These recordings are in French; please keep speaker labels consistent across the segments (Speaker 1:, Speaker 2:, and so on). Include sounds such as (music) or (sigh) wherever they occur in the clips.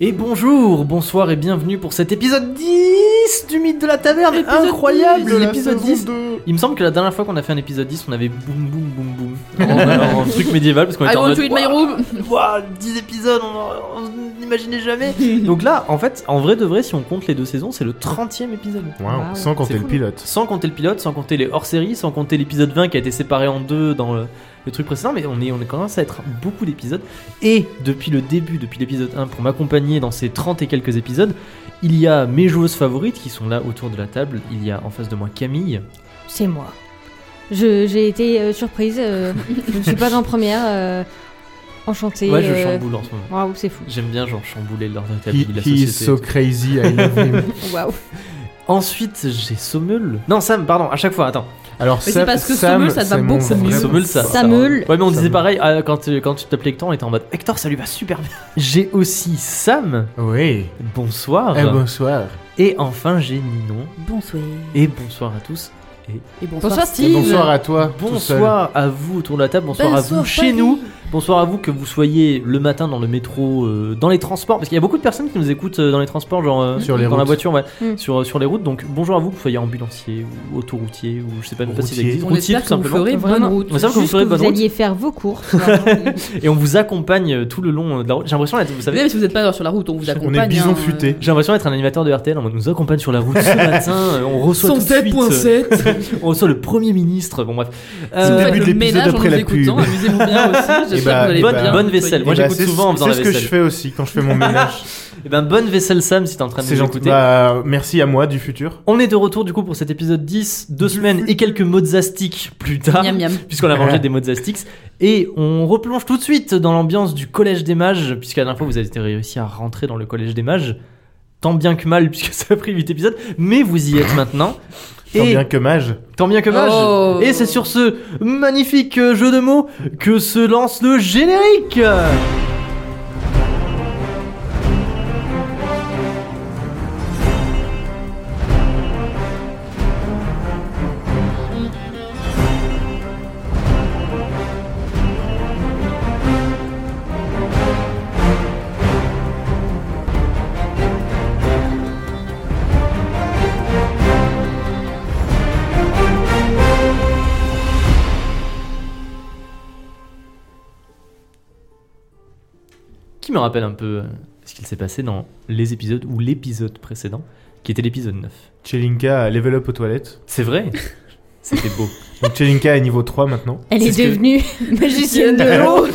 Speaker 1: Et bonjour, bonsoir et bienvenue pour cet épisode 10 du mythe de la taverne incroyable, l'épisode 10. Il me semble que la dernière fois qu'on a fait un épisode 10, on avait boum boum boum boum
Speaker 2: (laughs)
Speaker 1: en, en truc médiéval parce qu'on
Speaker 2: I
Speaker 1: était en
Speaker 2: want
Speaker 1: mode
Speaker 2: to eat my
Speaker 1: Waouh,
Speaker 2: room.
Speaker 1: waouh, 10 épisodes, on on n'imaginait
Speaker 2: (laughs)
Speaker 1: jamais. Donc là, en fait, en vrai de vrai, si on compte les deux saisons, c'est le 30e épisode.
Speaker 3: Waouh, hein.
Speaker 2: Waouh.
Speaker 3: sans
Speaker 1: C'est
Speaker 3: compter le
Speaker 1: fou.
Speaker 3: pilote.
Speaker 1: Sans compter le pilote, sans compter les hors-séries, sans compter l'épisode 20 qui a été séparé en deux dans le, le truc précédent, mais on est, on commence à être beaucoup d'épisodes. Et depuis le début, depuis l'épisode 1, pour m'accompagner dans ces 30 et quelques épisodes, il y a mes joueuses favorites qui sont là autour de la table. Il y a en face de moi Camille.
Speaker 4: C'est moi. Je- J'ai été euh, surprise.
Speaker 1: (laughs)
Speaker 4: euh, je ne suis pas en première. euh, enchantée.
Speaker 1: ouais, je
Speaker 4: euh,
Speaker 1: chamboule en ce moment.
Speaker 4: Waouh, c'est fou.
Speaker 1: J'aime bien genre chambouler l'ordre
Speaker 3: He,
Speaker 1: établi, la
Speaker 3: he is
Speaker 1: société.
Speaker 3: so crazy, I love
Speaker 4: (laughs)
Speaker 3: him.
Speaker 4: Waouh.
Speaker 1: Ensuite, j'ai Sommeul. Non, Sam, pardon, à chaque fois, attends.
Speaker 3: Alors,
Speaker 2: Mais
Speaker 3: Sam-
Speaker 2: c'est parce que
Speaker 3: Sam,
Speaker 2: Sommel, ça te va
Speaker 3: c'est mon
Speaker 2: beaucoup
Speaker 3: vrai
Speaker 2: mieux.
Speaker 1: Sommel, ça.
Speaker 4: Sameul.
Speaker 1: Ouais, mais on
Speaker 3: Ça
Speaker 1: disait
Speaker 3: me-
Speaker 1: pareil ah, quand, euh, quand tu t'appelais Hector, on était en mode Hector, ça lui va super bien. J'ai aussi Sam.
Speaker 3: Oui.
Speaker 1: Bonsoir.
Speaker 3: Eh, bonsoir.
Speaker 1: Et enfin, j'ai Ninon.
Speaker 4: Bonsoir.
Speaker 1: Et bonsoir à tous.
Speaker 2: Et bonsoir,
Speaker 4: Bonsoir,
Speaker 3: Et
Speaker 4: Steve.
Speaker 3: Eh, bonsoir à toi. Ah, tout
Speaker 1: Bonsoir à vous autour de la table, bonsoir, à vous chez nous, bonsoir à vous que vous soyez le matin dans le métro, euh, dans les transports, parce qu'il y a beaucoup de personnes qui nous écoutent euh, dans les transports, genre euh,
Speaker 3: Sur les
Speaker 1: dans la
Speaker 3: routes.
Speaker 1: voiture, ouais,
Speaker 4: Mm.
Speaker 1: sur, sur les routes. Donc bonjour à vous que vous soyez ambulancier ou autoroutier ou je sais pas même pas s'il
Speaker 3: Routier.
Speaker 1: existe,
Speaker 2: On
Speaker 1: routier
Speaker 2: espère
Speaker 1: tout
Speaker 2: que vous
Speaker 1: simplement.
Speaker 2: ferez bonne
Speaker 4: Vraiment.
Speaker 2: route.
Speaker 1: On espère que vous
Speaker 4: Juste
Speaker 1: ferez
Speaker 4: que
Speaker 1: bonne
Speaker 4: vous
Speaker 1: route
Speaker 4: alliez faire vos
Speaker 1: (laughs)
Speaker 4: courses. vraiment.
Speaker 1: et on vous accompagne euh, tout le long euh, de la route. J'ai l'impression d'être, vous
Speaker 2: Vous savez,
Speaker 1: savez,
Speaker 2: même si vous n'êtes pas sur la route, on vous
Speaker 3: seul. On
Speaker 2: accompagne.
Speaker 3: est bison
Speaker 2: hein,
Speaker 3: futé.
Speaker 1: j'ai l'impression d'être un animateur de RTL, on nous accompagne sur la route
Speaker 3: (laughs)
Speaker 1: ce matin, euh, on reçoit tout de suite, euh,
Speaker 2: 107.7.
Speaker 1: on reçoit le premier ministre. Bon bref,
Speaker 2: Si vous
Speaker 1: Euh,
Speaker 2: faites
Speaker 3: début de
Speaker 2: le
Speaker 3: l'épisode
Speaker 2: ménage en
Speaker 3: après
Speaker 2: nous
Speaker 3: la
Speaker 2: écoutant,
Speaker 3: pub.
Speaker 2: Amusez-vous bien aussi. J'espère
Speaker 3: Eh bah,
Speaker 2: que vous allez
Speaker 1: bonne-
Speaker 2: bien.
Speaker 1: bonne vaisselle. Moi,
Speaker 3: Eh ben,
Speaker 1: j'écoute
Speaker 3: c'est-
Speaker 1: souvent en faisant la
Speaker 3: C'est ce que
Speaker 1: vaisselle.
Speaker 3: je fais aussi quand je fais mon ménage.
Speaker 1: Eh ben, bonne vaisselle Sam si t'es en train de
Speaker 3: C'est
Speaker 1: nous
Speaker 3: gentil.
Speaker 1: écouter.
Speaker 3: Bah, merci à moi du futur.
Speaker 1: On est de retour du coup pour cet épisode 10, deux semaines et quelques mozzastiques plus tard,
Speaker 2: Miam miam.
Speaker 1: puisqu'on a
Speaker 3: (laughs)
Speaker 1: mangé
Speaker 3: Ouais.
Speaker 1: des mozzastiques. Et on replonge tout de suite dans l'ambiance du Collège des Mages, puisque la dernière fois vous avez été réussi à rentrer dans le Collège des Mages, tant bien que mal, (laughs) puisque ça a pris 8 épisodes, mais vous y êtes maintenant.
Speaker 3: Tant
Speaker 1: Et
Speaker 3: bien que mage.
Speaker 1: tant bien que mage.
Speaker 2: Oh.
Speaker 1: Et c'est sur ce magnifique euh, jeu de mots que se lance le générique. Qui me rappelle un peu euh, ce qu'il s'est passé dans les épisodes ou l'épisode précédent, qui était l'épisode 9.
Speaker 3: Chelinka level up aux toilettes.
Speaker 1: C'est
Speaker 3: (laughs)
Speaker 1: vrai. C'était beau.
Speaker 3: Donc Chelinka est niveau 3 maintenant.
Speaker 4: Elle
Speaker 1: C'est
Speaker 4: est,
Speaker 1: ce que-
Speaker 2: (laughs)
Speaker 4: devenue magicienne de l'eau.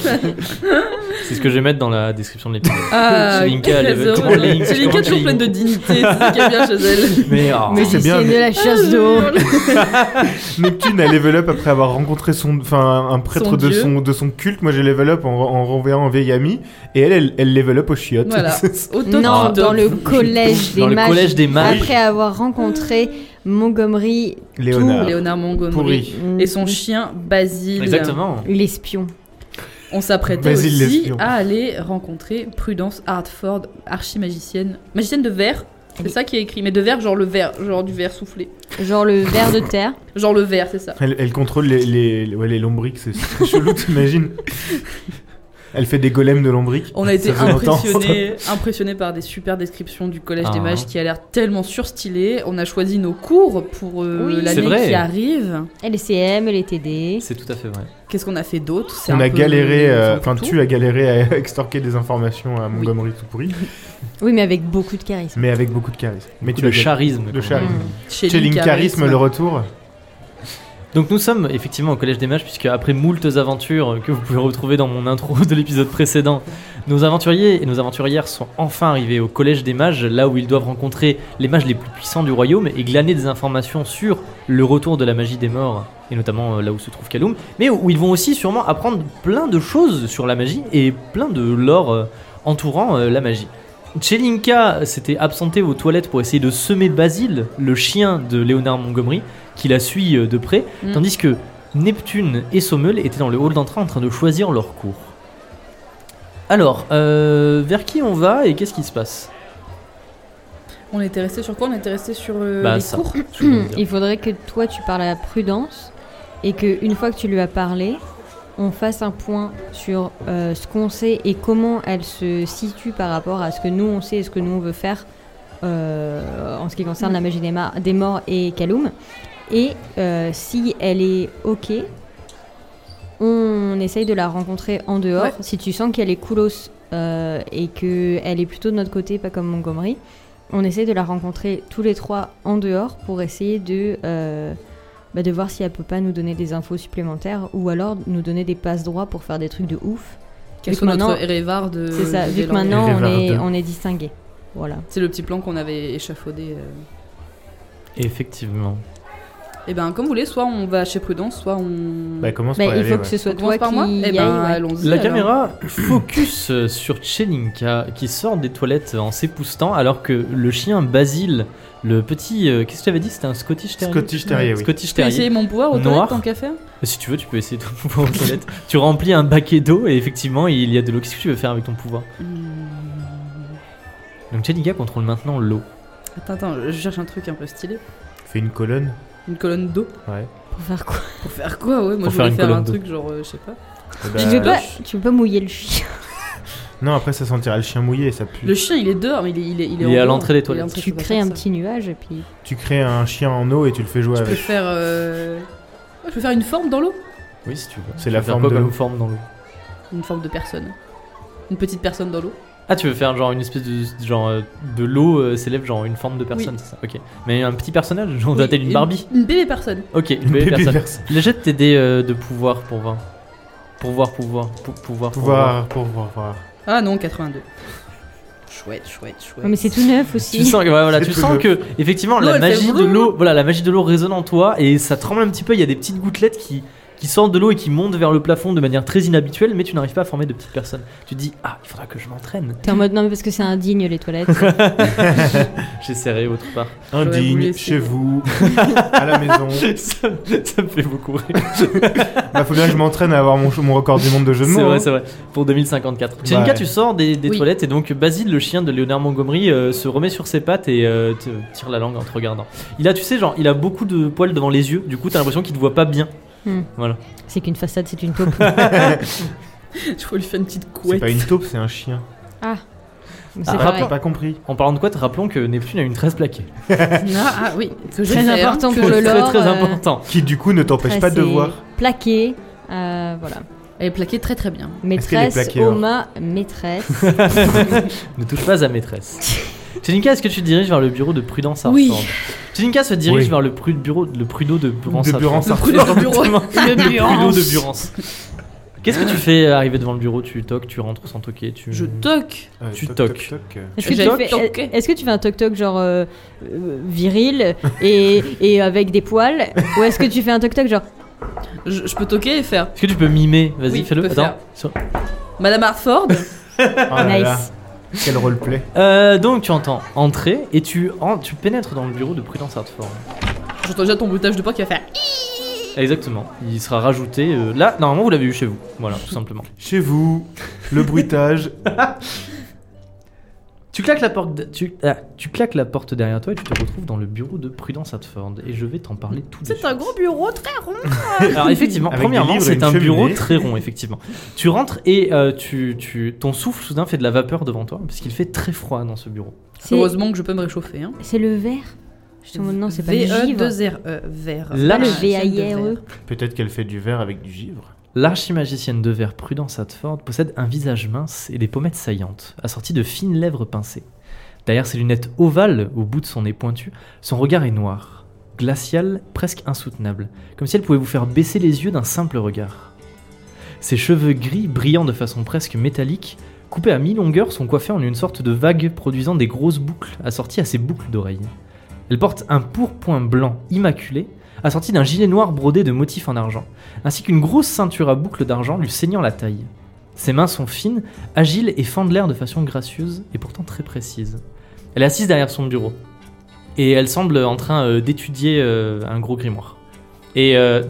Speaker 1: C'est ce que je vais mettre dans la description de l'épisode.
Speaker 2: Ah,
Speaker 1: Linka, elle est-
Speaker 2: très
Speaker 1: comment
Speaker 2: heureux.
Speaker 1: Link-
Speaker 2: C'est Linka
Speaker 1: comment
Speaker 2: toujours
Speaker 1: Link-
Speaker 2: pleine de dignité. C'est ça qui est bien
Speaker 1: (laughs)
Speaker 2: chez elle. Ah,
Speaker 1: Mais Ah, oh,
Speaker 3: (laughs) Mais- c'est
Speaker 4: Magicienne
Speaker 3: bien,
Speaker 4: de la chasse d'eau.
Speaker 3: Neptune a level up après avoir rencontré son, enfin, un prêtre
Speaker 2: Son
Speaker 3: de,
Speaker 2: dieu.
Speaker 3: son, de son culte. Moi, j'ai level up en, en renvoyant un vieil ami. Et elle, elle, elle level up aux chiottes.
Speaker 2: Voilà. Auto
Speaker 4: Non, dans le collège
Speaker 1: Ah,
Speaker 4: des
Speaker 1: dans le
Speaker 4: mages.
Speaker 1: collège des mages.
Speaker 4: Après avoir rencontré Montgomery,
Speaker 3: (laughs)
Speaker 4: mm,
Speaker 3: Léonard.
Speaker 2: Léonard Montgomery.
Speaker 3: Pourri.
Speaker 2: Et son chien Basile.
Speaker 1: Exactement.
Speaker 4: l'espion.
Speaker 2: On s'apprêtait
Speaker 3: Basile
Speaker 2: aussi
Speaker 3: l'espion.
Speaker 2: à aller rencontrer Prudence Hartford, archimagicienne, magicienne de verre. C'est
Speaker 4: Oui.
Speaker 2: ça qui est écrit, mais de verre, genre le verre, genre du verre soufflé.
Speaker 4: Genre le ver de terre.
Speaker 2: Genre le verre, c'est ça.
Speaker 3: Elle, elle contrôle les, les, les- ouais, les lombriques, c'est c'est très chelou, (laughs) t'imagines Elle fait des golems de lombriques.
Speaker 2: On a été
Speaker 3: Ça fait longtemps.
Speaker 2: impressionnés, impressionnés par des super descriptions du Collège des
Speaker 1: Ah.
Speaker 2: Mages qui a l'air tellement surstylé. On a choisi nos cours pour euh,
Speaker 4: Oui.
Speaker 1: C'est vrai.
Speaker 2: l'année qui arrive.
Speaker 4: LCM, LTD.
Speaker 1: C'est tout à fait vrai.
Speaker 2: Qu'est-ce qu'on a fait d'autre C'est
Speaker 3: On
Speaker 2: un
Speaker 3: a
Speaker 2: peu-
Speaker 3: galéré, euh,
Speaker 2: c'est un
Speaker 3: enfin
Speaker 2: peu tout.
Speaker 3: tu as galéré à (laughs) extorquer des informations à Montgomery tout pourri,
Speaker 4: Oui, mais avec beaucoup de charisme.
Speaker 3: mais avec beaucoup de charisme. Mais tu
Speaker 1: le
Speaker 3: as galéré.
Speaker 1: charisme.
Speaker 3: Le
Speaker 1: quand même.
Speaker 3: Mmh. charisme.
Speaker 2: Chez
Speaker 3: Chez
Speaker 2: Link
Speaker 3: Linkarisme, le retour.
Speaker 1: Donc nous sommes effectivement au collège des mages puisque après moultes aventures que vous pouvez retrouver dans mon intro de l'épisode précédent, nos aventuriers et nos aventurières sont enfin arrivés au collège des mages, là où ils doivent rencontrer les mages les plus puissants du royaume et glaner des informations sur le retour de la magie des morts et notamment euh, là où se trouve Kaloum, mais où ils vont aussi sûrement apprendre plein de choses sur la magie et plein de lore euh, entourant euh, la magie. Chelinka s'était absentée aux toilettes pour essayer de semer Basile, le chien de Léonard Montgomery, qui la suit euh, de près,
Speaker 2: Mm.
Speaker 1: tandis que Neptune et Sommel étaient dans le hall d'entrée en train de choisir leur cours. Alors, euh, vers qui on va et qu'est-ce qui se passe
Speaker 2: On était resté sur quoi On était resté sur euh,
Speaker 1: Bah,
Speaker 2: les
Speaker 1: ça.
Speaker 2: cours.
Speaker 1: Je
Speaker 4: Mmh.
Speaker 1: vais vous dire.
Speaker 4: Il faudrait que toi tu parles à Prudence et que une fois que tu lui as parlé, on fasse un point sur euh, ce qu'on sait et comment elle se situe par rapport à ce que nous on sait et ce que nous on veut faire euh, en ce qui concerne
Speaker 2: Mm.
Speaker 4: la magie des, ma- des morts et Kaloum. Et euh, si elle est ok, on essaye de la rencontrer en dehors.
Speaker 2: Ouais.
Speaker 4: Si tu sens qu'elle est coolos euh, et qu'elle est plutôt de notre côté, pas comme Montgomery, on essaye de la rencontrer tous les trois en dehors pour essayer de, euh, bah, de voir si elle peut pas nous donner des infos supplémentaires ou alors nous donner des passes droits pour faire des trucs de ouf.
Speaker 2: Quel
Speaker 4: Vu que
Speaker 2: soit notre E
Speaker 4: maintenant-
Speaker 2: Erevar de.
Speaker 4: C'est ça,
Speaker 2: de
Speaker 4: vu que
Speaker 2: Vélan.
Speaker 4: maintenant
Speaker 3: Et
Speaker 4: on est,
Speaker 3: Révardeux.
Speaker 4: on est distingué. Voilà.
Speaker 2: C'est le petit plan qu'on avait échafaudé. euh.
Speaker 1: Effectivement.
Speaker 2: Eh ben, comme vous voulez, soit on va chez Prudence, soit on.
Speaker 3: Bah, commence
Speaker 4: Bah,
Speaker 3: par y
Speaker 4: il
Speaker 3: aller,
Speaker 4: faut
Speaker 3: ouais.
Speaker 4: que ce soit
Speaker 2: on commence
Speaker 4: toi
Speaker 2: par moi
Speaker 4: qui y
Speaker 2: Eh
Speaker 4: aille,
Speaker 2: ben,
Speaker 4: ouais.
Speaker 2: allons-y.
Speaker 1: La
Speaker 2: alors.
Speaker 1: caméra focus euh, sur Chelinka qui sort des toilettes en s'époustant alors que le chien Basile, le petit. euh, Qu'est-ce que tu avais dit C'était un Scottish Terrier
Speaker 3: Scottish Terrier, oui.
Speaker 1: Scottish
Speaker 2: Je peux
Speaker 1: Terrier.
Speaker 2: essayer mon pouvoir au
Speaker 1: Noir.
Speaker 2: toilette tant qu'à faire
Speaker 1: Si tu veux, tu peux essayer (laughs) ton pouvoir aux toilettes. Tu remplis un baquet d'eau et effectivement, il y a de l'eau. Qu'est-ce que tu veux faire avec ton pouvoir
Speaker 2: Hmm.
Speaker 1: Donc Chelinka contrôle maintenant l'eau.
Speaker 2: Attends, attends, je cherche un truc un peu stylé.
Speaker 3: Fais une colonne.
Speaker 2: Une colonne d'eau.
Speaker 3: Ouais.
Speaker 4: Pour faire quoi
Speaker 2: Pour faire quoi Ouais, moi
Speaker 1: Pour
Speaker 2: je
Speaker 1: faire
Speaker 2: voulais
Speaker 1: une
Speaker 2: faire, un
Speaker 1: colonne d'eau.
Speaker 2: truc genre, euh, je sais pas.
Speaker 3: Eh
Speaker 4: tu,
Speaker 3: bah,
Speaker 4: veux pas, tu veux pas mouiller le chien
Speaker 3: Non, après ça sentira le chien mouillé et ça pue.
Speaker 2: Le chien il est dehors, mais il est, il est,
Speaker 1: Il
Speaker 2: en
Speaker 1: est à
Speaker 2: dehors.
Speaker 1: l'entrée des
Speaker 2: Il est à
Speaker 1: toilettes.
Speaker 2: l'entrée,
Speaker 4: Tu
Speaker 2: faut pas
Speaker 4: crées
Speaker 2: faire
Speaker 4: un
Speaker 2: ça.
Speaker 4: petit nuage et puis.
Speaker 3: Tu crées un chien en eau et tu le fais jouer
Speaker 2: Je peux
Speaker 3: avec.
Speaker 2: faire. euh, ouais, je peux faire une forme dans l'eau
Speaker 1: Oui, si tu veux.
Speaker 3: C'est
Speaker 1: Tu
Speaker 3: la
Speaker 1: veux faire
Speaker 3: forme
Speaker 1: quoi
Speaker 3: de
Speaker 1: comme
Speaker 3: l'eau.
Speaker 1: forme dans l'eau
Speaker 2: Une forme de personne. Une petite personne dans l'eau.
Speaker 1: Ah, tu veux faire genre une espèce de genre euh, de l'eau euh, s'élève genre une forme de personne, c'est ça Ok. Mais un petit personnage, genre
Speaker 2: Oui,
Speaker 1: doit-elle une Barbie
Speaker 2: Une bébé personne.
Speaker 1: Ok, une
Speaker 3: Une
Speaker 1: belle
Speaker 3: bébé
Speaker 1: (laughs) personne.
Speaker 3: verse.
Speaker 1: Les jets de tes dés euh, de pouvoir pour voir. Pour voir, pour voir, pour pouvoir, pour voir.
Speaker 3: Pouvoir, pour voir, voir.
Speaker 2: Ah non, 82. Chouette, chouette, chouette.
Speaker 4: Ouais, mais c'est tout neuf
Speaker 1: Tu
Speaker 4: aussi.
Speaker 1: sens que, ouais, voilà,
Speaker 3: C'est
Speaker 1: tu
Speaker 3: tout
Speaker 1: sens
Speaker 3: neuf.
Speaker 1: que effectivement
Speaker 2: L'eau,
Speaker 1: la
Speaker 2: elle fait
Speaker 1: magie de
Speaker 2: vroom.
Speaker 1: l'eau, voilà, la magie de l'eau résonne en toi et ça tremble un petit peu. Il y a des petites gouttelettes qui qui sortent de l'eau et qui montent vers le plafond de manière très inhabituelle, mais tu n'arrives pas à former de petites personnes. Tu te dis ah, il faudra que je m'entraîne.
Speaker 4: T'es en mode non, mais parce que c'est indigne les
Speaker 3: (laughs)
Speaker 4: toilettes.
Speaker 1: J'essaierai autre part.
Speaker 2: J'aurais voulu
Speaker 3: Indigne,
Speaker 2: essayer.
Speaker 3: chez vous, (laughs) à la maison.
Speaker 1: (laughs) ça, ça me fait beaucoup rire.
Speaker 3: Bah, faut bien que je m'entraîne à avoir mon, mon record du monde de jeux de mots.
Speaker 1: C'est vrai,
Speaker 3: hein.
Speaker 1: c'est vrai. Pour 2054. Tchenka,
Speaker 3: Ouais.
Speaker 1: tu sors des, des
Speaker 2: Oui.
Speaker 1: toilettes et donc Basile, le chien de Léonard Montgomery, euh, se remet sur ses pattes et euh, te tire la langue en te regardant. Il a, tu sais, genre, il a beaucoup de poils devant les yeux. Du coup, t'as l'impression qu'il te voit pas bien.
Speaker 4: Hmm.
Speaker 1: Voilà.
Speaker 4: C'est qu'une façade, c'est une
Speaker 3: (laughs)
Speaker 4: taupe.
Speaker 2: (laughs) Je pourrais lui faire une petite
Speaker 3: C'est
Speaker 2: couette.
Speaker 3: pas une taupe, c'est un chien.
Speaker 4: C'est
Speaker 1: Ah,
Speaker 3: Ah,
Speaker 4: pareil.
Speaker 3: t'as pas compris.
Speaker 1: En parlant de quoi, te rappelons que Neptune a une tresse plaquée.
Speaker 2: Ah, ah, oui, que je
Speaker 4: Très
Speaker 2: vais faire,
Speaker 4: important
Speaker 2: que
Speaker 4: pour
Speaker 2: je-
Speaker 4: le
Speaker 1: très
Speaker 4: lore,
Speaker 1: très
Speaker 4: euh,
Speaker 1: important.
Speaker 3: Qui du coup ne t'empêche pas de
Speaker 4: Tracée,
Speaker 3: voir.
Speaker 4: Plaquée. euh, voilà.
Speaker 2: Elle est plaquée très très bien.
Speaker 3: qu'elle est
Speaker 4: Maîtresse,
Speaker 3: plaquée, alors
Speaker 4: Oma,
Speaker 3: (laughs)
Speaker 4: maîtresse.
Speaker 1: Ne touche pas à
Speaker 2: (laughs)
Speaker 1: maîtresse. Tchenka, est-ce que tu te diriges vers le bureau de Prudence
Speaker 2: Oui.
Speaker 1: Hartford Tchenka se dirige
Speaker 3: Oui.
Speaker 1: vers le, pru- bureau, le prudeau de Prudence
Speaker 3: De Burance
Speaker 1: Hartford.
Speaker 2: Le prudeau de bureau.
Speaker 1: Exactement.
Speaker 2: Le
Speaker 1: Prudeau
Speaker 2: bureau
Speaker 1: de Burance. Qu'est-ce que tu fais euh, arrivé devant le bureau Tu toques, tu rentres sans toquer, tu...
Speaker 2: Je toque.
Speaker 3: Euh,
Speaker 1: Tu
Speaker 3: toc,
Speaker 1: toques.
Speaker 3: toc, toc.
Speaker 4: Est-ce que, tu
Speaker 2: J'ai
Speaker 4: fais-
Speaker 2: toqué.
Speaker 4: est-ce que tu fais un toc-toc genre euh, euh, viril et, et avec des poils Ou est-ce que tu fais un toc-toc genre
Speaker 2: Je, je peux toquer et faire.
Speaker 1: Est-ce que tu peux mimer Vas-y,
Speaker 2: Oui, je
Speaker 1: fais-le.
Speaker 2: peux
Speaker 1: Attends.
Speaker 2: faire. Madame Hartford
Speaker 3: Ah là là,
Speaker 4: nice
Speaker 3: Quel roleplay.
Speaker 1: Euh, donc tu entends entrer et tu, en- tu pénètres dans le bureau de Prudence Hartford.
Speaker 2: J'entends déjà ton bruitage de pas qui va faire.
Speaker 1: Exactement. Il sera rajouté euh, là. Normalement, vous l'avez eu chez vous. Voilà, tout simplement.
Speaker 3: Chez vous, le bruitage.
Speaker 1: Tu claques la porte. de- Tu, ah, tu claques la porte derrière toi et tu te retrouves dans le bureau de Prudence Hartford. Et je vais t'en parler tout de suite.
Speaker 2: C'est un gros bureau très rond.
Speaker 1: (laughs) Alors effectivement,
Speaker 3: Avec des
Speaker 1: premièrement,
Speaker 3: livres et
Speaker 1: c'est
Speaker 3: une
Speaker 1: un bureau
Speaker 3: cheminée.
Speaker 1: très rond, effectivement. Tu rentres et euh, tu, tu, ton souffle soudain fait de la vapeur devant toi, parce qu'il fait très froid dans ce bureau.
Speaker 4: C'est,
Speaker 2: Heureusement que je peux me réchauffer. Hein.
Speaker 4: c'est le verre Je te demande, non, c'est pas
Speaker 2: E
Speaker 4: le givre.
Speaker 2: V-E-2-R-E, vert.
Speaker 1: Là,
Speaker 4: le
Speaker 1: Ah,
Speaker 4: V-A-I-R-E.
Speaker 3: Peut-être qu'elle fait du verre avec du givre.
Speaker 1: L'archimagicienne de verre Prudence Hartford possède un visage mince et des pommettes saillantes, assorties de fines lèvres pincées. Derrière ses lunettes ovales, au bout de son nez pointu, son regard est noir, glacial, presque insoutenable, comme si elle pouvait vous faire baisser les yeux d'un simple regard. Ses cheveux gris, brillants de façon presque métallique, coupés à mi-longueur, sont coiffés en une sorte de vague produisant des grosses boucles assorties à ses boucles d'oreilles. Elle porte un pourpoint blanc immaculé, assorti d'un gilet noir brodé de motifs en argent ainsi qu'une grosse ceinture à boucles d'argent lui saignant la taille. Ses mains sont fines, agiles et fendent l'air de façon gracieuse et pourtant très précise. Elle est assise derrière son bureau et elle semble en train euh, d'étudier euh, un gros grimoire. Et euh,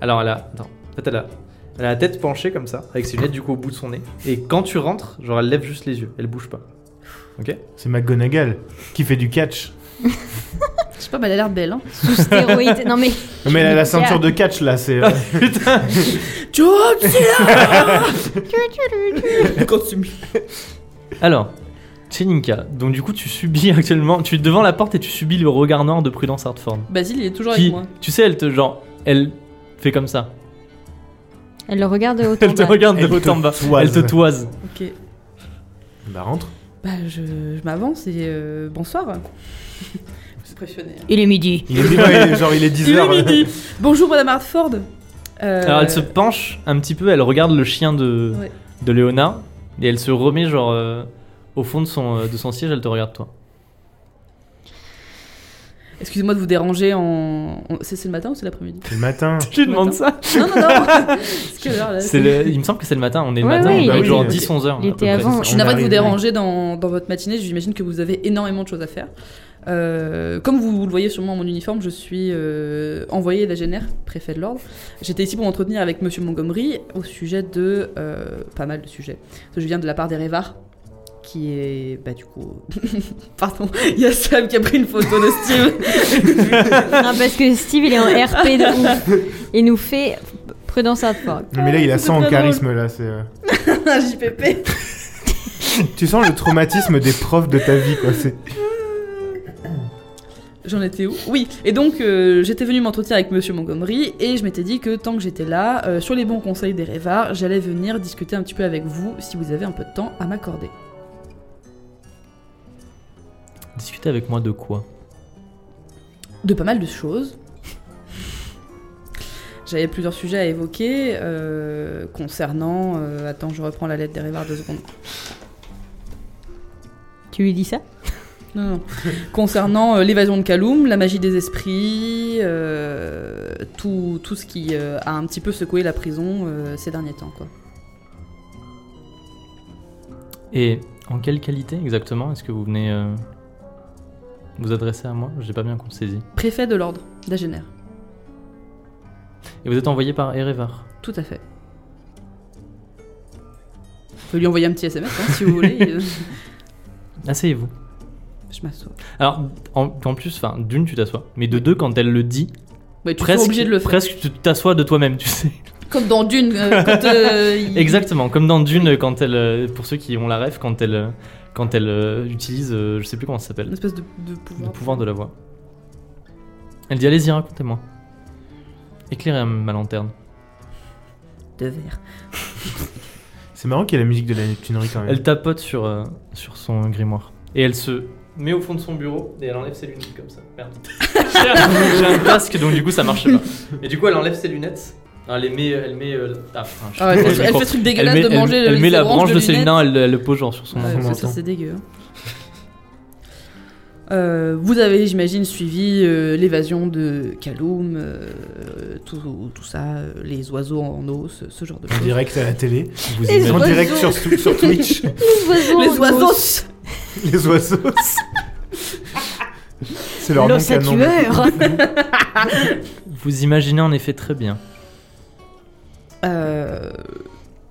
Speaker 1: alors elle a, attends, en fait, elle a, elle a la tête penchée comme ça, avec ses lunettes du coup au bout de son nez. Et quand tu rentres, genre elle lève juste les yeux, elle bouge pas.
Speaker 3: C'est McGonagall qui fait du catch.
Speaker 2: Je sais pas, bah, elle a l'air belle. Hein.
Speaker 4: Sous stéroïdes. non mais.
Speaker 3: Mais la, la ceinture de catch là, c'est. euh,
Speaker 2: Job, Continue.
Speaker 1: Alors, Cheninka, donc du coup, tu subis (laughs) actuellement. Tu es devant la porte et tu subis le regard noir de Prudence Hartford.
Speaker 2: Basile, il est toujours
Speaker 1: Qui,
Speaker 2: avec moi.
Speaker 1: tu sais, elle te. Genre, elle fait comme ça.
Speaker 4: Elle le regarde de haut en
Speaker 1: Elle te
Speaker 4: bas.
Speaker 1: regarde de
Speaker 3: Elle
Speaker 1: haut
Speaker 3: te
Speaker 1: en bas.
Speaker 3: toise.
Speaker 1: Elle te toise.
Speaker 2: Ok.
Speaker 3: Bah rentre.
Speaker 2: Bah, je, je m'avance et euh, bonsoir. (laughs) C'est impressionné.
Speaker 4: Il est midi.
Speaker 3: Il est, ouais, il est- genre il est 10h.
Speaker 2: Il est hein. midi. Bonjour, madame Hartford. Euh,
Speaker 1: Alors, elle se penche un petit peu, elle regarde le chien de,
Speaker 2: Ouais.
Speaker 1: de Léona et elle se remet, genre, euh, au fond de son, euh, de son siège, elle te regarde, toi.
Speaker 2: Excusez-moi de vous déranger en. en- C'est c'est le matin ou c'est l'après-midi
Speaker 3: (laughs) le matin.
Speaker 1: Tu lui demandes ça
Speaker 2: (laughs) Non, non, (laughs) non Euh, C'est quelle heure, là
Speaker 1: C'est le- Il me semble que c'est le matin, on est le
Speaker 4: Ouais,
Speaker 1: matin,
Speaker 4: ouais,
Speaker 1: on
Speaker 4: il
Speaker 1: doit être
Speaker 3: est-
Speaker 1: genre
Speaker 3: il
Speaker 1: 10-11
Speaker 3: Ah,
Speaker 1: heures. à peu
Speaker 4: était
Speaker 1: près,
Speaker 4: avant.
Speaker 1: c'est ça.
Speaker 2: Je suis
Speaker 3: On
Speaker 2: navrée de vous
Speaker 3: arrive,
Speaker 2: déranger dans, dans votre matinée, j'imagine que vous avez énormément de choses à faire. Euh, comme vous le voyez sûrement à mon uniforme, je suis euh, envoyé d'Agener, préfet de l'ordre. J'étais ici pour m'entretenir avec monsieur Montgomery au sujet de. euh, pas mal de sujets. Parce que Je viens de la part des Révards, qui est. Bah, du coup. (laughs) Pardon, il y a Sam qui a pris une photo de Steve. (laughs)
Speaker 4: Non, parce que Steve, il est en RP
Speaker 3: (laughs)
Speaker 4: de ouf. Il nous fait prudence à fort.
Speaker 3: Non, mais là il a
Speaker 2: C'est
Speaker 3: ça en
Speaker 2: très
Speaker 3: charisme là. c'est, euh.
Speaker 2: Un JPP.
Speaker 3: Tu sens le traumatisme des profs de ta vie quoi. c'est-
Speaker 2: J'en étais où Oui, et donc euh, j'étais venue m'entretenir avec Monsieur Montgomery et je m'étais dit que tant que j'étais là, euh, sur les bons conseils des Révards, j'allais venir discuter un petit peu avec vous si vous avez un peu de temps à m'accorder.
Speaker 1: Discutez avec moi de quoi
Speaker 2: De pas mal de choses. J'avais plusieurs sujets à évoquer euh, concernant. euh, attends, je reprends la lettre des Révards deux secondes.
Speaker 4: Tu lui dis ça
Speaker 2: Non, non. Concernant euh, l'évasion de Kaloum, la magie des esprits, euh, tout, tout ce qui euh, a un petit peu secoué la prison euh, ces derniers temps, quoi.
Speaker 1: Et en quelle qualité exactement est-ce que vous venez euh, vous adresser à moi J'ai pas bien qu'on saisit.
Speaker 2: Préfet de l'ordre d'Agener.
Speaker 1: Et vous êtes envoyé par Erevar.
Speaker 2: Tout à fait. On peut lui envoyer un petit SMS hein, si vous voulez. Euh,
Speaker 1: Asseyez-vous.
Speaker 2: Je m'assois. Bah,
Speaker 1: Alors, en, en plus, enfin, d'une, tu t'assois. Mais de deux, quand elle le dit,
Speaker 2: Ouais, tu es
Speaker 1: presque,
Speaker 2: obligé de le faire.
Speaker 1: presque tu t'assois de toi-même, tu
Speaker 2: (laughs)
Speaker 1: sais.
Speaker 2: Comme dans Dune, euh, quand euh, il-
Speaker 1: Exactement, comme dans Dune, quand elle, euh, pour ceux qui ont la ref, quand elle, euh, quand elle euh, utilise, euh, je sais plus comment ça
Speaker 2: Une
Speaker 1: s'appelle,
Speaker 2: espèce de, de pouvoir.
Speaker 1: le pouvoir de la voix. Elle dit allez-y, racontez-moi. Éclairez ma lanterne.
Speaker 2: de verre.
Speaker 3: C'est marrant qu'il y ait la musique de la Neptunerie quand même.
Speaker 1: Elle tapote sur, euh, sur son grimoire. Et elle se met au fond de son bureau et elle enlève ses lunettes comme ça. Merde. J'ai un- J'ai un casque donc du coup ça marche pas. Et du coup elle enlève ses lunettes. Elle les met. Elle met. euh, ah, putain, je-
Speaker 2: Ah ouais,
Speaker 1: je-
Speaker 2: elle,
Speaker 1: je-
Speaker 2: fait- elle fait ce truc dégueulasse
Speaker 1: met,
Speaker 2: de manger
Speaker 1: elle,
Speaker 2: le-
Speaker 1: elle
Speaker 2: les
Speaker 1: met la
Speaker 2: oranges
Speaker 1: branche de, ses
Speaker 2: lunettes.
Speaker 1: lunettes, elle, elle le pose genre sur son.
Speaker 2: Ouais,
Speaker 3: son
Speaker 2: ça,
Speaker 3: menton.
Speaker 2: ça, c'est dégueu. hein. Euh, vous avez, j'imagine, suivi euh, l'évasion de Kaloum, euh, tout, tout ça, euh, les oiseaux en eau, ce, ce genre de
Speaker 3: En
Speaker 2: choses.
Speaker 3: direct à la télé. Vous
Speaker 4: Les
Speaker 3: imaginez- en
Speaker 4: oiseaux.
Speaker 3: direct sur, sur Twitch.
Speaker 4: Oh,
Speaker 2: Les oiseaux
Speaker 3: Les oiseaux. C'est leur nom canon.
Speaker 4: (laughs)
Speaker 1: Vous imaginez en effet très bien.
Speaker 2: Euh,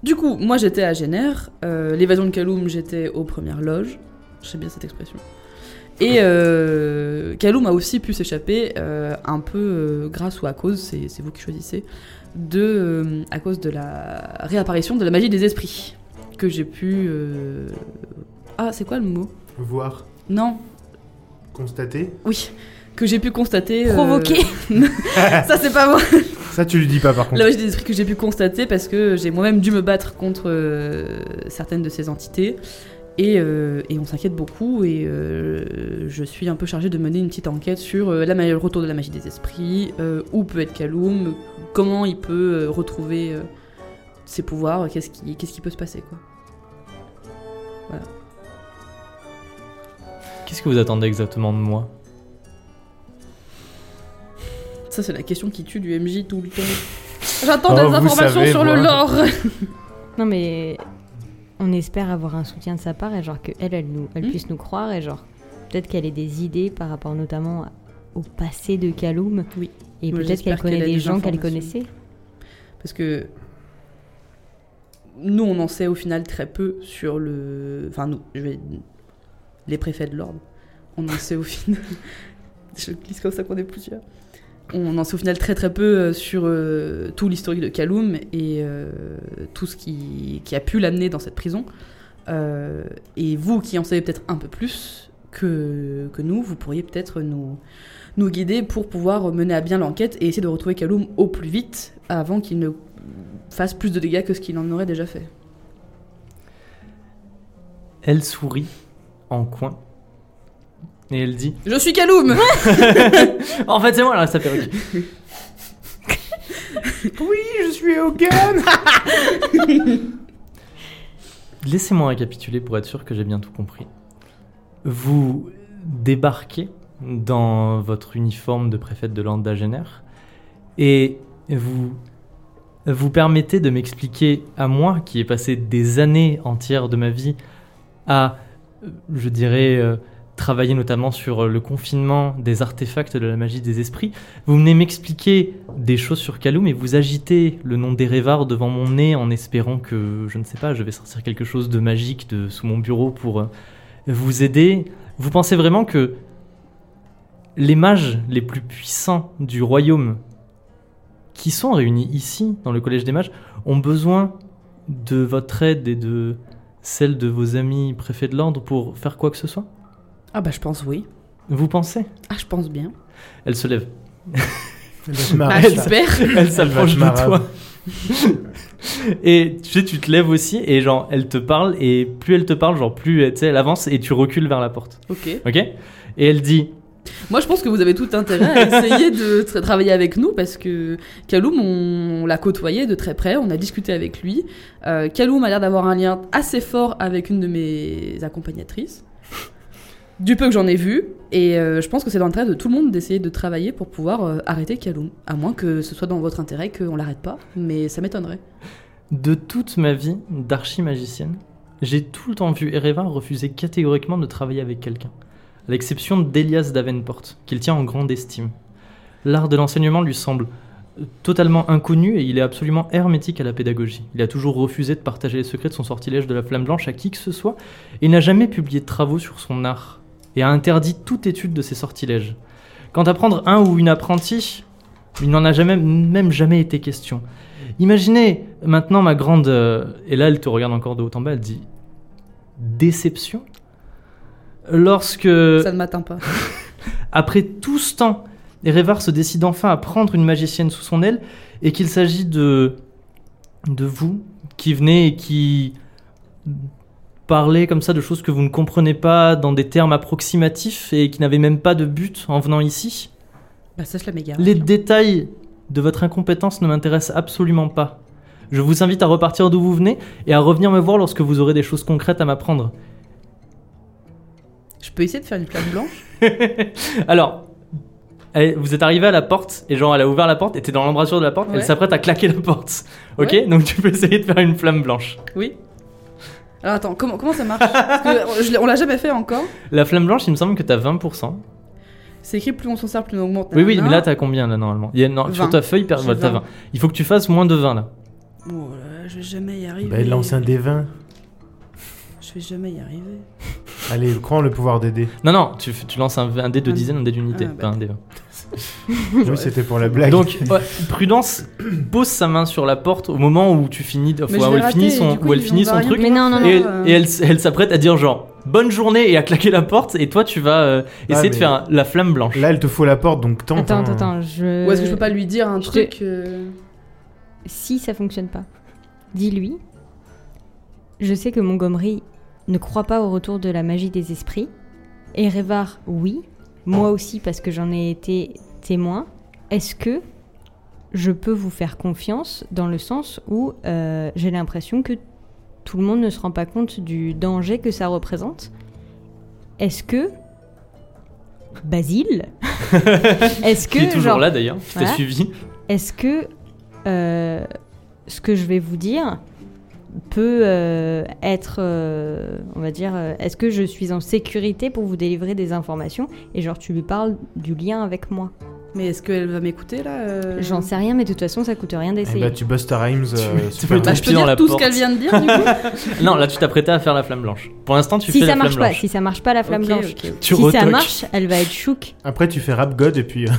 Speaker 2: du coup, moi j'étais à Géner, l'évasion de Kaloum, j'étais aux premières loges, j'aime bien cette expression. Et euh, Kaloum a aussi pu s'échapper, euh, un peu euh, grâce ou à cause, c'est c'est vous qui choisissez, de, euh, à cause de la réapparition de la magie des esprits que j'ai pu. euh, Ah, c'est quoi le mot
Speaker 3: Voir,
Speaker 2: Non,
Speaker 3: constater.
Speaker 2: oui, que j'ai pu constater. euh,
Speaker 4: Provoqué.
Speaker 2: (laughs) Ça, c'est pas moi.
Speaker 3: Ça, tu lui dis pas par contre.
Speaker 2: La magie des esprits que j'ai pu constater parce que j'ai moi-même dû me battre contre euh, certaines de ces entités. Et, euh, et on s'inquiète beaucoup et euh, je suis un peu chargée de mener une petite enquête sur euh, la ma- le retour de la magie des esprits, euh, où peut être Kaloum, comment il peut euh, retrouver euh, ses pouvoirs, qu'est-ce qui, qu'est-ce qui peut se passer. Quoi.
Speaker 1: Qu'est-ce que vous attendez exactement de moi
Speaker 2: Ça c'est la question qui tue du MJ tout le temps. J'attends
Speaker 3: Oh,
Speaker 2: des
Speaker 3: vous
Speaker 2: informations
Speaker 3: savez,
Speaker 2: sur le
Speaker 3: moi.
Speaker 2: lore
Speaker 4: Non, mais on espère avoir un soutien de sa part et genre qu'elle, elle, nous- elle
Speaker 2: Hmm.
Speaker 4: puisse nous croire et genre peut-être qu'elle ait des idées par rapport notamment au passé de Kaloum.
Speaker 2: Oui.
Speaker 4: Et
Speaker 2: Moi,
Speaker 4: peut-être
Speaker 2: j'espère
Speaker 4: qu'elle connaît
Speaker 2: qu'elle a
Speaker 4: des
Speaker 2: des
Speaker 4: gens qu'elle
Speaker 2: informations.
Speaker 4: connaissait.
Speaker 2: Parce que nous, on en sait au final très peu sur le. Enfin, nous, je vais. Les préfets de l'ordre. On en sait au (laughs) final Je glisse comme ça qu'on est plusieurs. On en sait au final très très peu euh, sur euh, tout l'historique de Kaloum et euh, tout ce qui, qui a pu l'amener dans cette prison. Euh, et vous qui en savez peut-être un peu plus que, que nous, vous pourriez peut-être nous, nous guider pour pouvoir mener à bien l'enquête et essayer de retrouver Kaloum au plus vite avant qu'il ne fasse plus de dégâts que ce qu'il en aurait déjà fait.
Speaker 1: Elle sourit en coin et elle dit
Speaker 2: Je suis Kaloum
Speaker 1: En fait, c'est moi, elle reste sa perruque.
Speaker 3: Oui, je suis Hogan
Speaker 1: Laissez-moi récapituler pour être sûr que j'ai bien tout compris. Vous débarquez dans votre uniforme de préfète de l'Andagener et vous vous permettez de m'expliquer à moi qui ai passé des années entières de ma vie à, euh, je dirais, euh, travailler notamment sur euh, le confinement des artefacts de la magie des esprits. Vous venez m'expliquer des choses sur Kaloum et vous agitez le nom d'Erevar devant mon nez en espérant que, je ne sais pas, je vais sortir quelque chose de magique de, sous mon bureau pour euh, vous aider. Vous pensez vraiment que les mages les plus puissants du royaume qui sont réunis ici, dans le Collège des Mages, ont besoin de votre aide et de celle de vos amis préfets de l'ordre pour faire quoi que ce soit
Speaker 2: Ah bah je pense oui.
Speaker 1: Vous pensez
Speaker 2: Ah je pense bien.
Speaker 1: Elle se lève.
Speaker 3: Je
Speaker 2: Ah
Speaker 3: m'arrête, là.
Speaker 2: super
Speaker 3: (laughs)
Speaker 1: (coughs) Elle s'approche
Speaker 3: Vache
Speaker 1: de toi. et tu sais, tu te lèves aussi et genre elle te parle et plus elle te parle, genre plus euh, tu sais, elle avance et tu recules vers la porte.
Speaker 2: Ok.
Speaker 1: Ok Et elle dit
Speaker 2: Moi, je pense que vous avez tout intérêt à essayer de tra- travailler avec nous parce que Kaloum, on, on l'a côtoyé de très près, on a discuté avec lui. Euh, Kaloum a l'air d'avoir un lien assez fort avec une de mes accompagnatrices, du peu que j'en ai vu. Et euh, je pense que c'est dans l'intérêt de tout le monde d'essayer de travailler pour pouvoir euh, arrêter Kaloum. À moins que ce soit dans votre intérêt qu'on l'arrête pas, mais ça m'étonnerait.
Speaker 1: De toute ma vie d'archimagicienne, j'ai tout le temps vu Ereva refuser catégoriquement de travailler avec quelqu'un, à l'exception d'Elias Davenport, qu'il tient en grande estime. L'art de l'enseignement lui semble euh, totalement inconnu et il est absolument hermétique à la pédagogie. Il a toujours refusé de partager les secrets de son sortilège de la flamme blanche à qui que ce soit et n'a jamais publié de travaux sur son art et a interdit toute étude de ses sortilèges. Quant à prendre un ou une apprentie, il n'en a jamais, même jamais été question. Imaginez maintenant ma grande. euh, et là, elle te regarde encore de haut en bas, elle dit. Déception Lorsque,
Speaker 2: Ça ne m'atteint pas.
Speaker 1: après tout ce temps, Erevar se décide enfin à prendre une magicienne sous son aile et qu'il s'agit de. de vous qui venez et qui. parlez comme ça de choses que vous ne comprenez pas dans des termes approximatifs et qui n'avez même pas de but en venant ici.
Speaker 2: Bah, sache la méga.
Speaker 1: Les détails de votre incompétence ne m'intéressent absolument pas. Je vous invite à repartir d'où vous venez et à revenir me voir lorsque vous aurez des choses concrètes à m'apprendre.
Speaker 2: Je peux essayer de faire une flamme blanche
Speaker 1: Alors, elle- vous êtes arrivé à la porte et genre elle a ouvert la porte et t'es dans l'embrasure de la porte,
Speaker 2: Ouais.
Speaker 1: elle s'apprête à claquer la porte. Ok
Speaker 2: Ouais.
Speaker 1: Donc tu peux essayer de faire une flamme blanche.
Speaker 2: Oui. Alors attends, comment, comment ça marche Parce que je l'ai- On l'a jamais fait encore.
Speaker 1: La flamme blanche, il me semble que t'as 20%.
Speaker 2: C'est écrit plus on s'en sert, plus on augmente.
Speaker 1: Oui, oui,
Speaker 2: nanana.
Speaker 1: mais là t'as combien là normalement Il y a- non, Sur
Speaker 2: 20.
Speaker 1: ta feuille, per-
Speaker 2: J'ai
Speaker 1: voilà, t'as
Speaker 2: 20.
Speaker 1: 20. Il faut que tu fasses moins de 20 là.
Speaker 2: Bon, Oh là, je vais jamais y arriver.
Speaker 3: Bah, elle lance un D20.
Speaker 2: Je vais jamais y arriver.
Speaker 3: Allez, prends le pouvoir d'aider.
Speaker 1: Non, non, tu, f- tu lances un, un dé de
Speaker 2: Un-
Speaker 1: dizaine, un dé d'unité,
Speaker 2: Ah,
Speaker 1: pas un dé.
Speaker 3: Oui, c'était pour la blague.
Speaker 1: Donc, ouais, Prudence pose sa main sur la porte au moment où tu finis, enfin,
Speaker 2: Mais je
Speaker 1: où
Speaker 2: vais
Speaker 1: elle
Speaker 2: rater,
Speaker 1: finit
Speaker 2: et
Speaker 1: son,
Speaker 2: du coup,
Speaker 1: où elle
Speaker 2: ils
Speaker 1: finit
Speaker 2: vont
Speaker 1: son
Speaker 2: rien
Speaker 1: truc.
Speaker 4: Mais non, non,
Speaker 1: Et,
Speaker 4: non.
Speaker 2: pouvoir, euh.
Speaker 1: et elle, s- elle s'apprête à dire genre bonne journée et à claquer la porte et toi tu vas euh, essayer de
Speaker 3: Ah, mais-
Speaker 1: faire un- la flamme blanche.
Speaker 3: Là, elle te faut la porte, donc tente.
Speaker 4: Attends,
Speaker 3: hein.
Speaker 4: attends, attends, je.
Speaker 2: Ou est-ce que je peux pas lui dire un
Speaker 4: Euh, je
Speaker 2: truc euh,
Speaker 4: Si ça fonctionne pas, dis-lui. Je sais que Montgomery ne croit pas au retour de la magie des esprits. Et Révar, oui. Moi aussi, parce que j'en ai été témoin. Est-ce que je peux vous faire confiance dans le sens où euh, j'ai l'impression que tout le monde ne se rend pas compte du danger que ça représente Est-ce que.
Speaker 1: (laughs)
Speaker 4: Basile Est-ce que.
Speaker 1: Qui est toujours
Speaker 4: genre,
Speaker 1: là d'ailleurs, qui t'a
Speaker 4: voilà.
Speaker 1: suivi.
Speaker 4: est-ce que euh, ce que je vais vous dire peut euh, être, euh, on va dire, euh, est-ce que je suis en sécurité pour vous délivrer des informations Et genre, tu lui parles du lien avec moi.
Speaker 2: Mais est-ce qu'elle va m'écouter là euh
Speaker 4: J'en sais rien, mais de toute façon, ça coûte rien
Speaker 3: Eh
Speaker 4: d'essayer.
Speaker 1: ben,
Speaker 3: bah, tu Busta Rhymes. euh,
Speaker 1: tu
Speaker 3: c'est
Speaker 1: peux
Speaker 3: pas
Speaker 1: le
Speaker 2: Bah,
Speaker 3: mal.
Speaker 2: je peux
Speaker 1: Pied dans
Speaker 2: dire
Speaker 1: la
Speaker 2: tout
Speaker 1: porte.
Speaker 2: ce qu'elle vient de dire
Speaker 1: (laughs)
Speaker 2: du coup.
Speaker 1: Non, là, tu t'apprêtais à faire la flamme blanche. Pour l'instant, tu
Speaker 4: si
Speaker 1: fais
Speaker 4: ça
Speaker 1: la
Speaker 4: marche
Speaker 1: flamme
Speaker 4: pas,
Speaker 1: blanche.
Speaker 4: si ça marche pas la flamme
Speaker 2: Ok,
Speaker 4: blanche,
Speaker 2: ok, ok.
Speaker 1: Tu
Speaker 4: si ça
Speaker 1: retoques.
Speaker 4: marche, elle va être chouk.
Speaker 3: Après, tu fais Rap God et puis. euh,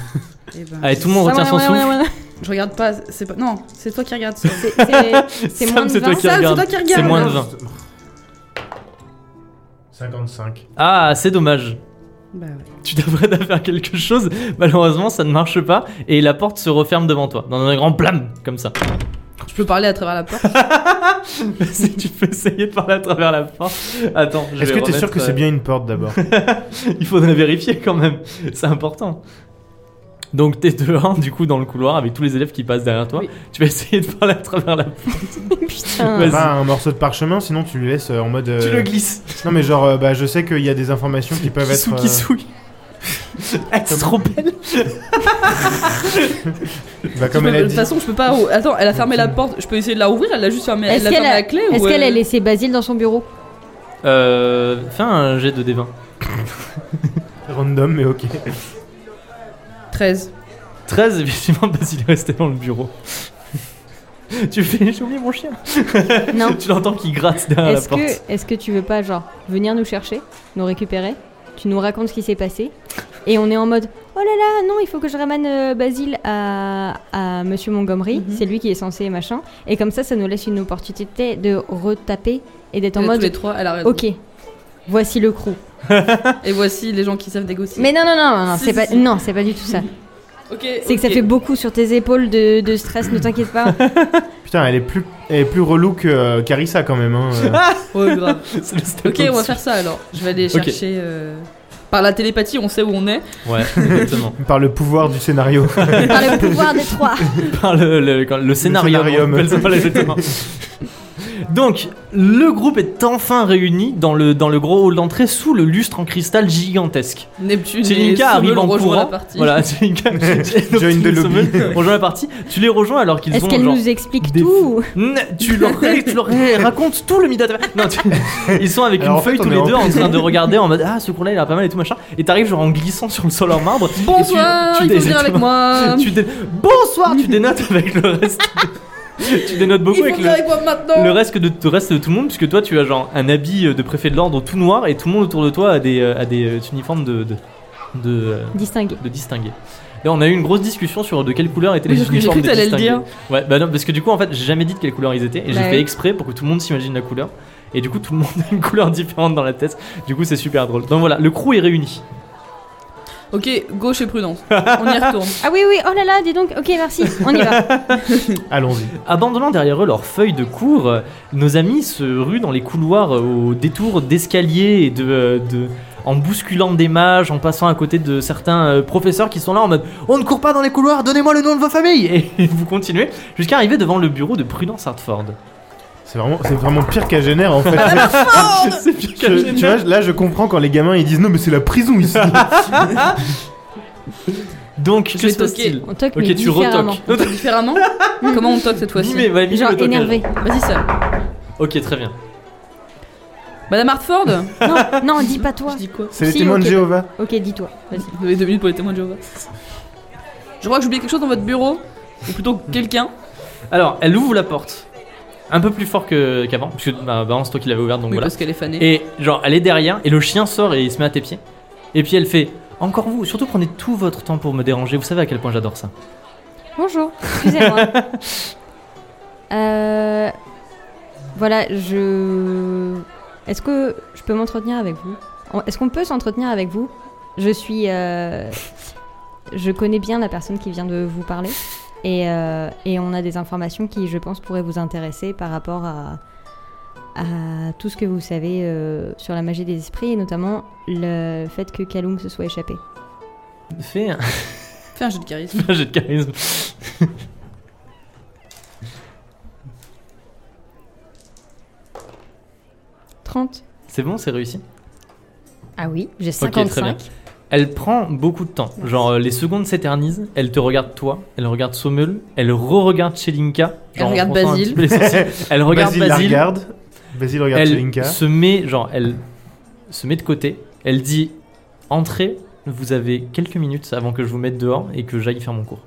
Speaker 2: Eh ben,
Speaker 1: Allez, tout le monde
Speaker 4: Ah,
Speaker 1: retient
Speaker 4: ouais,
Speaker 1: son
Speaker 4: ouais,
Speaker 1: souffle.
Speaker 4: ouais, ouais, ouais.
Speaker 2: Je regarde pas, c'est pas. Non, c'est toi qui regardes ça.
Speaker 4: C'est- c'est- (laughs) C'est
Speaker 1: Sam,
Speaker 4: moins de
Speaker 1: c'est toi
Speaker 4: 20.
Speaker 1: qui
Speaker 2: Sam, c'est
Speaker 1: regarde.
Speaker 2: toi qui
Speaker 1: C'est
Speaker 2: regarde.
Speaker 1: moins de 20.
Speaker 3: 55.
Speaker 1: Ah, c'est dommage. (laughs)
Speaker 2: Bah ouais.
Speaker 1: Tu t'apprêtes à faire quelque chose, malheureusement ça ne marche pas et la porte se referme devant toi, dans un grand blam, comme ça. (laughs)
Speaker 2: Je peux parler à travers la porte.
Speaker 1: si tu peux essayer de parler à travers la porte. Attends, je
Speaker 3: Est-ce
Speaker 1: vais
Speaker 3: que t'es sûr
Speaker 1: remettre,
Speaker 3: que c'est bien une porte d'abord
Speaker 1: euh, Il faudrait vérifier quand même, c'est important. Donc t'es dehors du coup dans le couloir avec tous les élèves qui passent derrière toi.
Speaker 2: Oui.
Speaker 1: Tu vas essayer de parler à travers la
Speaker 3: Euh,
Speaker 1: porte.
Speaker 4: Putain.
Speaker 1: Vas-y.
Speaker 3: Pas un morceau de parchemin, sinon tu lui laisses euh, en mode. euh,
Speaker 1: Tu le glisses.
Speaker 3: Non, mais genre, euh, bah, je sais qu'il y a des informations qui peuvent
Speaker 1: Qui
Speaker 3: être.
Speaker 1: souille,
Speaker 3: euh,
Speaker 1: qui souille.
Speaker 3: (laughs)
Speaker 1: Elle se trop belle.
Speaker 3: Bah, comme
Speaker 2: Je peux-
Speaker 3: elle a
Speaker 2: de toute
Speaker 3: dit.
Speaker 2: façon, je peux pas. oh, Attends, elle a fermé la porte. Je peux essayer de la ouvrir. Elle l'a juste fermée. Elle
Speaker 4: Est-ce
Speaker 2: l'a
Speaker 4: qu'elle
Speaker 2: fermée
Speaker 4: a-
Speaker 2: à clé
Speaker 4: Est-ce
Speaker 2: ou euh,
Speaker 4: qu'elle a
Speaker 2: elle-
Speaker 4: laissé Basile dans son bureau
Speaker 1: Euh, fais un jet de D20.
Speaker 3: Random, mais ok. (laughs)
Speaker 2: 13.
Speaker 1: 13, effectivement, Basile est resté dans le bureau. (laughs) tu fais, j'ai oublié mon chien.
Speaker 4: Non.
Speaker 1: tu l'entends qui gratte derrière la
Speaker 4: Est-ce
Speaker 1: porte.
Speaker 4: que, est-ce que tu veux pas, genre, venir nous chercher, nous récupérer Tu nous racontes ce qui s'est passé Et on est en mode Oh là là, non, il faut que je ramène euh, Basile à, à Monsieur Montgomery,
Speaker 2: Mhm.
Speaker 4: c'est lui qui est censé machin. Et comme ça, ça nous laisse une opportunité de retaper et d'être en
Speaker 2: Tous les
Speaker 4: mode
Speaker 2: trois, elle a raison.
Speaker 4: Ok, voici le crew.
Speaker 2: Et voici les gens qui savent négocier.
Speaker 4: Mais non, non, non, non, non,
Speaker 2: Si,
Speaker 4: c'est
Speaker 2: si,
Speaker 4: pas,
Speaker 2: si.
Speaker 4: non, c'est pas du tout ça.
Speaker 2: Ok,
Speaker 4: C'est que ça
Speaker 2: ok.
Speaker 4: fait beaucoup sur tes épaules de, de stress, ne t'inquiète pas.
Speaker 3: Putain, elle est plus, elle est plus relou que euh, Carissa quand même. Hein. euh.
Speaker 2: Ouais, Oh, grave.
Speaker 1: Ah, C'est le step
Speaker 2: (laughs) ok, on va
Speaker 1: au-dessus.
Speaker 2: faire ça alors. Je vais aller
Speaker 1: Ok.
Speaker 2: chercher. euh, Par la télépathie, on sait où on est.
Speaker 1: Ouais, exactement.
Speaker 3: Par le pouvoir du scénario. (laughs)
Speaker 4: Par le pouvoir des trois.
Speaker 1: Par le, le, quand- le scénario.
Speaker 3: scénarium.
Speaker 1: on (laughs) appelle ça pas exactement. Donc, le groupe est enfin réuni dans le, dans le gros hall d'entrée sous le lustre en cristal gigantesque.
Speaker 2: Neptune et
Speaker 1: Tchelinka arrive
Speaker 2: Sommel
Speaker 1: en
Speaker 2: rejoint la
Speaker 1: courant.
Speaker 2: partie.
Speaker 1: Voilà,
Speaker 3: (laughs)
Speaker 1: Tchelinka
Speaker 3: Join the lobby.
Speaker 1: rejoint la partie. Tu les rejoins alors qu'ils
Speaker 4: Est-ce
Speaker 1: ont
Speaker 4: qu'elle
Speaker 1: genre
Speaker 4: nous explique
Speaker 3: des
Speaker 4: tout
Speaker 1: N- tu leur,
Speaker 2: (laughs)
Speaker 1: tu leur racontes tout le midi. Non, tu- ils sont avec
Speaker 3: Alors,
Speaker 1: une
Speaker 3: en fait,
Speaker 1: feuille
Speaker 3: on
Speaker 1: tous
Speaker 3: est
Speaker 1: les
Speaker 3: en
Speaker 1: deux en train de regarder en mode ah ce cours-là il a pas mal et tout machin. Et t'arrives genre en glissant sur le sol en marbre. et tu-
Speaker 2: Bonsoir,
Speaker 1: tu
Speaker 2: il faut
Speaker 1: dé-
Speaker 2: venir avec (laughs) moi.
Speaker 1: tu dé- Bonsoir, tu dénotes avec le reste.
Speaker 2: (laughs)
Speaker 1: tu dénotes
Speaker 2: Il
Speaker 1: beaucoup
Speaker 2: faut
Speaker 1: avec
Speaker 2: venir
Speaker 1: le,
Speaker 2: avec moi maintenant.
Speaker 1: le reste de le reste de tout le monde puisque toi tu as genre un habit euh, de préfet de l'ordre tout noir et tout le monde autour de toi a des euh, a des euh, uniformes de de de, euh,
Speaker 4: Distingué.
Speaker 1: de distinguer. Là, on a eu une grosse discussion sur de quelle couleur étaient les
Speaker 2: Oui, j'ai cru- j'ai
Speaker 1: uniformes
Speaker 2: cru que
Speaker 1: des
Speaker 2: t'allais le
Speaker 1: distingués. Ouais, bah non, parce que du coup, en fait, j'ai jamais dit de quelle couleur ils étaient, et j'ai
Speaker 4: Bah
Speaker 1: fait
Speaker 4: oui.
Speaker 1: exprès pour que tout le monde s'imagine la couleur. Et du coup, tout le monde a une couleur différente dans la tête. Du coup, c'est super drôle. Donc voilà, le crew est réuni.
Speaker 2: Ok, gauche et prudence. On y
Speaker 1: (laughs)
Speaker 2: retourne.
Speaker 4: Ah oui, oui, oh là là, dis donc, ok, merci, on y va.
Speaker 3: Allons-y.
Speaker 1: Abandonnant derrière eux leurs feuilles de cours, euh, nos amis se ruent dans les couloirs euh, au détour d'escaliers et de, euh, de- en bousculant des mages, en passant à côté de certains euh, professeurs qui sont là en mode On ne court pas dans les couloirs, donnez-moi le nom de vos familles Et (laughs) vous continuez jusqu'à arriver devant le bureau de Prudence Hartford.
Speaker 3: C'est vraiment, c'est vraiment pire qu'à
Speaker 4: (laughs)
Speaker 3: Génère en fait.
Speaker 1: C'est pire
Speaker 3: Je- tu vois, là je comprends quand les gamins ils disent non mais c'est la
Speaker 4: (laughs)
Speaker 3: prison ici. (laughs)
Speaker 1: Donc,
Speaker 2: Je
Speaker 1: que
Speaker 2: vais
Speaker 1: se passe-t-il
Speaker 4: On toque, mais
Speaker 1: Ok, tu (laughs)
Speaker 4: différemment.
Speaker 1: retoques.
Speaker 2: On toque différemment Comment on toque cette fois-ci
Speaker 1: Mimez, ouais, mimez
Speaker 4: Genre
Speaker 1: le toquage.
Speaker 4: énervé.
Speaker 2: Vas-y, ça.
Speaker 1: Ok, très bien.
Speaker 2: Madame Hartford
Speaker 4: Non, non, dis pas toi.
Speaker 2: Je dis quoi
Speaker 3: C'est les
Speaker 4: Si,
Speaker 3: témoins
Speaker 4: ok.
Speaker 3: de Jéhovah.
Speaker 4: Ok, dis-toi. Vas-y.
Speaker 2: Vous avez deux minutes pour les témoins de Jéhovah. Je crois que j'ai oublié quelque chose dans votre bureau. Ou plutôt
Speaker 1: Hmm.
Speaker 2: quelqu'un.
Speaker 1: Alors, elle ouvre la porte. Un peu plus fort que- qu'avant, parce que bah, bah, c'est toi qui l'avais ouverte, donc
Speaker 2: Oui,
Speaker 1: voilà.
Speaker 2: parce qu'elle est fanée.
Speaker 1: Et genre, elle est derrière, et le chien sort et il se met à tes pieds. Et puis elle fait Encore vous, surtout prenez tout votre temps pour me déranger, vous savez à quel point j'adore ça. (laughs)
Speaker 4: Bonjour, excusez-moi. euh, voilà, je. Est-ce que je peux m'entretenir avec vous En- Est-ce qu'on peut s'entretenir avec vous Je suis. euh, Je connais bien la personne qui vient de vous parler. Et, euh, et on a des informations qui, je pense, pourraient vous intéresser par rapport à, à tout ce que vous savez euh, sur la magie des esprits, et notamment le fait que Kaloum se soit échappé.
Speaker 1: Fais un (laughs)
Speaker 2: Fais un jeu de charisme.
Speaker 1: jet de charisme.
Speaker 4: Trente.
Speaker 1: C'est bon, c'est réussi.
Speaker 4: Ah oui, j'ai
Speaker 1: Ok, très
Speaker 4: 55.
Speaker 1: bien. Elle prend beaucoup de temps. Genre, euh, les secondes s'éternisent. Elle te regarde, toi. Elle regarde Sommel. Elle re-regarde Chelinka.
Speaker 2: Elle regarde Basile. (laughs)
Speaker 1: Elle regarde
Speaker 3: Basile la
Speaker 1: Basile.
Speaker 3: regarde. Basile regarde
Speaker 1: elle
Speaker 3: Chelinka.
Speaker 1: se met, genre, elle se met de côté. Elle dit Entrez, vous avez quelques minutes avant que je vous mette dehors et que j'aille faire mon cours.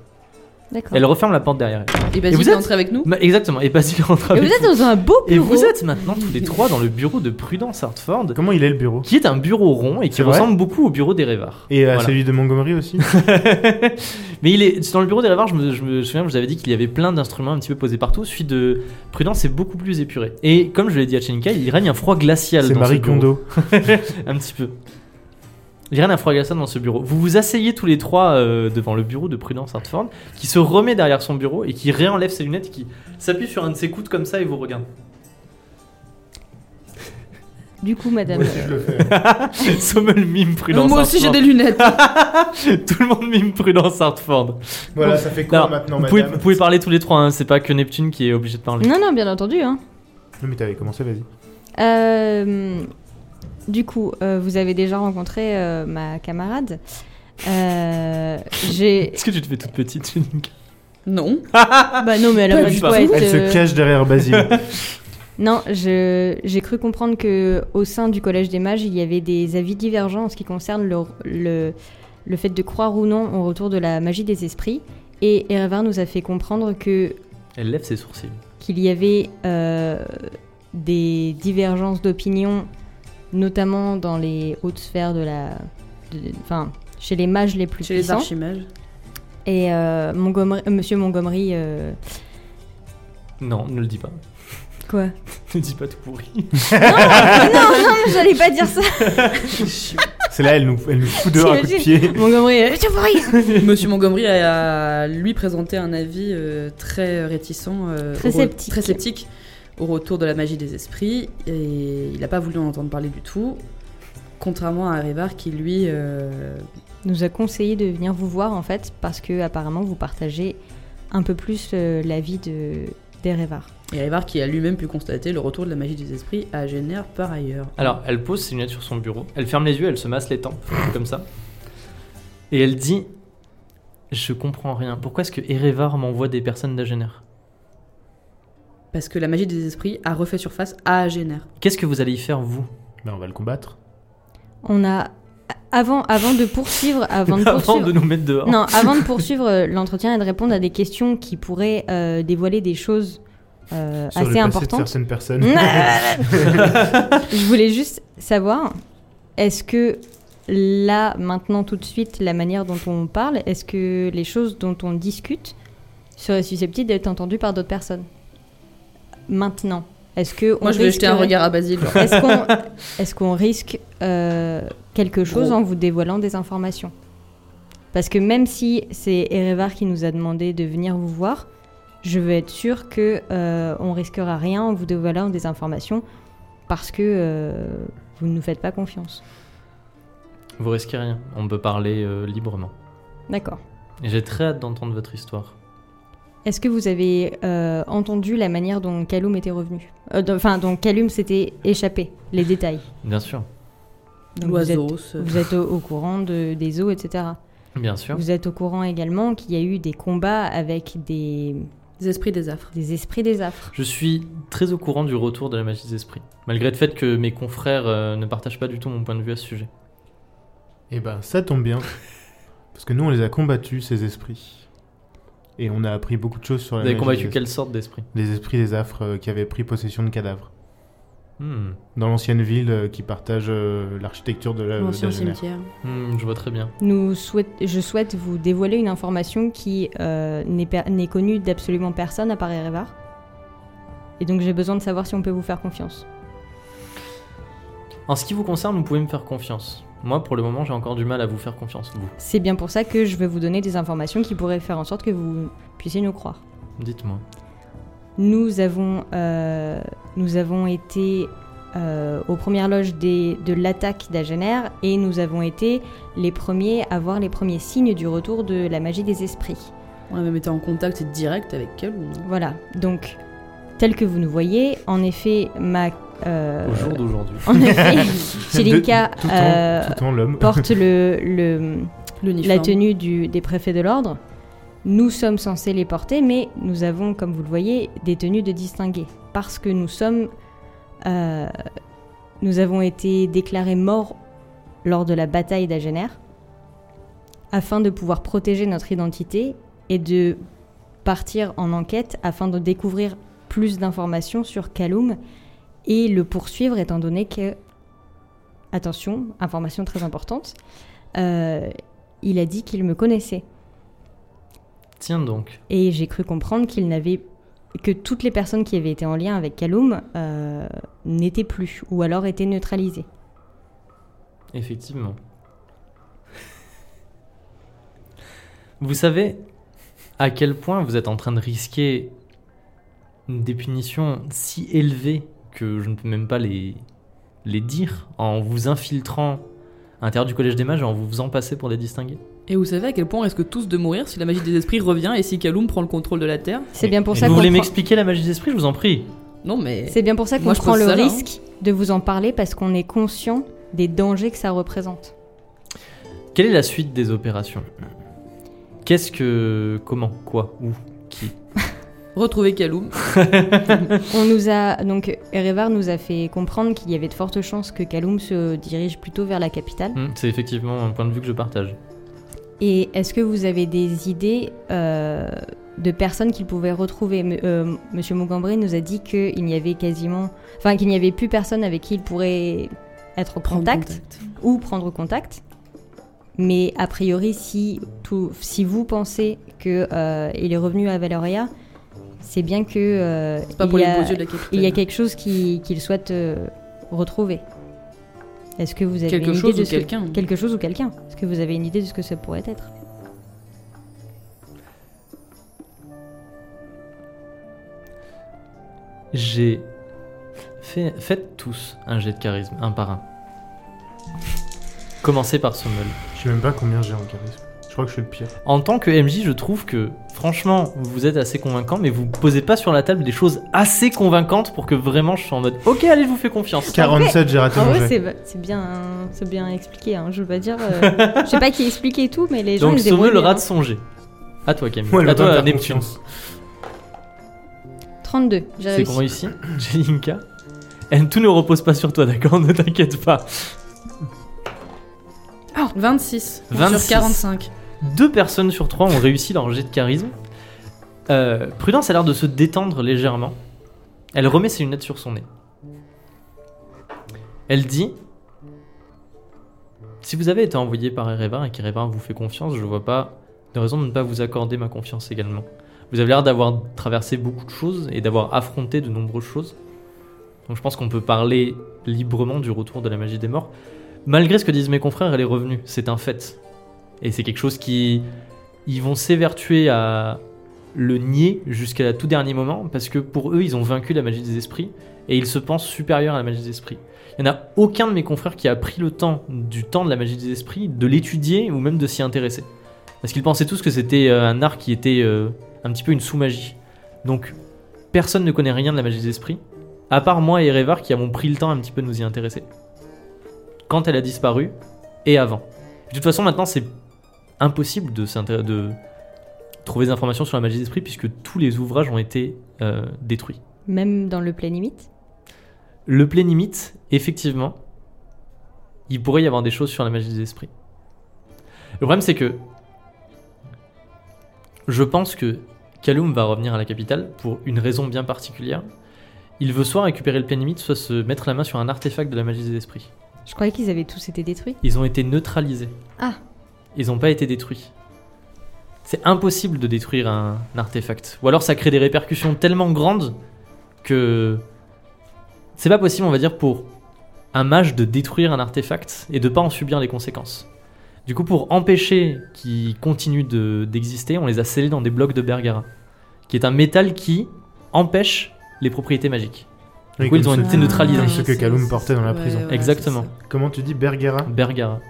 Speaker 4: D'accord.
Speaker 1: Elle referme la porte derrière elle.
Speaker 2: Et
Speaker 1: vous
Speaker 2: Basile est
Speaker 1: êtes-
Speaker 2: entré avec nous.
Speaker 1: Ma- Exactement, et Basile rentre
Speaker 4: Et
Speaker 1: avec
Speaker 4: vous êtes dans un beau
Speaker 1: Et
Speaker 4: bureau.
Speaker 1: vous êtes maintenant tous les trois dans le bureau de Prudence Hartford,
Speaker 3: Comment il est le bureau
Speaker 1: qui est un bureau rond et qui
Speaker 3: C'est vrai
Speaker 1: ressemble beaucoup au bureau des Révards.
Speaker 3: Et euh, à
Speaker 1: Voilà.
Speaker 3: celui de Montgomery aussi
Speaker 1: Mais il est dans le bureau des Révards, je me, je me souviens, je vous avais dit qu'il y avait plein d'instruments un petit peu posés partout. Celui de Prudence est beaucoup plus épuré. Et comme je l'ai dit à Chenika, il règne un froid glacial
Speaker 3: C'est
Speaker 1: dans
Speaker 3: Marie
Speaker 1: ce bureau.
Speaker 3: Kondo.
Speaker 1: un petit peu. Il y a rien à froid glaçant dans ce bureau. Vous vous asseyez tous les trois euh, devant le bureau de Prudence Hartford, qui se remet derrière son bureau et qui réenlève ses lunettes, qui s'appuie sur un de ses coudes comme ça et vous regarde.
Speaker 4: Du coup, madame. euh,
Speaker 1: (laughs) Sommel mime Prudence
Speaker 2: Euh, Moi aussi j'ai
Speaker 1: Hartford.
Speaker 2: des lunettes.
Speaker 1: (laughs) Tout le monde mime Prudence Hartford.
Speaker 3: (laughs) Voilà, ça fait
Speaker 1: Alors, vous, pouvez, vous pouvez parler tous les trois, hein, c'est pas que Neptune qui est obligé de parler.
Speaker 4: Non, non, bien entendu. Hein.
Speaker 3: Non, mais t'avais commencé, vas-y.
Speaker 4: Euh, du coup, euh, vous avez déjà rencontré euh, ma camarade. Euh, j'ai.
Speaker 1: Est-ce que tu te fais toute petite, (laughs) Chenika
Speaker 2: Non.
Speaker 4: Bah non, mais elle a
Speaker 2: Pas
Speaker 4: pas
Speaker 2: du
Speaker 4: du
Speaker 1: tout.
Speaker 4: tout à être,
Speaker 3: Elle
Speaker 4: euh,
Speaker 3: se cache derrière Basile.
Speaker 4: Non, je- j'ai cru comprendre que au sein du Collège des Mages, il y avait des avis divergents en ce qui concerne le, le, le fait de croire ou non au retour de la magie des esprits. Et Erevar nous a fait comprendre que
Speaker 1: Elle lève ses sourcils.
Speaker 4: qu'il y avait euh, des divergences d'opinion, notamment dans les hautes sphères de la, de- enfin, chez les mages les plus
Speaker 2: Chez les
Speaker 4: puissants.
Speaker 2: archimages.
Speaker 4: Et euh, Montgomery, euh, Monsieur Montgomery, euh,
Speaker 1: Non, ne le dis pas. (laughs)
Speaker 4: quoi
Speaker 1: Ne dis pas tout pourri.
Speaker 4: Ah, Non, non, mais j'allais pas dire ça.
Speaker 3: C'est là, elle nous, elle nous fout dehors à coups de pied.
Speaker 4: (laughs)
Speaker 3: (laughs)
Speaker 4: Montgomery, euh, tu vois, il-
Speaker 2: Monsieur Montgomery a, a, lui présenté un avis euh, très réticent, euh,
Speaker 4: Très
Speaker 2: au re-
Speaker 4: sceptique.
Speaker 2: très sceptique au retour de la magie des esprits et il n'a pas voulu en entendre parler du tout. Contrairement à Révar qui lui euh,
Speaker 4: nous a conseillé de venir vous voir en fait parce que apparemment vous partagez un peu plus euh, l'avis de d'Erevar.
Speaker 2: et Révar qui a lui-même pu constater le retour de la magie des esprits à Génère par ailleurs.
Speaker 1: Alors, elle pose ses lunettes sur son bureau, elle ferme les yeux, elle se masse les tempes, comme ça. Et elle dit Je comprends rien. Pourquoi est-ce que Erevar m'envoie des personnes d'Agener
Speaker 2: Parce que la magie des esprits a refait surface à Agener.
Speaker 1: Qu'est-ce que vous allez y faire, vous
Speaker 3: Ben, on va le combattre.
Speaker 4: On a avant avant de poursuivre (laughs) avant
Speaker 1: (laughs)
Speaker 4: de
Speaker 1: Avant
Speaker 4: poursuivre
Speaker 1: de nous mettre dehors
Speaker 4: non
Speaker 3: (laughs)
Speaker 4: avant de poursuivre euh, l'entretien et de répondre à des questions qui pourraient euh, dévoiler des choses euh,
Speaker 3: Sur le
Speaker 4: assez Mm.
Speaker 3: passé de
Speaker 4: importantes.
Speaker 3: certaines
Speaker 4: (laughs)
Speaker 3: personnes.
Speaker 4: Je voulais juste savoir est-ce que là maintenant tout de suite la manière dont on parle est-ce que les choses dont on discute seraient susceptibles d'être entendues par d'autres personnes maintenant est-ce que on
Speaker 2: Moi je vais jeter un
Speaker 4: risquerait-
Speaker 2: regard à Basile. genre,
Speaker 4: est-ce qu'on est-ce qu'on risque euh, quelque chose
Speaker 2: Gros.
Speaker 4: en vous dévoilant des informations Parce que même si c'est Erevar qui nous a demandé de venir vous voir, je veux être sûre que euh, on risquera rien en vous dévoilant des informations parce que euh, vous ne nous faites pas confiance.
Speaker 1: Vous risquez rien, on peut parler euh, librement.
Speaker 4: D'accord.
Speaker 1: Et j'ai très hâte d'entendre votre histoire.
Speaker 4: Est-ce que vous avez euh, entendu la manière dont Calum était revenu Euh, d- Enfin, dont Calum s'était échappé, les détails.
Speaker 1: Bien sûr,
Speaker 4: (laughs) Donc vous êtes,
Speaker 2: L'oiseau. ce-
Speaker 4: vous êtes au, au courant de- des eaux, etc.
Speaker 1: bien sûr.
Speaker 4: Vous êtes au courant également qu'il y a eu des combats avec des,
Speaker 2: Des esprits des affres.
Speaker 4: des esprits des affres.
Speaker 1: Je suis très au courant du retour de la magie des esprits, malgré le fait que mes confrères euh, ne partagent pas du tout mon point de vue à ce sujet.
Speaker 3: Eh ben, ça tombe bien. Parce que nous, on les a combattus, ces esprits. Et on a appris beaucoup de choses sur
Speaker 1: Vous
Speaker 3: la
Speaker 1: avez
Speaker 3: magie
Speaker 1: combattu
Speaker 3: des-
Speaker 1: quelle sorte d'esprit
Speaker 3: Des esprits des affres euh, qui avaient pris possession de cadavres.
Speaker 1: Hmm.
Speaker 3: Dans l'ancienne ville euh, qui partage euh, l'architecture de la
Speaker 2: L'ancien
Speaker 3: d'Agener.
Speaker 2: cimetière.
Speaker 1: Hmm, je vois très bien.
Speaker 4: Nous souhait- je souhaite vous dévoiler une information qui euh, n'est per- n'est connue d'absolument personne à part Erevar. Et donc j'ai besoin de savoir si on peut vous faire confiance.
Speaker 1: En ce qui vous concerne, vous pouvez me faire confiance. Moi, pour le moment, j'ai encore du mal à vous faire confiance. Vous,
Speaker 4: C'est bien pour ça que je vais vous donner des informations qui pourraient faire en sorte que vous puissiez nous croire.
Speaker 1: dites-moi.
Speaker 4: Nous avons, euh, nous avons été euh, aux premières loges des- de l'attaque d'Agener et nous avons été les premiers à voir les premiers signes du retour de la magie des esprits.
Speaker 2: On a même été en contact direct avec elle ou non
Speaker 4: Voilà, donc tel que vous nous voyez, en effet, ma... euh,
Speaker 1: Au jour d'aujourd'hui.
Speaker 4: en
Speaker 3: (laughs)
Speaker 4: effet, Chelinka
Speaker 3: De- tout en-
Speaker 4: euh,
Speaker 3: Tout en l'homme.
Speaker 4: porte le- le,
Speaker 2: L'uniforme.
Speaker 4: la tenue du- des préfets de l'ordre. Nous sommes censés les porter, mais nous avons, comme vous le voyez, des tenues de distingués. Parce que nous sommes. euh, nous avons été déclarés morts lors de la bataille d'Agener. afin de pouvoir protéger notre identité et de partir en enquête afin de découvrir plus d'informations sur Kaloum et le poursuivre étant donné que, attention, information très importante, euh, il a dit qu'il me connaissait.
Speaker 1: Tiens donc.
Speaker 4: Et j'ai cru comprendre qu'il n'avait que toutes les personnes qui avaient été en lien avec Kaloum euh, n'étaient plus ou alors étaient neutralisées.
Speaker 1: Effectivement. Vous savez à quel point vous êtes en train de risquer des punitions si élevées que je ne peux même pas les, les dire en vous infiltrant à l'intérieur du collège des mages et en vous faisant passer pour des distingués.
Speaker 2: Et vous savez à quel point on risque tous de mourir si la magie des esprits revient et si Kaloum prend le contrôle de la Terre
Speaker 4: C'est bien pour
Speaker 1: Et
Speaker 4: ça
Speaker 1: vous
Speaker 4: qu'on
Speaker 1: voulez
Speaker 4: prend-
Speaker 1: m'expliquer la magie des esprits, je vous en prie.
Speaker 2: Non mais...
Speaker 4: C'est bien pour ça qu'on
Speaker 2: Moi, je
Speaker 4: prend
Speaker 2: pose
Speaker 4: le
Speaker 2: ça là, hein.
Speaker 4: risque de vous en parler parce qu'on est conscient des dangers que ça représente.
Speaker 1: Quelle est la suite des opérations Qu'est-ce que. Comment Quoi Où Qui
Speaker 2: Retrouver Kaloum.
Speaker 4: On nous a donc Erevar nous a fait comprendre qu'il y avait de fortes chances que Kaloum se dirige plutôt vers la capitale.
Speaker 1: Hmm, C'est effectivement un point de vue que je partage.
Speaker 4: Et est-ce que vous avez des idées euh, de personnes qu'il pouvait retrouver M- euh, Monsieur Mogambré nous a dit qu'il n'y avait quasiment, enfin qu'il n'y avait plus personne avec qui il pourrait être en contact. ou prendre contact. Mais a priori, si, tout, si vous pensez qu'il il est revenu à Valoria, c'est bien que euh,
Speaker 2: C'est pas pour
Speaker 4: il, y
Speaker 2: les beaux
Speaker 4: a,
Speaker 2: yeux de la capitale.
Speaker 4: il y a quelque chose qui- qu'il souhaite euh, retrouver. Est-ce que vous avez
Speaker 2: quelque
Speaker 4: une
Speaker 2: chose
Speaker 4: idée
Speaker 2: ou
Speaker 4: de ce-
Speaker 2: quelqu'un.
Speaker 4: quelque chose ou quelqu'un Est-ce que vous avez une idée de ce que ça pourrait être
Speaker 1: J'ai. Fait... Faites tous un jet de charisme, un par un. Commencez par Sommel.
Speaker 3: Je sais même pas combien j'ai en charisme. Je crois que je suis le pire.
Speaker 1: En tant que MJ, je trouve que, franchement, vous êtes assez convaincant, mais vous posez pas sur la table des choses assez convaincantes pour que vraiment je sois en mode Ok, allez, je vous fais confiance.
Speaker 3: 47, j'ai raté
Speaker 2: Ah
Speaker 4: En
Speaker 3: mon
Speaker 4: vrai,
Speaker 3: jet.
Speaker 4: Ah c'est c'est bien, hein, c'est bien expliqué. hein, je veux pas dire, euh, je sais pas qui explique et tout, mais les gens
Speaker 1: Donc
Speaker 4: ils se débrouillent
Speaker 1: Sommel
Speaker 4: bien,
Speaker 1: rate son jet. À toi, Camille.
Speaker 3: Moi, elle
Speaker 1: à
Speaker 3: va pas
Speaker 1: toi,
Speaker 3: me faire
Speaker 1: Neptune.
Speaker 3: confiance.
Speaker 4: hein. 32. J'ai
Speaker 1: C'est
Speaker 4: réussi.
Speaker 1: qu'on (laughs) réussit. J'ai Inca. Et tout ne repose pas sur toi, d'accord Ne t'inquiète pas.
Speaker 2: 26.
Speaker 1: 26.
Speaker 2: Ah, Sur 45.
Speaker 1: Deux personnes sur trois ont réussi leur jet de charisme. Euh, Prudence a l'air de se détendre légèrement. Elle remet ses lunettes sur son nez. Elle dit Si vous avez été envoyé par Erevar et qu'Erevar vous fait confiance, je vois pas de raison de ne pas vous accorder ma confiance également. Vous avez l'air d'avoir traversé beaucoup de choses et d'avoir affronté de nombreuses choses. Donc je pense qu'on peut parler librement du retour de la magie des morts. Malgré ce que disent mes confrères, elle est revenue. C'est un fait. Et c'est quelque chose qui. Ils vont s'évertuer à le nier jusqu'à tout dernier moment parce que pour eux, ils ont vaincu la magie des esprits et ils se pensent supérieurs à la magie des esprits. Il n'y en a aucun de mes confrères qui a pris le temps du temps de la magie des esprits de l'étudier ou même de s'y intéresser. Parce qu'ils pensaient tous que c'était euh, un art qui était euh, un petit peu une sous-magie. Donc personne ne connaît rien de la magie des esprits, à part moi et Révar qui avons pris le temps un petit peu de nous y intéresser. Quand elle a disparu et avant. De toute façon, maintenant, c'est impossible de, s'intér- de trouver des informations sur la magie d'esprit puisque tous les ouvrages ont été euh, détruits.
Speaker 4: Même dans le plein limite.
Speaker 1: Le plein limite, effectivement, il pourrait y avoir des choses sur la magie des esprits. Le problème, c'est que je pense que Kaloum va revenir à la capitale pour une raison bien particulière. Il veut soit récupérer le plein limite, soit se mettre la main sur un artefact de la magie des esprits.
Speaker 4: Je croyais qu'ils avaient tous été détruits.
Speaker 1: Ils ont été neutralisés.
Speaker 4: Ah.
Speaker 1: Ils n'ont pas été détruits. C'est impossible de détruire un artefact. Ou alors ça crée des répercussions tellement grandes que c'est pas possible, on va dire, pour un mage de détruire un artefact et de pas en subir les conséquences. Du coup, pour empêcher qu'ils continuent de- d'exister, on les a scellés dans des blocs de Bergara, qui est un métal qui empêche les propriétés magiques. Du
Speaker 3: Oui,
Speaker 1: coup, ils
Speaker 3: comme
Speaker 1: ont
Speaker 3: ceux
Speaker 1: été
Speaker 3: de-
Speaker 1: neutralisés.
Speaker 3: Comme ceux que
Speaker 2: c'est-
Speaker 3: Kaloum
Speaker 2: c'est-
Speaker 3: portait dans la
Speaker 2: Ah, ouais,
Speaker 3: prison.
Speaker 2: ouais,
Speaker 1: Exactement.
Speaker 2: c'est ça.
Speaker 3: Comment tu dis Bergara
Speaker 1: Bergara.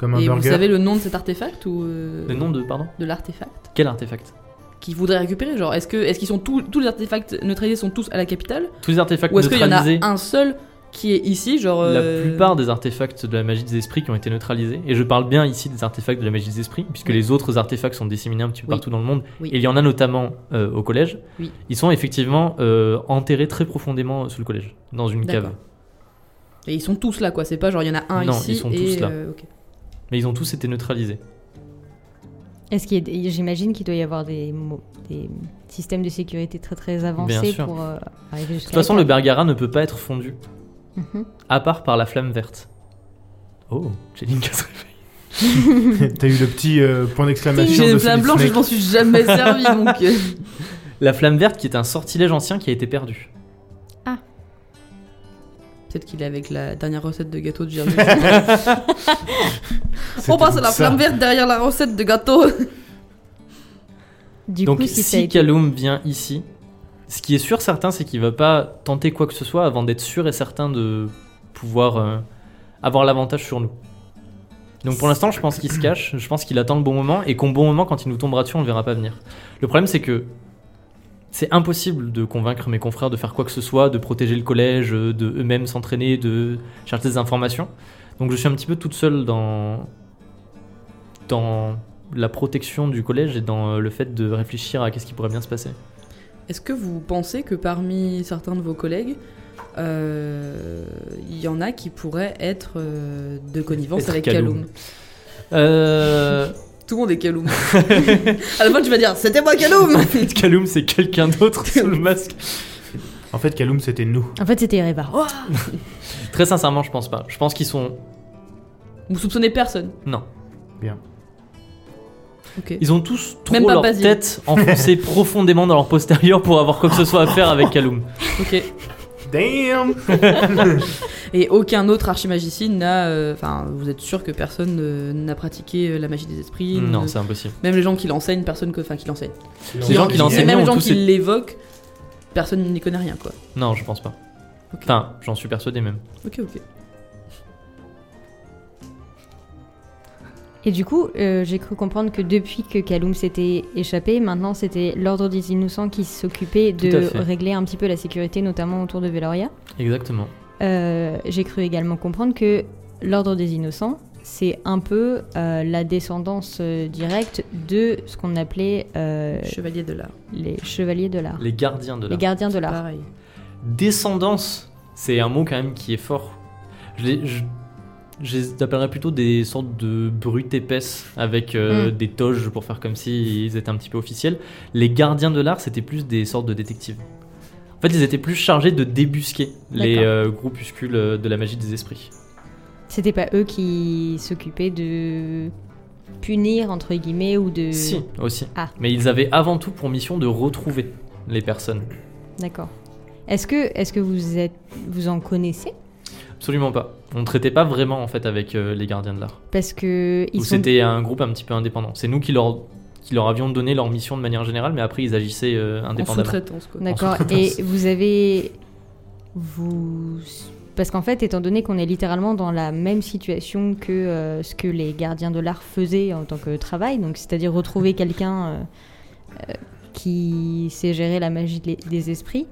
Speaker 3: Comme un
Speaker 2: Et vous
Speaker 3: burger
Speaker 2: savez le nom de cet artefact ou euh,
Speaker 1: Le nom de, pardon
Speaker 2: de l'artefact
Speaker 1: Quel artefact
Speaker 2: qu'ils voudraient récupérer Genre, est-ce que est-ce qu'ils sont tous tous les artefacts neutralisés sont tous à la capitale
Speaker 1: Tous les artefacts
Speaker 2: ou est-ce qu'il y en
Speaker 1: neutralisés.
Speaker 2: a un seul qui est ici Genre
Speaker 1: La
Speaker 2: euh,
Speaker 1: plupart des artefacts de la magie des esprits qui ont été neutralisés, et je parle bien ici des artefacts de la magie des esprits, puisque les autres artefacts sont disséminés un petit peu
Speaker 2: Oui.
Speaker 1: partout dans le monde,
Speaker 2: Oui.
Speaker 1: et il y en a notamment euh, au collège,
Speaker 2: Oui.
Speaker 1: ils sont effectivement euh, enterrés très profondément sous le collège, dans une cave.
Speaker 2: D'accord. et ils sont tous là quoi. C'est pas genre il y en a un
Speaker 1: Non,
Speaker 2: ici
Speaker 1: ils sont
Speaker 2: et
Speaker 1: tous là.
Speaker 2: euh, ok.
Speaker 1: Mais ils ont tous été neutralisés.
Speaker 4: Est-ce qu'il y a- j'imagine qu'il doit y avoir des, mo- des systèmes de sécurité très très avancés
Speaker 1: sûr.
Speaker 4: pour euh, arriver jusqu'à.
Speaker 1: toute façon, le Bergara ne peut pas être fondu,
Speaker 4: Mhm.
Speaker 1: à part par la flamme verte. Oh, (laughs) Jeline qui se réveille.
Speaker 3: (laughs) T'as eu le petit euh, point d'exclamation.
Speaker 2: J'ai
Speaker 3: de
Speaker 2: une flamme
Speaker 3: Solid
Speaker 2: blanche et je
Speaker 3: Snake.
Speaker 2: m'en suis
Speaker 3: (laughs)
Speaker 2: jamais servi donc. euh,
Speaker 1: La flamme verte qui est un sortilège ancien qui a été perdu.
Speaker 2: Peut-être qu'il est avec la dernière recette de gâteau de Jérémy.
Speaker 3: (laughs) C'était
Speaker 2: On passe à la
Speaker 3: ça.
Speaker 2: flamme verte derrière la recette de gâteau.
Speaker 4: Du
Speaker 1: Donc
Speaker 4: coup, si,
Speaker 1: si,
Speaker 4: ça a été-
Speaker 1: Kaloum vient ici, ce qui est sûr certain, c'est qu'il va pas tenter quoi que ce soit avant d'être sûr et certain de pouvoir euh, avoir l'avantage sur nous. Donc pour l'instant, je pense qu'il se cache, je pense qu'il attend le bon moment et qu'au bon moment, quand il nous tombera dessus, on le verra pas venir. Le problème, c'est que c'est impossible de convaincre mes confrères de faire quoi que ce soit, de protéger le collège, euh, de eux-mêmes s'entraîner, de chercher des informations. Donc je suis un petit peu toute seule dans dans la protection du collège et dans euh, le fait de réfléchir à qu'est-ce qui pourrait bien se passer.
Speaker 2: Est-ce que vous pensez que parmi certains de vos collègues, euh, il y en a qui pourraient être euh, de connivence
Speaker 1: Être
Speaker 2: avec
Speaker 1: Kaloum.
Speaker 2: Kaloum
Speaker 1: Euh...
Speaker 2: Tout le monde
Speaker 3: (laughs)
Speaker 2: est Kaloum. à la fin, tu vas dire C'était moi Kaloum
Speaker 1: Kaloum, c'est quelqu'un d'autre sous le masque.
Speaker 3: En fait, Kaloum, c'était nous.
Speaker 4: En fait, c'était Erevar. Oh
Speaker 1: Très sincèrement, je pense pas. Je pense qu'ils sont.
Speaker 2: Vous soupçonnez personne
Speaker 1: Non.
Speaker 2: Ok.
Speaker 1: Ils ont tous trop
Speaker 2: Même pas
Speaker 1: leur
Speaker 2: Basile. (laughs)
Speaker 1: tête enfoncée profondément dans leur postérieur pour avoir quoi que ce soit à faire
Speaker 2: (laughs)
Speaker 1: avec Kaloum.
Speaker 2: ok.
Speaker 3: Damn
Speaker 2: Et aucun autre archimagicien n'a. euh, Enfin, vous êtes sûr que personne euh, n'a pratiqué euh, la magie des esprits
Speaker 1: Non,
Speaker 2: ne-
Speaker 1: c'est impossible.
Speaker 2: Même les gens qui l'enseignent, personne que. Enfin, qui l'enseignent.
Speaker 1: Les gens qui l'enseignent,
Speaker 2: Même les
Speaker 1: ont
Speaker 2: gens
Speaker 1: tous
Speaker 2: qui
Speaker 1: été-
Speaker 2: l'évoquent, personne n'y connaît rien, quoi.
Speaker 1: Non, je pense pas.
Speaker 2: Ok.
Speaker 1: Enfin, j'en suis persuadé même.
Speaker 2: Ok, ok.
Speaker 4: Et du coup, euh, j'ai cru comprendre que depuis que Kaloum s'était échappé, maintenant c'était l'Ordre des Innocents qui s'occupait
Speaker 1: Tout à
Speaker 4: de
Speaker 1: fait.
Speaker 4: régler un petit peu la sécurité, notamment autour de Veloria.
Speaker 1: Exactement.
Speaker 4: Euh, j'ai cru également comprendre que l'Ordre des Innocents, c'est un peu euh, la descendance euh, directe de ce qu'on appelait euh,
Speaker 2: Chevalier de l'art.
Speaker 4: les Chevaliers de l'Art,
Speaker 1: Les gardiens de
Speaker 4: les,
Speaker 1: l'art.
Speaker 4: gardiens de l'art.
Speaker 2: Pareil.
Speaker 1: Descendance, c'est un mot quand même qui est fort. Je les, je- je les appellerais plutôt des sortes de brutes épaisses avec euh,
Speaker 4: Mm.
Speaker 1: des toges pour faire comme si ils étaient un petit peu officiels. Les gardiens de l'art, c'était plus des sortes de détectives. En fait, ils étaient plus chargés de débusquer les
Speaker 4: D'accord.
Speaker 1: euh, groupuscules euh, de la magie des esprits.
Speaker 4: C'était pas eux qui s'occupaient de punir entre guillemets ou de.
Speaker 1: Si, aussi.
Speaker 4: Ah.
Speaker 1: Mais ils avaient avant tout pour mission de retrouver les personnes.
Speaker 4: D'accord. Est-ce que, est-ce que vous, êtes, vous en connaissez
Speaker 1: Absolument pas. On ne traitait pas vraiment en fait avec euh, les gardiens de l'art.
Speaker 4: Parce que ils
Speaker 1: Ou
Speaker 4: sont
Speaker 1: c'était un groupe un petit peu indépendant. C'est nous qui leur, qui leur avions donné leur mission de manière générale, mais après ils agissaient euh,
Speaker 2: En
Speaker 1: indépendamment.
Speaker 2: sous-traitance, quoi.
Speaker 4: D'accord.
Speaker 1: sous-traitance.
Speaker 4: Et vous avez. Vous. Parce qu'en fait, étant donné qu'on est littéralement dans la même situation que euh, ce que les gardiens de l'art faisaient en tant que travail, donc c'est-à-dire retrouver quelqu'un euh, euh, qui sait gérer la magie de- des esprits,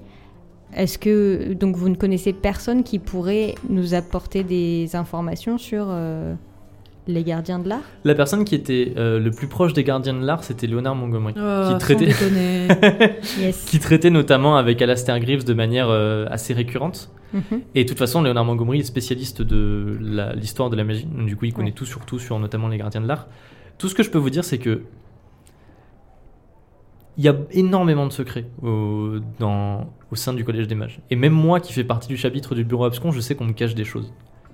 Speaker 4: est-ce que donc vous ne connaissez personne qui pourrait nous apporter des informations sur euh, les gardiens de l'art
Speaker 1: La personne qui était euh, le plus proche des gardiens de l'art, c'était Leonard Montgomery,
Speaker 2: Oh,
Speaker 1: qui, traitait,
Speaker 2: sans
Speaker 1: (laughs)
Speaker 2: déconner.
Speaker 4: Yes.
Speaker 1: qui traitait notamment avec Alastair Greaves de manière euh, assez récurrente.
Speaker 4: Mhm.
Speaker 1: Et de toute façon, Leonard Montgomery est spécialiste de la- l'histoire de la magie, donc du coup il connaît
Speaker 4: Ouais.
Speaker 1: tout sur tout, sur notamment les gardiens de l'art. Tout ce que je peux vous dire, c'est que il y a énormément de secrets au, dans- au sein du Collège des Mages. Et même moi, qui fais partie du chapitre du Bureau Abscon, je sais qu'on me cache des choses.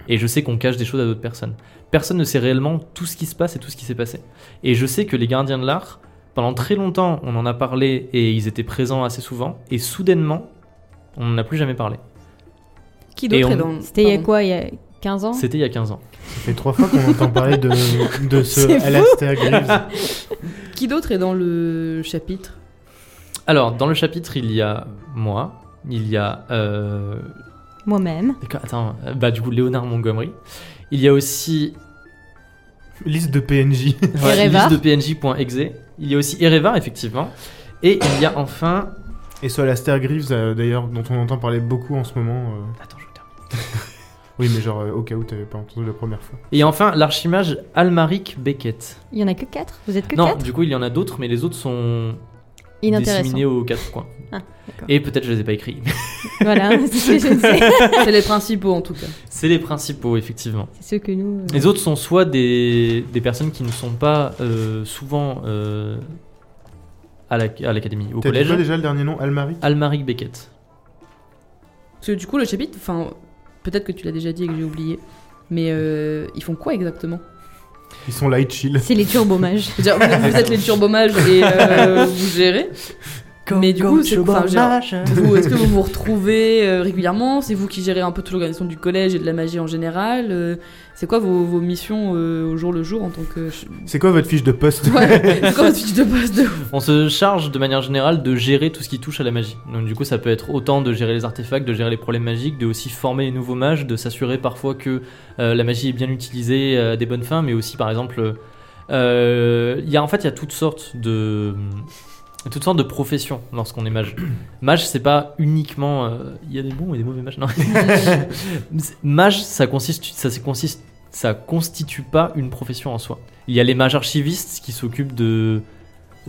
Speaker 1: Et je sais qu'on cache des choses à d'autres personnes. Personne ne sait réellement tout ce qui se passe et tout ce qui s'est passé. Et je sais que les gardiens de l'art, pendant très longtemps, on en a parlé et ils étaient présents assez souvent. Et soudainement, on n'en a plus jamais parlé.
Speaker 2: Qui d'autre
Speaker 1: Et on-
Speaker 2: est dans.
Speaker 4: C'était il y a
Speaker 2: Pardon.
Speaker 4: quoi Il y a 15 ans
Speaker 1: C'était il y a 15 ans.
Speaker 3: Ça fait trois fois qu'on entend parler de, de
Speaker 4: (laughs)
Speaker 3: ce
Speaker 4: C'est fou.
Speaker 3: Alastair Greaves.
Speaker 2: Qui d'autre est dans le (laughs) chapitre
Speaker 1: Alors, dans le chapitre, il y a moi, il y a euh,
Speaker 4: Moi-même.
Speaker 1: D'accord, attends, euh, bah du coup Léonard Montgomery. Il y a
Speaker 4: (laughs)
Speaker 1: aussi
Speaker 3: Liste de PNJ.
Speaker 4: Erevar.
Speaker 1: de PNJ.exe. Il y a aussi Erevar, effectivement. Et il y a enfin.
Speaker 3: Et ce Alastair Greaves, euh, d'ailleurs, dont on entend parler beaucoup en ce moment. euh,
Speaker 1: Attends, je termine.
Speaker 3: Oui, mais genre, euh, au cas où t'avais pas entendu la première fois.
Speaker 1: Et enfin, l'archimage Almaric Beckett.
Speaker 4: Il y en a que 4 Vous êtes que
Speaker 1: non,
Speaker 4: 4
Speaker 1: du coup, il y en a d'autres, mais les autres sont
Speaker 4: Inintéressant.
Speaker 1: disséminés aux quatre coins.
Speaker 4: Ah, d'accord.
Speaker 1: Et peut-être je les ai pas écrits. (laughs) mais
Speaker 4: Voilà,
Speaker 1: (laughs)
Speaker 4: c'est ce que je ne sais.
Speaker 2: C'est les principaux en tout cas.
Speaker 1: C'est les principaux, effectivement.
Speaker 4: C'est ce que nous. euh,
Speaker 1: Les autres sont soit des, des personnes qui ne sont pas euh, souvent euh, à la- à l'académie, au
Speaker 3: T'as dit
Speaker 1: collège.
Speaker 3: quoi déjà le dernier nom Almari
Speaker 1: Almaric Beckett.
Speaker 2: Parce que du coup, le chapitre, enfin, peut-être que tu l'as déjà dit et que j'ai oublié, mais euh, ils font quoi exactement
Speaker 3: Ils sont là, ils chill.
Speaker 4: C'est les turbomages.
Speaker 2: Je veux dire, vous, vous êtes les turbomages et euh, vous gérez. Mais du coup, c'est enfin, je veux dire, vous- Est-ce que vous vous retrouvez euh, régulièrement C'est vous qui gérez un peu toute l'organisation du collège et de la magie en général Euh, C'est quoi vos, vos missions euh, au jour le jour en tant que. ch- (laughs)
Speaker 3: C'est quoi votre fiche de poste (laughs)
Speaker 2: Ouais, c'est quoi votre fiche de poste de ouf
Speaker 1: On se charge de manière générale de gérer tout ce qui touche à la magie. Donc du coup, ça peut être autant de gérer les artefacts, de gérer les problèmes magiques, de aussi former les nouveaux mages, de s'assurer parfois que euh, la magie est bien utilisée euh, à des bonnes fins, mais aussi par exemple, euh, il y a en fait il y a toutes sortes de toutes sortes de professions lorsqu'on est mage. (clears throat) Mage, c'est pas uniquement euh, il y a des bons et des mauvais mages. Non. (laughs) mage, ça consiste ça se consiste ça constitue pas une profession en soi. Il y a les mages archivistes qui s'occupent de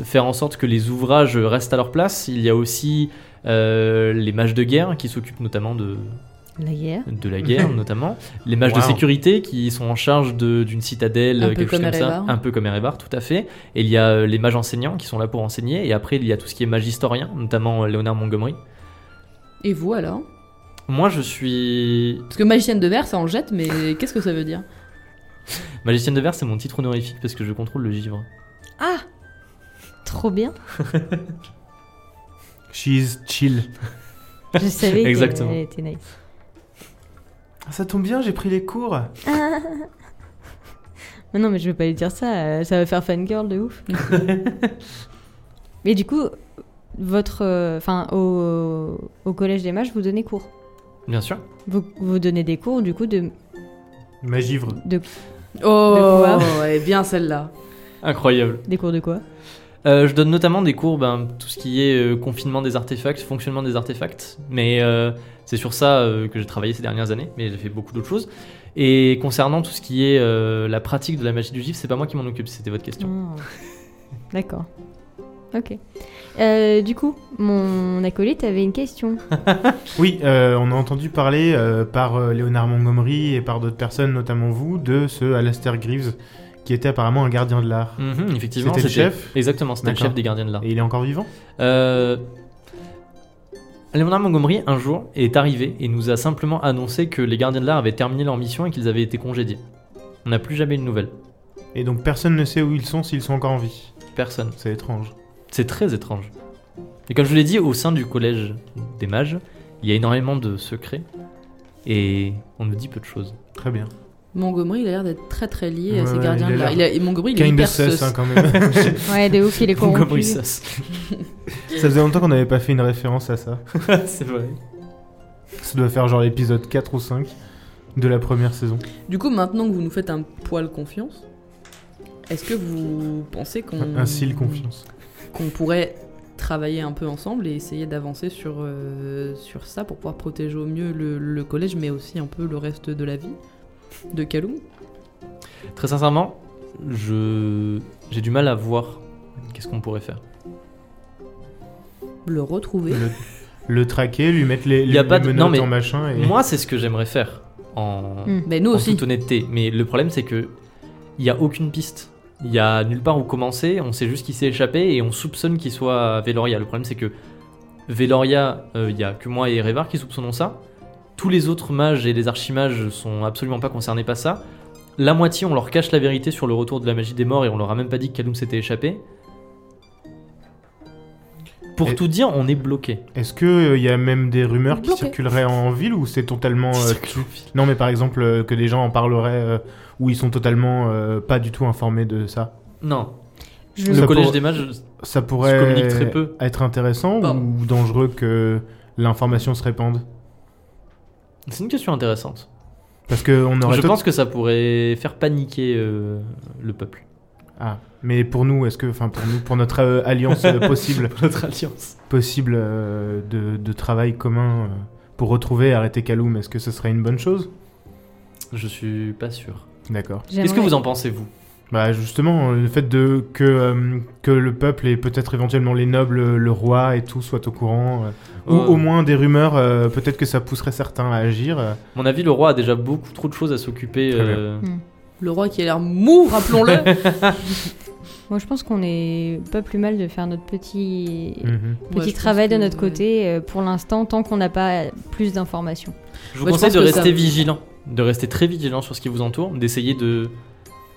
Speaker 1: faire en sorte que les ouvrages restent à leur place. Il y a aussi euh, les mages de guerre qui s'occupent notamment de,
Speaker 4: La guerre.
Speaker 1: de la
Speaker 2: (laughs)
Speaker 1: guerre, notamment. Les mages de
Speaker 3: Wow.
Speaker 1: sécurité qui sont en charge de- d'une citadelle, euh,
Speaker 2: Un peu
Speaker 1: quelque chose
Speaker 2: comme
Speaker 1: comme ça.
Speaker 2: Erevar.
Speaker 1: Un peu comme Erevar, tout à fait. Et il y a euh, les mages enseignants qui sont là pour enseigner. Et après, il y a tout ce qui est mage historien, notamment euh, Léonard Montgomery.
Speaker 2: Et vous alors
Speaker 1: Moi, je suis
Speaker 2: Parce que magicienne de verre, ça en jette, mais qu'est-ce que ça veut dire
Speaker 1: magicienne de verre, c'est mon titre honorifique parce que je contrôle le givre.
Speaker 4: Ah Trop bien.
Speaker 3: She's chill.
Speaker 1: (laughs)
Speaker 4: Je savais qu'elle
Speaker 1: Exactement.
Speaker 4: elle était nice.
Speaker 3: Ah, ça tombe bien, j'ai pris les cours.
Speaker 4: Mais non, mais je vais pas lui dire ça. euh, Ça va faire fangirl
Speaker 1: (laughs)
Speaker 4: de ouf. mais du coup, votre. euh, Enfin, au, au collège des mages, vous donnez cours.
Speaker 1: Bien sûr.
Speaker 4: Vous, vous donnez des cours, du coup, de.
Speaker 3: Magivre.
Speaker 4: de
Speaker 2: Oh,
Speaker 4: De
Speaker 2: et bien celle-là.
Speaker 1: Incroyable.
Speaker 4: des cours de quoi
Speaker 1: Euh, je donne notamment des cours, ben, tout ce qui est euh, confinement des artefacts, fonctionnement des artefacts. Mais euh, c'est sur ça euh, que j'ai travaillé ces dernières années, mais j'ai fait beaucoup d'autres choses. Et concernant tout ce qui est euh, la pratique de la magie du gif, c'est pas moi qui m'en occupe, c'était votre question.
Speaker 4: Ah. D'accord. Ok. Euh, du coup, mon acolyte avait
Speaker 1: (laughs)
Speaker 4: une question.
Speaker 3: Oui, euh, on a entendu parler euh, par euh, Léonard Montgomery et par d'autres personnes, notamment vous, de ce Alastair Greaves, qui était apparemment un gardien de l'art.
Speaker 1: Mhm, effectivement,
Speaker 3: Mm-hmm. C'était le chef
Speaker 1: Exactement, c'était le
Speaker 3: D'accord.
Speaker 1: chef des gardiens de l'art.
Speaker 3: Et il est encore vivant
Speaker 1: Euh, Léonard Montgomery, un jour, est arrivé et nous a simplement annoncé que les gardiens de l'art avaient terminé leur mission et qu'ils avaient été congédiés. On n'a plus jamais eu de nouvelles.
Speaker 3: Et donc personne ne sait où ils sont, s'ils sont encore en vie.
Speaker 1: Personne.
Speaker 3: C'est étrange.
Speaker 1: C'est très étrange. Et comme je vous l'ai dit, au sein du collège des mages, il y a énormément de secrets et on nous dit peu de choses.
Speaker 3: Très bien.
Speaker 2: Montgomery, il a l'air d'être très très lié à
Speaker 3: Ouais,
Speaker 2: ses
Speaker 3: ouais,
Speaker 2: gardiens
Speaker 3: il a
Speaker 2: de l'art. Il a- et Montgomery, il est
Speaker 3: Kind
Speaker 2: hyper
Speaker 3: of sus,
Speaker 2: sus.
Speaker 3: hein,
Speaker 1: (laughs)
Speaker 3: quand même.
Speaker 4: Ouais, de ouf, il est
Speaker 1: Montgomery
Speaker 4: corrompu.
Speaker 1: Sus. (laughs)
Speaker 3: ça faisait longtemps qu'on n'avait pas fait une référence à ça.
Speaker 1: C'est vrai.
Speaker 3: Ça doit faire genre l'épisode 4 ou 5 de la première saison.
Speaker 2: Du coup, maintenant que vous nous faites un poil confiance, est-ce que vous pensez qu'on
Speaker 1: Hmm.
Speaker 3: Un cil confiance.
Speaker 2: qu'on pourrait travailler un peu ensemble et essayer d'avancer sur, euh, sur ça pour pouvoir protéger au mieux le, le collège, mais aussi un peu le reste de la vie de Kaloum
Speaker 1: Très sincèrement, je j'ai du mal à voir qu'est-ce qu'on pourrait faire.
Speaker 2: Le retrouver.
Speaker 3: Le, le traquer, lui mettre les,
Speaker 1: Il y a
Speaker 3: lui-
Speaker 1: pas
Speaker 3: les
Speaker 1: de-
Speaker 3: menottes
Speaker 1: non, mais
Speaker 3: en machin et...
Speaker 1: Moi, c'est ce que j'aimerais faire en,
Speaker 4: Mm.
Speaker 2: Mais nous
Speaker 1: en
Speaker 2: aussi.
Speaker 1: toute honnêteté. Mais le problème, c'est que il y a aucune piste. Il y a nulle part où commencer. On sait juste qu'il s'est échappé et on soupçonne qu'il soit à Veloria. Le problème, c'est que Veloria, euh, il y a que moi et Revar qui soupçonnons ça. Tous les autres mages et les archimages sont absolument pas concernés par ça. La moitié, on leur cache la vérité sur le retour de la magie des morts et on leur a même pas dit que Kalum s'était échappé. Pour
Speaker 3: Et-
Speaker 1: tout dire, on est bloqué.
Speaker 3: Est-ce qu'il euh, y a même des rumeurs qui
Speaker 2: Bloqué.
Speaker 3: circuleraient en ville ou c'est totalement...
Speaker 1: (laughs)
Speaker 3: euh, Non, mais par exemple, euh, que des gens en parleraient euh, où ils sont totalement euh, pas du tout informés de ça.
Speaker 1: Non,
Speaker 4: Je-
Speaker 1: le
Speaker 3: Ça
Speaker 1: collège
Speaker 3: pourrait-
Speaker 1: des mages,
Speaker 3: Ça
Speaker 1: Se
Speaker 3: pourrait
Speaker 1: communique très peu.
Speaker 3: être intéressant
Speaker 2: Pardon.
Speaker 3: ou dangereux que l'information se répande
Speaker 1: c'est une question intéressante.
Speaker 3: Parce qu'on aurait.
Speaker 1: Je
Speaker 3: tot-
Speaker 1: pense que ça pourrait faire paniquer euh, le
Speaker 3: (laughs)
Speaker 1: peuple.
Speaker 3: Ah, mais pour nous, est-ce que. Enfin, pour nous, pour notre euh,
Speaker 1: (laughs)
Speaker 3: alliance euh, possible,
Speaker 1: Notre alliance.
Speaker 3: possible euh, de, de travail commun euh, pour retrouver et arrêter Kaloum, est-ce que ce serait une bonne chose
Speaker 1: Je suis pas sûr.
Speaker 3: D'accord.
Speaker 1: Qu'est-ce que
Speaker 4: j'aimerais-
Speaker 1: vous en pensez, vous
Speaker 3: Bah justement, le fait de que, euh, que le peuple et peut-être éventuellement les nobles, euh, le roi et tout soient au courant, euh, ou
Speaker 1: Euh,
Speaker 3: au moins des rumeurs, euh, peut-être que ça pousserait certains à agir. euh.
Speaker 1: À mon avis, le roi a déjà beaucoup trop de choses à s'occuper.
Speaker 3: Très bien.
Speaker 1: euh,
Speaker 2: Le roi qui a l'air mou, rappelons-le.
Speaker 1: (laughs)
Speaker 4: Moi, je pense qu'on est pas plus mal de faire notre petit,
Speaker 3: Mhm.
Speaker 2: Ouais, je
Speaker 4: petit
Speaker 2: pense
Speaker 4: travail de
Speaker 2: que-
Speaker 4: notre
Speaker 2: ouais.
Speaker 4: côté euh, pour l'instant, tant qu'on n'a pas plus d'informations.
Speaker 1: Je vous
Speaker 2: Moi, je
Speaker 1: conseille
Speaker 2: pense
Speaker 1: de
Speaker 2: que
Speaker 1: rester
Speaker 2: ça-
Speaker 1: vigilant, de rester très vigilant sur ce qui vous entoure, d'essayer de.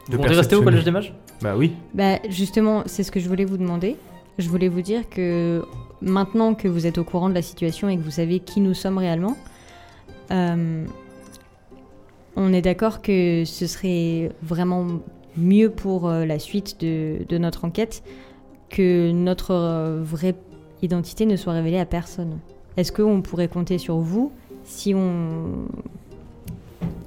Speaker 3: De
Speaker 1: Vous comptez rester au
Speaker 3: perceptionner.
Speaker 1: collège des mages
Speaker 3: Bah oui.
Speaker 4: Bah, justement, c'est ce que je voulais vous demander. Je voulais vous dire que maintenant que vous êtes au courant de la situation et que vous savez qui nous sommes réellement, euh, on est d'accord que ce serait vraiment mieux pour euh, la suite de, de notre enquête que notre euh, vraie identité ne soit révélée à personne. Est-ce qu'on pourrait compter sur vous si on,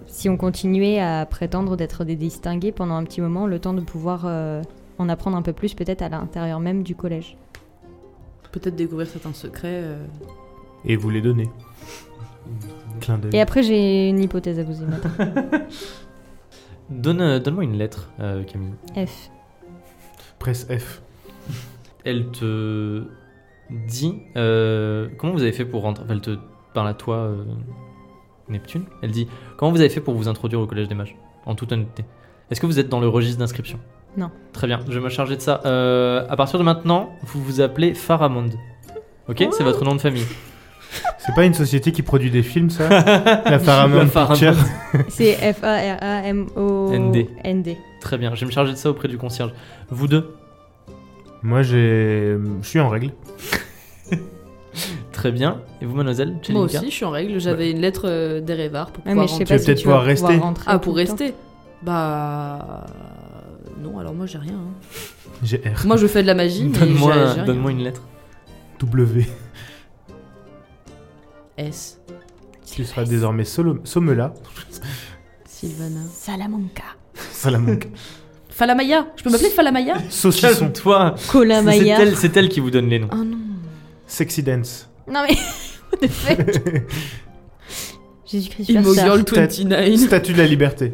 Speaker 4: si on continuait à prétendre d'être des distingués pendant un petit moment, le temps de pouvoir euh, en apprendre un peu plus peut-être à l'intérieur même du collège
Speaker 2: Peut-être découvrir certains secrets. euh.
Speaker 3: Et vous
Speaker 1: (laughs)
Speaker 3: les donnez. Clin d'œil.
Speaker 4: Et après, j'ai une hypothèse à vous
Speaker 3: (laughs)
Speaker 4: émettre.
Speaker 1: Donne, euh, Donne-moi une lettre, euh, Camille.
Speaker 4: F.
Speaker 3: Presse F.
Speaker 1: Elle te dit. euh, comment vous avez fait pour rentrer. enfin, Elle te parle à toi, euh, Neptune. Elle dit Comment vous avez fait pour vous introduire au collège des mages En toute honnêteté. Est-ce que vous êtes dans le registre d'inscription
Speaker 4: Non.
Speaker 1: Très bien, je vais me charger de ça. Euh, à partir de maintenant, vous vous appelez Faramond. Ok C'est votre nom de famille.
Speaker 3: C'est pas une société qui produit des
Speaker 1: (laughs)
Speaker 3: films, ça La Paramount
Speaker 1: La Paramount.
Speaker 3: Pictures.
Speaker 4: C'est F-A-R-A-M-O...
Speaker 1: ND.
Speaker 4: N-D.
Speaker 1: Très bien, je vais me charger de ça auprès du concierge. Vous deux
Speaker 3: Moi, j'ai, je suis en règle.
Speaker 1: Très bien. Et vous, mademoiselle
Speaker 2: Moi
Speaker 1: Tchelinka
Speaker 2: aussi, je suis en règle. J'avais une lettre euh, d'Erevar pour
Speaker 4: Ah,
Speaker 2: pouvoir
Speaker 4: mais je sais pas
Speaker 2: rentrer.
Speaker 3: Tu vas
Speaker 4: si
Speaker 3: peut-être
Speaker 4: tu vas
Speaker 3: pouvoir
Speaker 4: pouvoir
Speaker 3: rester.
Speaker 4: rentrer
Speaker 2: Ah, pour
Speaker 4: tout le temps.
Speaker 2: rester Bah. Non, alors moi j'ai rien. hein.
Speaker 3: J'ai R.
Speaker 2: Moi je fais de la magie, mais
Speaker 1: Donne-moi
Speaker 2: j'ai- j'ai rien.
Speaker 1: donne-moi une lettre.
Speaker 3: W.
Speaker 2: S.
Speaker 3: Tu seras désormais solo... Somela.
Speaker 2: Sylvana.
Speaker 4: Salamanca.
Speaker 1: (laughs)
Speaker 3: Salamanca.
Speaker 2: Falamaya Je peux m'appeler Falamaya
Speaker 3: Saucisson.
Speaker 1: Calme-toi C'est
Speaker 4: Colamaya.
Speaker 1: elle, c'est elle qui vous donne les noms.
Speaker 2: Ah
Speaker 4: Oh non.
Speaker 3: Sexy Dance.
Speaker 4: Non mais... (laughs) What the fuck
Speaker 3: (laughs)
Speaker 4: Jésus-Christ, superstar.
Speaker 2: Immogirl 29.
Speaker 3: Statue de la liberté.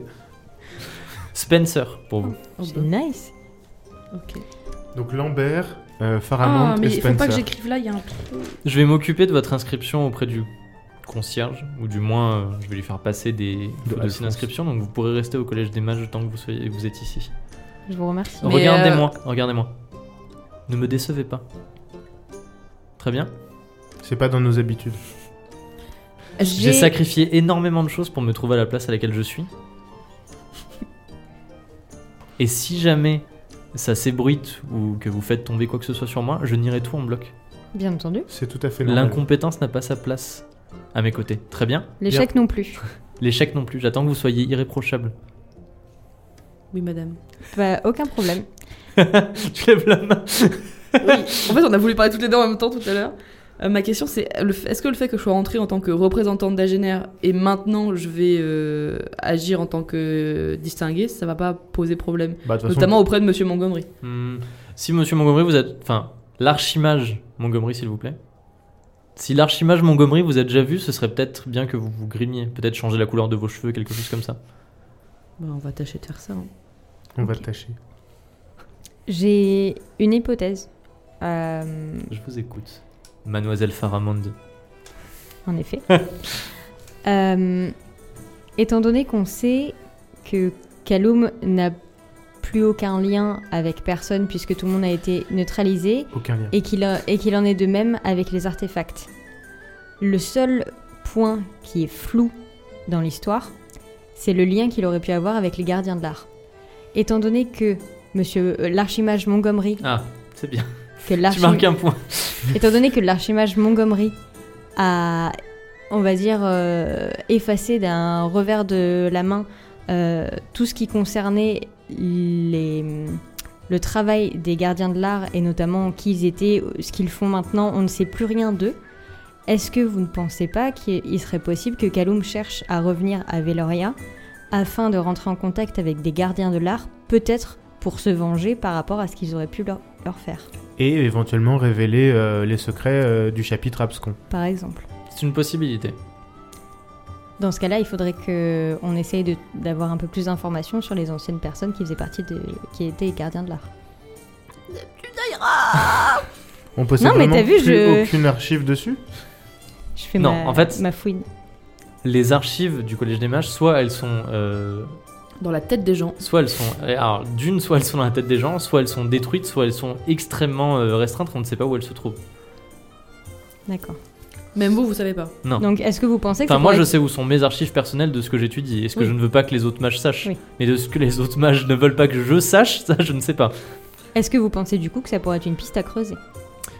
Speaker 1: Spencer, pour vous.
Speaker 2: Oh,
Speaker 4: C'est
Speaker 2: bah,
Speaker 4: nice.
Speaker 2: ok.
Speaker 3: Donc Lambert, euh, Faramond
Speaker 2: Ah, mais
Speaker 3: et
Speaker 2: il faut pas que
Speaker 3: Spencer.
Speaker 2: j'écrive là, il y a un truc.
Speaker 1: Je vais m'occuper de votre inscription auprès du concierge, ou du moins, euh, je vais lui faire passer des
Speaker 3: De
Speaker 1: photos de
Speaker 3: Alphonse.
Speaker 1: ses inscriptions, donc vous pourrez rester au collège des mages tant que vous, soyez, vous êtes ici.
Speaker 4: Je vous remercie.
Speaker 2: Mais,
Speaker 1: Regardez-moi, regardez-moi. Ne me décevez pas. Très bien.
Speaker 3: C'est pas dans nos habitudes.
Speaker 1: J'ai sacrifié énormément de choses pour me trouver à la place à laquelle je suis. Et si jamais ça s'ébruite ou que vous faites tomber quoi que ce soit sur moi, je nierai tout en bloc.
Speaker 4: Bien entendu.
Speaker 3: C'est tout à fait normal.
Speaker 1: L'incompétence n'a pas sa place à mes côtés. Très bien.
Speaker 4: L'échec non plus.
Speaker 1: L'échec non plus. J'attends que vous soyez irréprochable. (laughs)
Speaker 2: Oui, madame.
Speaker 4: Bah, aucun problème.
Speaker 1: tu lèves la main.
Speaker 2: En fait, on a voulu parler toutes les deux en même temps tout à l'heure. Euh, ma question, c'est le fait- est-ce que le fait que je sois rentrée en tant que représentante d'Agener et maintenant je vais euh, agir en tant que distinguée, ça va pas poser problème
Speaker 3: Bah, de toute façon,
Speaker 2: Notamment auprès de monsieur Montgomery.
Speaker 1: Hmm, si Monsieur Montgomery, vous êtes, enfin, l'archimage Montgomery, s'il vous plaît. Si l'archimage Montgomery vous a déjà vu, ce serait peut-être bien que vous vous grimiez, peut-être changer la couleur de vos cheveux, quelque chose comme ça.
Speaker 2: Bah, on va tâcher de faire ça. hein.
Speaker 3: on va le tâcher.
Speaker 4: J'ai une hypothèse. Euh,
Speaker 1: Je vous écoute. Mademoiselle Faramond.
Speaker 4: en effet. (laughs) Euh, étant donné qu'on sait que Kaloum n'a plus aucun lien avec personne puisque tout le monde a été neutralisé
Speaker 3: Aucun lien.
Speaker 4: et qu'il a- et qu'il en est de même avec les artefacts, le seul point qui est flou dans l'histoire, c'est le lien qu'il aurait pu avoir avec les gardiens de l'art. Étant donné que monsieur euh, l'archimage Montgomery,
Speaker 1: Ah, c'est bien.
Speaker 4: que
Speaker 1: Tu
Speaker 4: l'archimage
Speaker 1: marques un point.
Speaker 4: Étant donné que l'archimage Montgomery a, on va dire, euh, effacé d'un revers de la main euh, tout ce qui concernait les, le travail des gardiens de l'art et notamment qui ils étaient, ce qu'ils font maintenant, on ne sait plus rien d'eux. Est-ce que vous ne pensez pas qu'il serait possible que Kaloum cherche à revenir à Veloria afin de rentrer en contact avec des gardiens de l'art, peut-être pour se venger par rapport à ce qu'ils auraient pu leur- leur faire,
Speaker 3: Et éventuellement révéler euh, les secrets euh, du chapitre Abscon.
Speaker 4: par exemple
Speaker 1: C'est une possibilité.
Speaker 4: Dans ce cas-là, il faudrait qu'on essaye de- d'avoir un peu plus d'informations sur les anciennes personnes qui faisaient partie de, qui étaient gardiens de l'art.
Speaker 3: On possède
Speaker 4: Non, mais
Speaker 3: vraiment
Speaker 4: t'as vu,
Speaker 3: plus
Speaker 4: je-
Speaker 3: aucune archive dessus
Speaker 4: Je fais
Speaker 1: Non,
Speaker 4: ma,
Speaker 1: en fait-
Speaker 4: ma fouine.
Speaker 1: Les archives du Collège des Mages, soit elles sont, euh,
Speaker 2: Dans la tête des gens.
Speaker 1: soit elles sont, eh, alors d'une, soit elles sont dans la tête des gens, soit elles sont détruites, soit elles sont extrêmement euh, restreintes, on ne sait pas où elles se trouvent.
Speaker 4: D'accord.
Speaker 2: Même vous, vous savez pas.
Speaker 1: Non.
Speaker 4: Donc, est-ce que vous pensez que.
Speaker 1: Enfin,
Speaker 4: ça
Speaker 1: moi,
Speaker 4: pourrait
Speaker 1: je
Speaker 4: être-
Speaker 1: sais où sont mes archives personnelles de ce que j'étudie et ce que
Speaker 4: Oui.
Speaker 1: je ne veux pas que les autres mages sachent.
Speaker 4: Oui.
Speaker 1: Mais de ce que les autres mages ne veulent pas que je sache, ça, je ne sais pas.
Speaker 4: Est-ce que vous pensez du coup que ça pourrait être une piste à creuser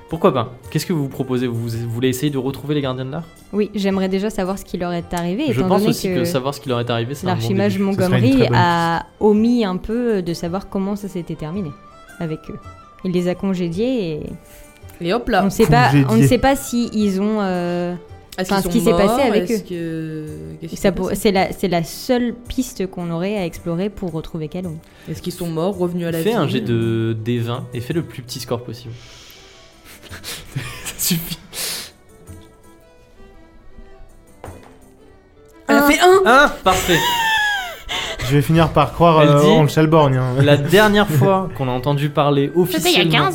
Speaker 1: Pourquoi pas Qu'est-ce que vous proposez vous, vous voulez essayer de retrouver les gardiens de l'art
Speaker 4: Oui, j'aimerais déjà savoir ce qui leur est arrivé,
Speaker 1: Je
Speaker 4: étant
Speaker 1: pense
Speaker 4: donné
Speaker 1: aussi que... savoir ce qui leur est arrivé, c'est un bon
Speaker 4: l'archimage
Speaker 1: début.
Speaker 3: serait une
Speaker 4: Montgomery
Speaker 3: très bonne
Speaker 4: a omis un peu de savoir comment ça s'était terminé avec eux. Il les a congédiés et
Speaker 2: Et hop là.
Speaker 4: on, sait pas, on ne
Speaker 3: congédiés.
Speaker 4: sait pas si ils ont. euh,
Speaker 2: Est-ce
Speaker 4: Enfin,
Speaker 2: qu'ils
Speaker 4: ce qui
Speaker 2: sont
Speaker 4: s'est passé
Speaker 2: morts
Speaker 4: avec
Speaker 2: Est-ce que- qu'est-ce qui
Speaker 4: ça
Speaker 2: s'est
Speaker 4: pour-
Speaker 2: passé
Speaker 4: C'est la, c'est la seule piste qu'on aurait à explorer pour retrouver Calum.
Speaker 2: Est-ce qu'ils sont morts, revenus à la vie
Speaker 1: Fais un jet
Speaker 4: euh.
Speaker 1: de D20 et fais le plus petit score possible. ça suffit.
Speaker 2: Elle a fait un
Speaker 1: Hein Parfait.
Speaker 3: Je vais finir par croire
Speaker 1: Elle
Speaker 3: euh,
Speaker 1: dit-
Speaker 3: en le chalborgne. hein.
Speaker 1: La dernière fois qu'on a entendu parler officiellement.
Speaker 5: ans.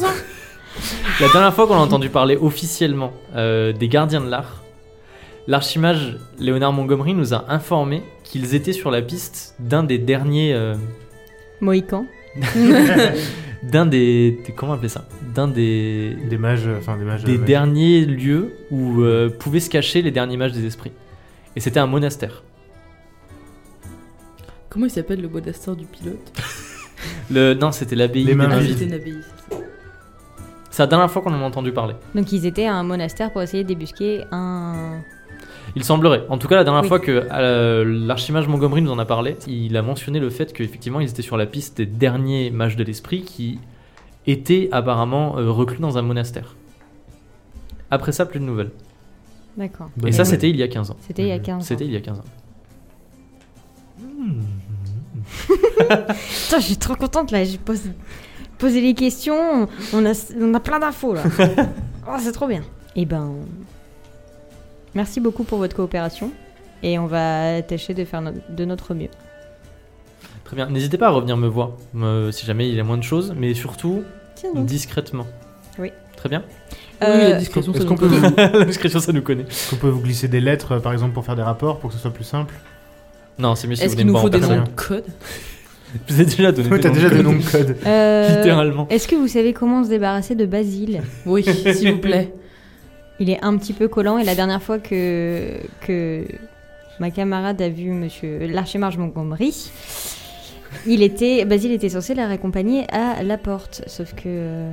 Speaker 1: (laughs) La dernière fois qu'on a entendu parler officiellement euh, des gardiens de l'art, l'archimage Léonard Montgomery nous a informé qu'ils étaient sur la piste d'un des derniers. euh,
Speaker 4: Mohican
Speaker 1: d'un des. des- Comment appeler ça D'un des.
Speaker 3: Des mages, euh, enfin des mages.
Speaker 1: des
Speaker 3: euh, mages.
Speaker 1: derniers lieux où euh, pouvaient se cacher les derniers mages des esprits. Et c'était un monastère.
Speaker 2: Comment il s'appelle le monastère du pilote
Speaker 1: Le, non, c'était l'abbaye.
Speaker 3: Les
Speaker 1: des
Speaker 3: mains
Speaker 2: Ah,
Speaker 1: Navides.
Speaker 3: vides.
Speaker 2: c'était une abbaye. c'est ça.
Speaker 1: C'est la dernière fois qu'on en a entendu parler.
Speaker 4: Donc ils étaient à un monastère pour essayer de débusquer un.
Speaker 1: Il semblerait. En tout cas, la dernière
Speaker 4: Oui.
Speaker 1: fois que euh, l'archimage Montgomery nous en a parlé, il a mentionné le fait qu'effectivement, ils étaient sur la piste des derniers mages de l'esprit qui étaient apparemment euh, reclus dans un monastère. Après ça, plus de nouvelles.
Speaker 4: D'accord.
Speaker 3: Bonne
Speaker 1: Et ça,
Speaker 3: nouvelle.
Speaker 1: c'était il y a 15 ans.
Speaker 4: C'était il y a
Speaker 3: Mhm.
Speaker 4: 15 ans.
Speaker 1: C'était il y a 15 ans.
Speaker 4: Putain, je suis trop contente là, j'ai posé, posé les questions, on a, on a plein
Speaker 1: (laughs)
Speaker 4: d'infos là. Oh, c'est trop bien. Eh ben, merci beaucoup pour votre coopération et on va tâcher de faire no- de notre mieux.
Speaker 1: Très bien. N'hésitez pas à revenir me voir euh, si jamais il y a moins de choses, mais surtout
Speaker 4: Tiens donc.
Speaker 1: discrètement.
Speaker 4: Oui.
Speaker 1: Très bien. (laughs)
Speaker 2: Oui,
Speaker 4: Euh,
Speaker 2: la discrétion,
Speaker 3: Est-ce
Speaker 2: ça
Speaker 3: qu'on
Speaker 2: nous
Speaker 3: peut,
Speaker 2: connaît.
Speaker 3: vous-
Speaker 1: L'inscription, ça nous connaît.
Speaker 3: est-ce qu'on peut vous glisser des lettres, euh, par exemple, pour faire des rapports, pour que ce soit plus simple
Speaker 1: Non, c'est mieux si vous
Speaker 2: Est-ce
Speaker 1: voulez
Speaker 2: qu'il
Speaker 1: me
Speaker 2: nous
Speaker 1: voir en
Speaker 2: faut des
Speaker 1: personne.
Speaker 2: noms
Speaker 3: personne.
Speaker 2: de code
Speaker 1: Je vous ai déjà donné.
Speaker 3: Oui,
Speaker 1: des
Speaker 3: t'as
Speaker 1: noms
Speaker 3: déjà
Speaker 1: de
Speaker 3: des
Speaker 1: code.
Speaker 3: noms de code.
Speaker 4: euh,
Speaker 1: Littéralement.
Speaker 4: Est-ce que vous savez comment se débarrasser de Basile
Speaker 2: Oui,
Speaker 1: (laughs)
Speaker 2: s'il vous plaît.
Speaker 4: Il est un petit peu collant et la dernière fois que, que ma camarade a vu monsieur l'archimarge Montgomery, il était, Basile était censé la raccompagner à la porte, sauf que euh,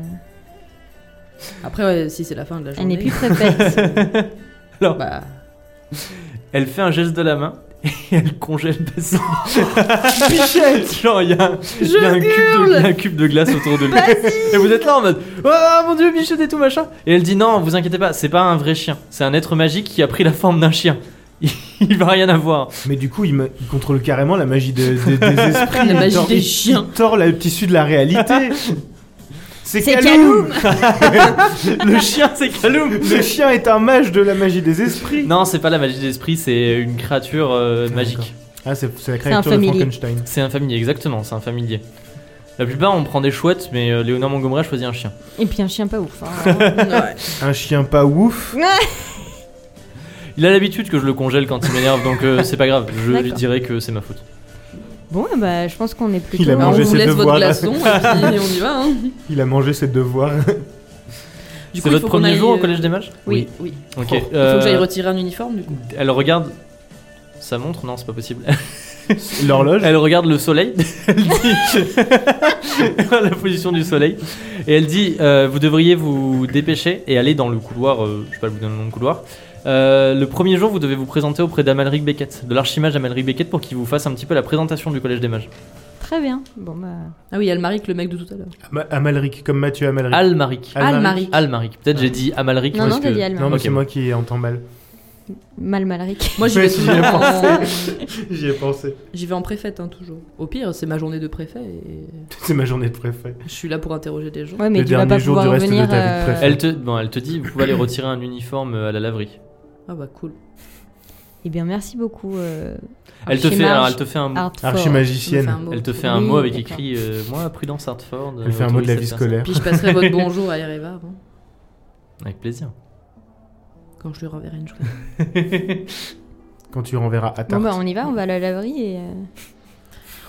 Speaker 2: Après, ouais, si c'est la fin de la
Speaker 4: elle n'est
Speaker 2: journée.
Speaker 4: plus préfète.
Speaker 1: (laughs)
Speaker 2: Bah,
Speaker 1: Elle fait un geste de la main et (laughs) elle congèle Basile. Pichette (laughs) Genre, il y a, un- il y a un cube de- il y a un cube de glace autour de lui. et vous êtes là en mode Oh mon dieu, Bichette et tout machin. Et elle dit Non, vous inquiétez pas, c'est pas un vrai chien. C'est un être magique qui a pris la forme d'un chien. (laughs) Il va rien avoir.
Speaker 3: Mais du coup, il, me- il contrôle carrément la magie de- de- (laughs) des esprits.
Speaker 2: La
Speaker 3: Il
Speaker 2: magie
Speaker 3: tord-
Speaker 2: des
Speaker 3: il-
Speaker 2: chiens.
Speaker 3: Il tord le tissu de la réalité. C'est
Speaker 4: C'est
Speaker 3: Kaloum (laughs)
Speaker 1: Le
Speaker 3: Ah.
Speaker 1: chien, c'est Kaloum
Speaker 3: Le chien est un mage de la magie des esprits.
Speaker 1: Non, c'est pas la magie de l'esprit, c'est une créature euh,
Speaker 3: Ah,
Speaker 1: magique.
Speaker 3: d'accord. Ah, c'est c'est la
Speaker 4: un
Speaker 3: créature de
Speaker 4: familier.
Speaker 3: Frankenstein.
Speaker 1: C'est un familier, exactement, c'est un familier. La plupart, on prend des chouettes, mais euh, Léonard Montgomery a choisi un chien.
Speaker 4: Et puis un chien pas ouf.
Speaker 2: (laughs)
Speaker 4: hein.
Speaker 2: ouais.
Speaker 3: Un chien pas ouf.
Speaker 1: Il a l'habitude que je le congèle quand il m'énerve, donc euh, c'est pas grave, je lui
Speaker 4: D'accord.
Speaker 1: dirai que c'est ma faute.
Speaker 4: bon, eh ben, je pense qu'on est plutôt.
Speaker 3: Il a
Speaker 2: Bah, on
Speaker 3: mangé
Speaker 2: vous
Speaker 3: ses
Speaker 2: laisse votre
Speaker 3: devoirs, là.
Speaker 2: glaçon
Speaker 1: (laughs)
Speaker 2: et puis on y va. Hein.
Speaker 3: Il a mangé ses devoirs.
Speaker 2: Du
Speaker 1: C'est
Speaker 2: il
Speaker 1: votre
Speaker 2: faut qu'on
Speaker 1: premier
Speaker 2: aille,
Speaker 1: jour au
Speaker 2: euh,
Speaker 1: Collège des Mages
Speaker 2: Oui, oui.
Speaker 1: Ok.
Speaker 3: Oh, il
Speaker 2: Il faut que j'aille
Speaker 1: euh,
Speaker 2: retirer un uniforme du coup.
Speaker 1: elle regarde. Sa montre Non, c'est pas
Speaker 2: (laughs)
Speaker 1: possible.
Speaker 3: L'horloge.
Speaker 1: Elle regarde le soleil. Elle dit. (laughs) la position du soleil. Et elle dit euh, Vous devriez vous dépêcher et aller dans le couloir. euh, je sais pas vous donner le nom de couloir. Euh, le premier jour, vous devez vous présenter auprès d'Amalric Beckett, de l'archimage Amalric Beckett, pour qu'il vous fasse un petit peu la présentation du Collège des Mages.
Speaker 4: Très bien. Bon, bah,
Speaker 2: Ah oui, elle marie que le mec de tout à l'heure.
Speaker 3: Ama- Amalric, comme Mathieu Amalric.
Speaker 1: Almaric.
Speaker 2: Almaric.
Speaker 1: Almaric. Peut-être j'ai dit Amalric.
Speaker 4: non,
Speaker 1: parce
Speaker 4: non, t'as
Speaker 1: que-
Speaker 4: dit Alma.
Speaker 3: Non, mais
Speaker 1: Ok,
Speaker 3: c'est
Speaker 1: bon.
Speaker 3: moi qui entends mal.
Speaker 4: Mal Malric.
Speaker 2: Moi j'y
Speaker 3: Ouais,
Speaker 2: vais
Speaker 3: j'y
Speaker 2: toujours.
Speaker 3: ai
Speaker 2: en-
Speaker 3: (laughs) J'y ai pensé.
Speaker 2: J'y vais en préfète hein, toujours. Au pire, c'est ma journée de préfet et
Speaker 3: C'est ma journée de préfet.
Speaker 2: je suis là pour interroger des gens.
Speaker 4: (laughs) Ouais, mais
Speaker 3: Le
Speaker 4: tu vas
Speaker 3: dernier
Speaker 4: pas
Speaker 3: jour
Speaker 4: pouvoir
Speaker 3: du reste de
Speaker 4: venir.
Speaker 3: ta vie de préfet.
Speaker 1: euh, Elle te, bon, elle te dit Vous pouvez aller retirer un uniforme euh, à la laverie.
Speaker 2: Ah bah cool.
Speaker 4: Eh bien, merci beaucoup. euh,
Speaker 1: Elle te, fait,
Speaker 4: Archimarge-
Speaker 1: alors, elle te fait un,
Speaker 4: Artfort.
Speaker 2: Elle me
Speaker 3: Archimagicienne.
Speaker 2: fait un mot.
Speaker 1: elle te fait un
Speaker 4: Oui,
Speaker 1: mot avec
Speaker 4: d'accord.
Speaker 1: écrit euh, Moi, prudence Hartford. euh,
Speaker 3: Elle fait un mot de la
Speaker 1: autorise
Speaker 3: vie
Speaker 1: cette personne.
Speaker 3: scolaire.
Speaker 2: Puis je passerai votre bonjour à Ereva avant,
Speaker 1: Avec plaisir.
Speaker 2: quand je lui renverrai une chose.
Speaker 3: Quand tu renverras à
Speaker 4: Bon, bah,
Speaker 3: Tarte.
Speaker 4: on y va, on va à la laverie et. euh,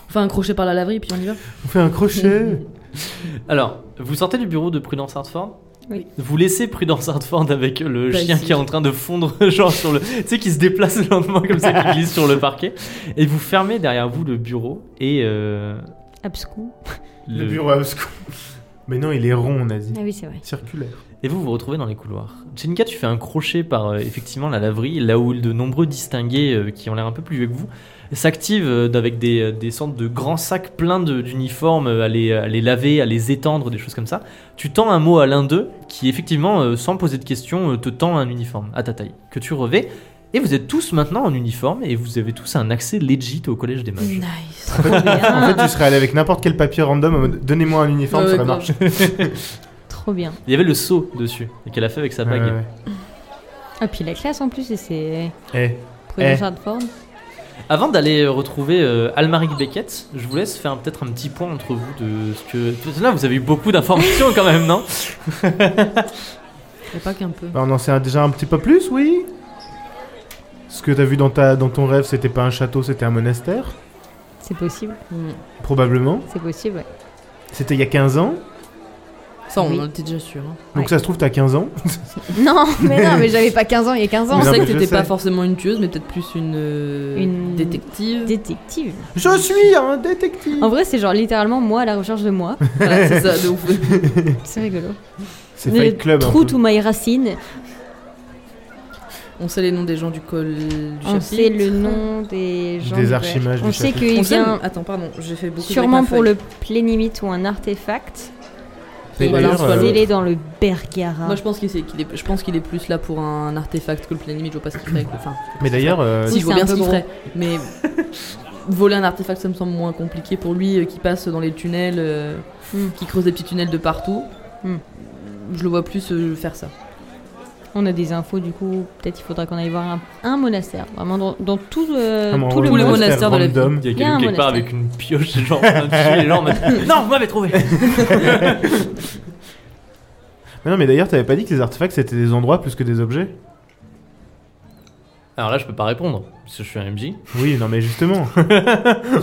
Speaker 2: On fait un crochet par la laverie, puis on y va.
Speaker 3: On fait un crochet.
Speaker 1: Alors, vous sortez du bureau de Prudence Hartford
Speaker 4: Oui.
Speaker 1: Vous laissez Prudence Hartford avec le
Speaker 2: Bah,
Speaker 1: chien
Speaker 2: si.
Speaker 1: qui est en train de fondre, (laughs) genre sur le. Tu sais, qui se déplace lentement comme ça, qui glisse sur le parquet. Et vous fermez derrière vous le bureau et. euh,
Speaker 4: abscons.
Speaker 3: (laughs) Le bureau à Osco. Mais non, il est rond, on a dit.
Speaker 4: Ah oui,
Speaker 3: (laughs)
Speaker 4: c'est vrai.
Speaker 3: Circulaire.
Speaker 1: Et vous vous retrouvez dans les couloirs. Jenka, tu fais un crochet par euh, effectivement la laverie, là où de nombreux distingués euh, qui ont l'air un peu plus vieux que vous s'activent euh, avec des, euh, des sortes de grands sacs pleins de- d'uniformes euh, à, les- à les laver, à les étendre, des choses comme ça. Tu tends un mot à l'un d'eux qui effectivement, euh, sans poser de questions, euh, te tend un uniforme à ta taille que tu revais. Et vous êtes tous maintenant en uniforme et vous avez tous un accès legit au collège des mages.
Speaker 2: Nice.
Speaker 3: En fait, tu serais allé avec n'importe quel papier random en mode donnez-moi un uniforme,
Speaker 2: Ouais,
Speaker 3: ça va
Speaker 2: ouais,
Speaker 3: marcher.
Speaker 4: Trop bien.
Speaker 1: Il y avait le seau dessus et qu'elle a fait avec sa bague.
Speaker 3: Ouais, ouais.
Speaker 4: Ah, puis la classe en plus, et c'est.
Speaker 3: Eh,
Speaker 4: Prudence
Speaker 3: Eh.
Speaker 4: Hartford.
Speaker 1: Avant d'aller retrouver euh, Almaric Beckett, je vous laisse faire peut-être un petit point entre vous de ce que. parce que Là, vous avez eu beaucoup d'informations quand même, non
Speaker 2: Et pas qu'un peu.
Speaker 3: bah, on en sait déjà un petit peu plus, oui Ce que t'as vu dans, ta, dans ton rêve, c'était pas un château, c'était un monastère
Speaker 4: C'est possible.
Speaker 3: Probablement.
Speaker 4: C'est possible, ouais.
Speaker 3: C'était il y a 15 ans.
Speaker 2: Ça, on
Speaker 4: Oui.
Speaker 2: en était déjà sûr. hein.
Speaker 3: Donc
Speaker 4: Ouais.
Speaker 3: ça se trouve, t'as 15 ans.
Speaker 4: (laughs) Non, mais non, mais j'avais pas 15 ans il y a 15 ans.
Speaker 2: On
Speaker 3: Mais non,
Speaker 2: sait que
Speaker 3: mais je
Speaker 2: t'étais
Speaker 3: sais.
Speaker 2: pas forcément une tueuse, mais peut-être plus une, euh,
Speaker 4: Une- (laughs)
Speaker 2: détective.
Speaker 4: Détective.
Speaker 3: Je suis un détective
Speaker 4: En vrai, c'est genre littéralement moi à la recherche de (laughs) moi.
Speaker 2: Voilà, c'est ça, de ouf.
Speaker 4: C'est rigolo.
Speaker 3: C'est Fight Club. un
Speaker 4: Trou
Speaker 3: peu.
Speaker 4: to my racine.
Speaker 2: On sait les noms des gens du col du
Speaker 4: On
Speaker 2: chapitre.
Speaker 4: sait le nom des gens.
Speaker 3: Des
Speaker 4: du-
Speaker 3: archimages du
Speaker 4: On sait
Speaker 3: chapitre.
Speaker 4: qu'il
Speaker 2: On sait le-
Speaker 4: vient
Speaker 2: Attends, pardon, j'ai fait beaucoup de
Speaker 4: sûrement
Speaker 2: avec ma
Speaker 4: pour le
Speaker 2: feuille.
Speaker 4: plénimite ou un artefact.
Speaker 3: Et
Speaker 2: Et voilà,
Speaker 3: d'ailleurs,
Speaker 2: c'est pas
Speaker 3: euh,
Speaker 4: Il est dans le Bergara.
Speaker 2: Moi, je pense qu'il c'est- qu'il est, je pense qu'il est plus là pour un artefact que le plein limite. Je vois pas ce qu'il ferait. avec le- Enfin,
Speaker 3: Mais d'ailleurs, euh,
Speaker 2: si je vois
Speaker 4: c'est un
Speaker 2: bien
Speaker 4: peu
Speaker 2: ce qu'il
Speaker 4: gros.
Speaker 2: ferait, mais (laughs) voler un artefact, ça me semble moins compliqué pour lui euh, qui passe dans les tunnels, euh,
Speaker 4: Hmm.
Speaker 2: qui creuse des petits tunnels de partout.
Speaker 4: Hmm.
Speaker 2: Je le vois plus euh, faire ça.
Speaker 4: On a des infos, du coup, peut-être il faudra qu'on aille voir un, un monastère. Vraiment, dans, dans tout, euh,
Speaker 3: vraiment,
Speaker 4: tout le
Speaker 3: on
Speaker 2: le
Speaker 4: monde.
Speaker 3: monastère
Speaker 2: monastère de la-
Speaker 3: random.
Speaker 1: Il y a
Speaker 4: Il y a
Speaker 1: quelqu'un
Speaker 4: un
Speaker 1: quelque part
Speaker 4: monastère.
Speaker 1: avec une pioche, genre, en train de tuer les gens en mode, Non, vous m'avez trouvé
Speaker 3: Mais non, mais d'ailleurs, t'avais pas dit que les artefacts c'était des endroits plus que des objets
Speaker 1: Alors là, je peux pas répondre, parce que je suis un MJ.
Speaker 3: Oui, non,
Speaker 1: (laughs)
Speaker 3: mais justement.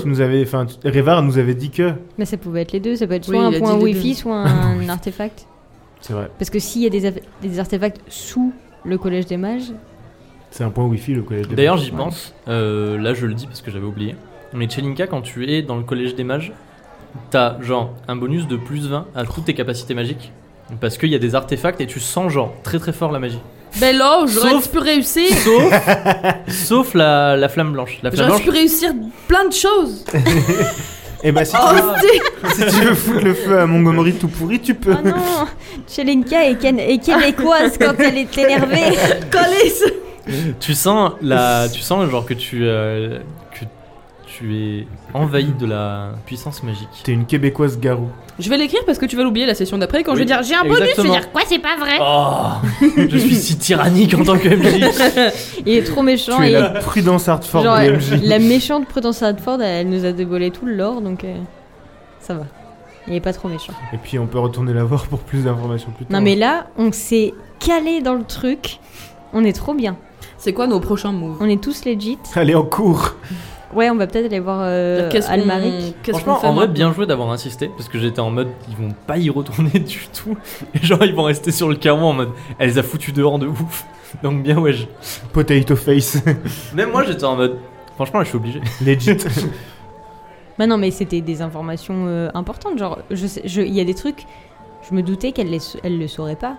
Speaker 3: tu nous avais, enfin, tu- Révard nous avait dit que.
Speaker 4: Mais ça pouvait être les deux, ça peut être
Speaker 2: Oui,
Speaker 4: soit
Speaker 2: il a
Speaker 4: un point
Speaker 2: dit les
Speaker 4: wifi,
Speaker 2: deux. (laughs)
Speaker 4: soit un artefact.
Speaker 3: C'est vrai.
Speaker 4: Parce que s'il y a des, af- des artefacts sous le collège des
Speaker 2: (laughs)
Speaker 4: mages,
Speaker 3: C'est un point wifi le collège. des
Speaker 1: D'ailleurs, j'y
Speaker 4: Ouais.
Speaker 1: pense. Euh, là, je le dis parce que j'avais oublié. Mais Chelinka, quand tu es dans le collège des mages, t'as genre un bonus de plus 20 à toutes tes capacités magiques. Parce qu'il y a des artefacts et tu sens genre très très fort la magie.
Speaker 2: Bello, Ben j'aurais
Speaker 1: Sauf-
Speaker 4: (laughs)
Speaker 2: pu réussir.
Speaker 1: Sauf, sauf la, la flamme blanche. La flamme
Speaker 2: J'aurais
Speaker 1: blanche,
Speaker 2: pu réussir plein
Speaker 4: (laughs)
Speaker 2: de choses.
Speaker 3: mages. Eh bah, si,
Speaker 4: Ah.
Speaker 2: Oh, c'est-
Speaker 3: tu- si tu veux foutre le feu à Montgomery tout pourri, tu peux.
Speaker 4: Oh non Chelinka est, ken- est québécoise quand elle est
Speaker 2: (laughs)
Speaker 4: énervée
Speaker 2: collé, ça.
Speaker 1: tu sens la, tu sens genre que tu, euh, que tu es envahi de la puissance magique.
Speaker 3: T'es une québécoise garou.
Speaker 2: Je vais l'écrire parce que tu vas l'oublier la session d'après. Quand
Speaker 1: Oui,
Speaker 2: je vais dire j'ai un bonus, tu vas
Speaker 1: exactement.
Speaker 2: dire quoi, c'est pas vrai.
Speaker 1: Oh, je suis si tyrannique en tant que MJ.
Speaker 4: (laughs) Il est trop méchant
Speaker 3: tu es
Speaker 4: et
Speaker 3: la prudence Hartford
Speaker 4: genre,
Speaker 3: du
Speaker 4: euh,
Speaker 3: MJ.
Speaker 4: la méchante Prudence Radford, elle, nous a dévoilé tout le lore, donc euh, ça va. Il est pas trop méchant.
Speaker 3: Et puis on peut retourner la voir pour plus d'informations plus tard.
Speaker 4: Non mais là, on s'est calé dans le truc. On est trop bien.
Speaker 2: C'est quoi nos prochains moves
Speaker 4: On est tous legit.
Speaker 3: Allez en cours.
Speaker 4: Ouais, on va peut-être aller voir euh,
Speaker 2: Qu'est-ce qu'on-
Speaker 4: Almaric.
Speaker 2: qu'est-ce qu'on
Speaker 1: Franchement,
Speaker 2: fait
Speaker 1: en vrai,
Speaker 2: maintenant
Speaker 1: bien joué d'avoir insisté parce que j'étais en mode, ils vont pas y retourner du tout. Et genre, ils vont rester sur le carreau en mode, elle les a foutu dehors de ouf. Donc bien ouais. je-
Speaker 4: (laughs)
Speaker 3: Potato face.
Speaker 1: Même moi, j'étais en mode, franchement, là, je suis obligé.
Speaker 3: Legit.
Speaker 4: Bah non, mais c'était des informations euh, importantes. Genre, je sais- je- il y a des trucs, je me doutais qu'elle les, elle le saurait pas.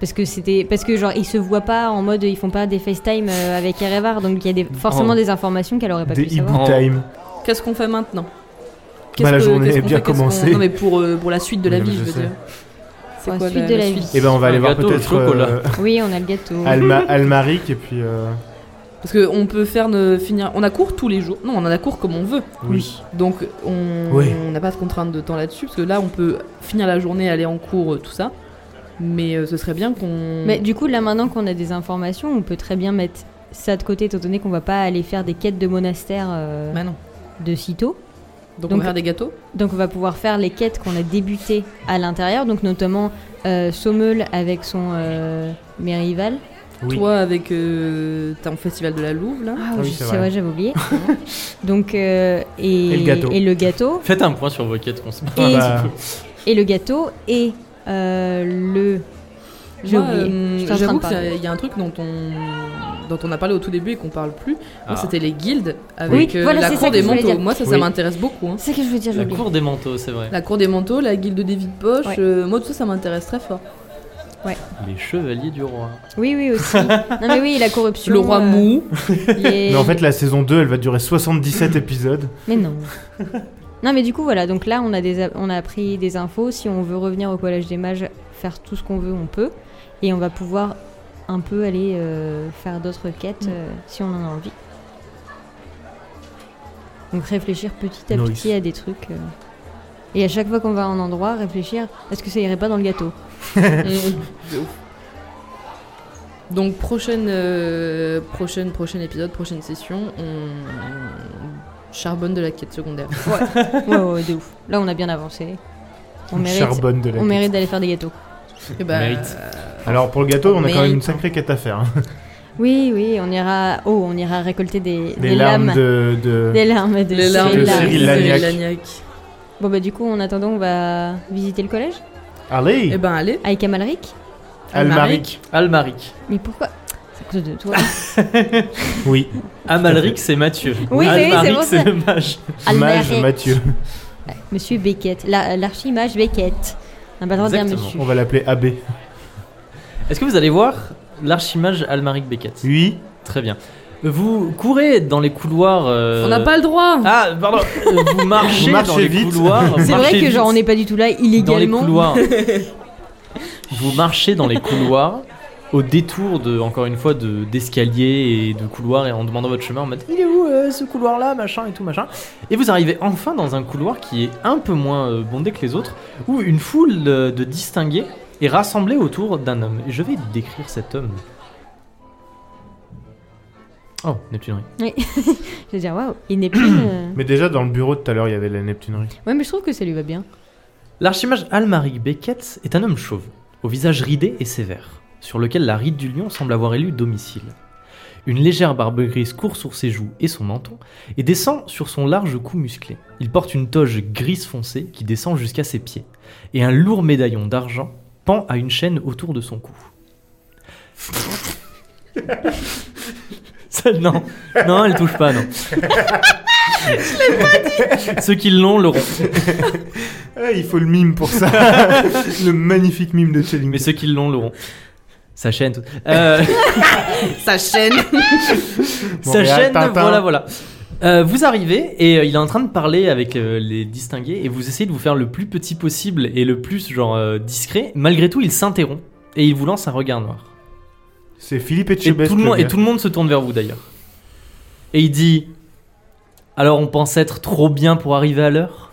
Speaker 4: Parce que c'était, parce que genre ils se voient pas en mode, ils font pas des FaceTime euh, avec Erevar, donc il y a des, forcément
Speaker 1: Oh.
Speaker 4: des informations qu'elle aurait pas
Speaker 3: Des
Speaker 4: pu savoir.
Speaker 3: hibou time.
Speaker 2: Qu'est-ce qu'on fait maintenant
Speaker 3: Bah, la
Speaker 2: que-
Speaker 3: journée
Speaker 2: qu'est-ce
Speaker 3: est
Speaker 2: qu'on
Speaker 3: bien
Speaker 2: fait Qu'est-ce
Speaker 3: commencée.
Speaker 2: qu'on- Non, mais pour, euh, pour la suite de la
Speaker 3: Oui,
Speaker 2: vie,
Speaker 3: je
Speaker 2: je veux
Speaker 3: sais.
Speaker 2: dire. C'est
Speaker 4: Pour la
Speaker 2: quoi
Speaker 4: suite de la vie.
Speaker 3: Et ben on va
Speaker 1: Un
Speaker 3: aller voir
Speaker 1: gâteau au
Speaker 3: peut-être
Speaker 1: chocolat.
Speaker 3: euh,
Speaker 4: Oui, on a le gâteau.
Speaker 3: Alma, Almaric et puis. euh,
Speaker 2: Parce qu'on peut faire ne, finir. On a cours tous les jours. Non, on en a cours comme on veut.
Speaker 3: Oui.
Speaker 2: Donc on
Speaker 3: Oui.
Speaker 2: on n'a pas de contrainte de temps là-dessus. Parce que là, on peut finir la journée, aller en cours, euh, tout ça. Mais euh, ce serait bien qu'on.
Speaker 4: Mais du coup, là maintenant qu'on a des informations, on peut très bien mettre ça de côté, étant donné qu'on va pas aller faire des quêtes de monastère euh,
Speaker 2: Bah non.
Speaker 4: de sitôt.
Speaker 2: Donc, on
Speaker 4: Donc-
Speaker 2: va faire des gâteaux
Speaker 4: Donc on va pouvoir faire les quêtes qu'on a débutées à l'intérieur, donc notamment euh, Sommeul avec son euh, Merival.
Speaker 3: Oui.
Speaker 2: Toi, avec euh, ton festival de la Louve, là.
Speaker 4: Ah
Speaker 3: oui,
Speaker 4: oui,
Speaker 3: c'est
Speaker 4: c'est
Speaker 3: vrai.
Speaker 4: vrai, j'avais
Speaker 3: (laughs)
Speaker 4: oublié. donc euh, et,
Speaker 3: Et le gâteau.
Speaker 4: et le gâteau
Speaker 1: Faites un point sur vos quêtes qu'on se
Speaker 4: Et-
Speaker 3: Ah bah,
Speaker 4: et le gâteau et euh, le Ah, j'ai
Speaker 2: Moi,
Speaker 4: oublié.
Speaker 2: euh,
Speaker 4: J'étais en train de
Speaker 2: J'avoue
Speaker 4: parler.
Speaker 2: qu'il y a un truc dont on, dont on a parlé au tout début et qu'on parle plus.
Speaker 1: Ah.
Speaker 2: Moi, c'était les guildes avec
Speaker 4: Oui,
Speaker 2: euh,
Speaker 4: voilà,
Speaker 2: la
Speaker 4: c'est
Speaker 2: cour
Speaker 4: ça que
Speaker 2: des
Speaker 4: je voulais
Speaker 2: manteaux.
Speaker 4: dire.
Speaker 2: Moi, ça, ça
Speaker 1: Oui.
Speaker 2: m'intéresse beaucoup. hein.
Speaker 4: C'est ce que je veux dire, j'ai
Speaker 1: La
Speaker 4: oublié.
Speaker 1: cour des manteaux, c'est vrai.
Speaker 2: La cour des manteaux, la guilde des vides poches,
Speaker 4: Ouais.
Speaker 2: euh, moi, tout ça, ça m'intéresse très fort.
Speaker 1: Les chevaliers du roi.
Speaker 4: Oui, oui,
Speaker 3: (laughs)
Speaker 4: aussi. non, mais oui, la corruption.
Speaker 2: Le roi
Speaker 4: euh,
Speaker 2: mou.
Speaker 4: il est-
Speaker 3: Mais en fait, la saison 2, elle va durer 77 épisodes.
Speaker 4: Mais non. non, mais du coup, voilà. Donc là, on a, des, on a appris des infos. Si on veut revenir au Collège des Mages, faire tout ce qu'on veut, on peut. Et on va pouvoir un peu aller euh, faire d'autres quêtes
Speaker 2: Mm.
Speaker 4: euh, si on en a envie. Donc réfléchir petit à
Speaker 3: Nice.
Speaker 4: petit à des trucs. euh, Et à chaque fois qu'on va à un endroit, réfléchir est-ce que ça irait pas dans le gâteau
Speaker 2: (laughs) De ouf. Donc prochaine, euh, prochaine, prochain épisode, prochaine session, on, on charbonne de la quête secondaire. (laughs)
Speaker 4: Ouais, ouais, de ouf. Là, on a bien avancé. On mérite,
Speaker 3: Charbonne de la
Speaker 4: on
Speaker 3: quête.
Speaker 4: mérite d'aller faire des gâteaux.
Speaker 2: Et bah,
Speaker 1: Mérite.
Speaker 3: Alors pour le gâteau, on a quand même une
Speaker 2: Mérite.
Speaker 3: sacrée quête à faire. hein.
Speaker 4: Oui, oui, on ira. Oh, on ira récolter des,
Speaker 3: Des,
Speaker 4: des
Speaker 3: larmes,
Speaker 4: lames.
Speaker 3: de, de-
Speaker 4: Des larmes de
Speaker 2: les larmes
Speaker 3: de
Speaker 2: de
Speaker 3: Cyril
Speaker 2: Cyril
Speaker 3: Lagnac.
Speaker 2: Lagnac.
Speaker 4: Bon bah du coup en attendant on va visiter le collège
Speaker 2: Et
Speaker 4: Euh,
Speaker 3: Allez,
Speaker 2: ben allez,
Speaker 4: avec Amalric.
Speaker 3: Almaric.
Speaker 1: Almaric.
Speaker 4: Mais pourquoi C'est à cause de
Speaker 3: (laughs)
Speaker 4: toi.
Speaker 3: Oui,
Speaker 1: Amalric, c'est Mathieu.
Speaker 4: Oui, oui,
Speaker 1: Almaric,
Speaker 4: c'est pour ça.
Speaker 1: c'est le mage.
Speaker 3: Mage
Speaker 4: Almaric.
Speaker 3: Mathieu.
Speaker 4: Monsieur Beckett, La- l'archimage Beckett. On n'a pas le droit de dire
Speaker 1: Exactement.
Speaker 4: monsieur.
Speaker 3: On va l'appeler AB.
Speaker 1: Est-ce que vous allez voir l'archimage Almaric Beckett
Speaker 3: Oui,
Speaker 1: Très bien. Vous courez dans les couloirs. euh,
Speaker 2: on n'a pas le droit.
Speaker 1: Ah,
Speaker 4: (laughs)
Speaker 1: pardon. Euh, vous marchez,
Speaker 3: Vous marchez
Speaker 1: dans les
Speaker 3: vite.
Speaker 1: couloirs.
Speaker 4: C'est vrai
Speaker 1: marchez
Speaker 4: que genre on
Speaker 1: vite.
Speaker 4: n'est pas du tout là
Speaker 1: dans les
Speaker 4: illégalement.
Speaker 1: couloirs. (laughs) vous marchez dans les couloirs au détour de encore une fois de d'escaliers et de couloirs et en demandant votre chemin en mode il est où euh, ce couloir là machin et tout machin et vous arrivez enfin dans un couloir qui est un peu moins euh, bondé que les autres où une foule euh, de distingués est rassemblée autour d'un homme et je vais décrire cet homme oh Neptune oui.
Speaker 4: Je veux dire waouh, il n'est plus. euh,
Speaker 3: mais déjà dans le bureau de tout à l'heure, il y avait la Neptunerie.
Speaker 4: Ouais mais je trouve que ça lui va bien.
Speaker 1: L'archimage Almaric Beckett est un homme chauve, au visage ridé et sévère, sur lequel la ride du lion semble avoir élu domicile. Une légère barbe grise court sur ses joues et son menton et descend sur son large cou musclé. Il porte une toge grise foncée qui descend jusqu'à ses pieds, et un lourd médaillon d'argent pend à une chaîne autour de son cou. Ça, non, non, elle touche pas, non. Ceux qui l'ont l'auront.
Speaker 3: Ah, il faut le mime pour ça.
Speaker 4: (laughs)
Speaker 3: le magnifique mime de Chelling.
Speaker 1: Mais ceux qui l'ont l'auront. Sa chaîne. (laughs) tout- Euh,
Speaker 2: Ah, Sa chaîne.
Speaker 1: sa
Speaker 3: Montréal,
Speaker 1: chaîne,
Speaker 3: Tintin.
Speaker 1: voilà, voilà. Euh, vous arrivez et euh, il est en train de parler avec euh, les distingués et vous essayez de vous faire le plus petit possible et le plus genre euh, discret. Malgré tout, il s'interrompt et il vous lance un regard noir.
Speaker 3: C'est Philippe
Speaker 1: Et
Speaker 3: Etchebest.
Speaker 1: tout, le monde, et
Speaker 3: gars.
Speaker 1: tout le monde se tourne vers vous d'ailleurs. Et il dit Alors on pense être trop bien pour arriver à l'heure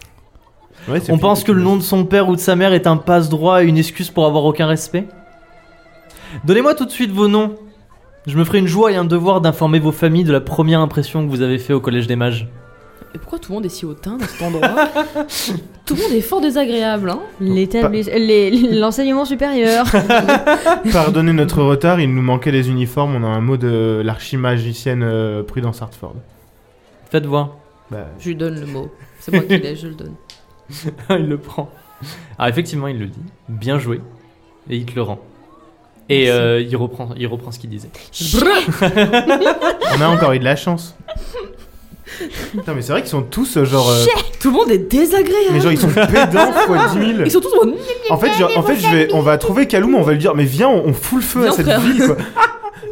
Speaker 3: Ouais, c'est
Speaker 1: On
Speaker 3: Philippe
Speaker 1: pense que le
Speaker 3: Etchebest.
Speaker 1: nom de son père ou de sa mère est un passe-droit et une excuse pour avoir aucun respect Donnez-moi tout de suite vos noms. Je me ferai une joie et un devoir d'informer vos familles de la première impression que vous avez fait au Collège des Mages.
Speaker 2: (laughs) Et pourquoi tout le monde est si hautain dans cet (laughs) endroit Tout le monde est fort désagréable. Hein
Speaker 4: L'établis- les- L'enseignement
Speaker 3: (laughs)
Speaker 4: supérieur.
Speaker 3: Pardonnez notre retard, il nous manquait les uniformes. On a un mot de l'archimagicienne euh, Prudence Hartford.
Speaker 1: Faites voir.
Speaker 3: Bah,
Speaker 2: je lui donne le mot. C'est moi qui l'ai, je le donne.
Speaker 1: (laughs) il le prend. Alors Ah, effectivement, il le dit. Bien joué. Et il te le rend. Et euh, il, reprend, il reprend ce qu'il disait.
Speaker 3: on a encore eu de la chance. Putain, mais c'est vrai qu'ils sont tous euh, genre. euh,
Speaker 2: Tout le monde est désagréable.
Speaker 3: mais genre, ils sont pédants fois 10 000.
Speaker 2: Ils sont tous en mode,
Speaker 3: En fait, genre, en fait je vais, on va trouver Kaloum, on va lui dire, mais viens, on, on fout le feu à
Speaker 2: Viens,
Speaker 3: cette
Speaker 2: frère.
Speaker 3: ville, quoi.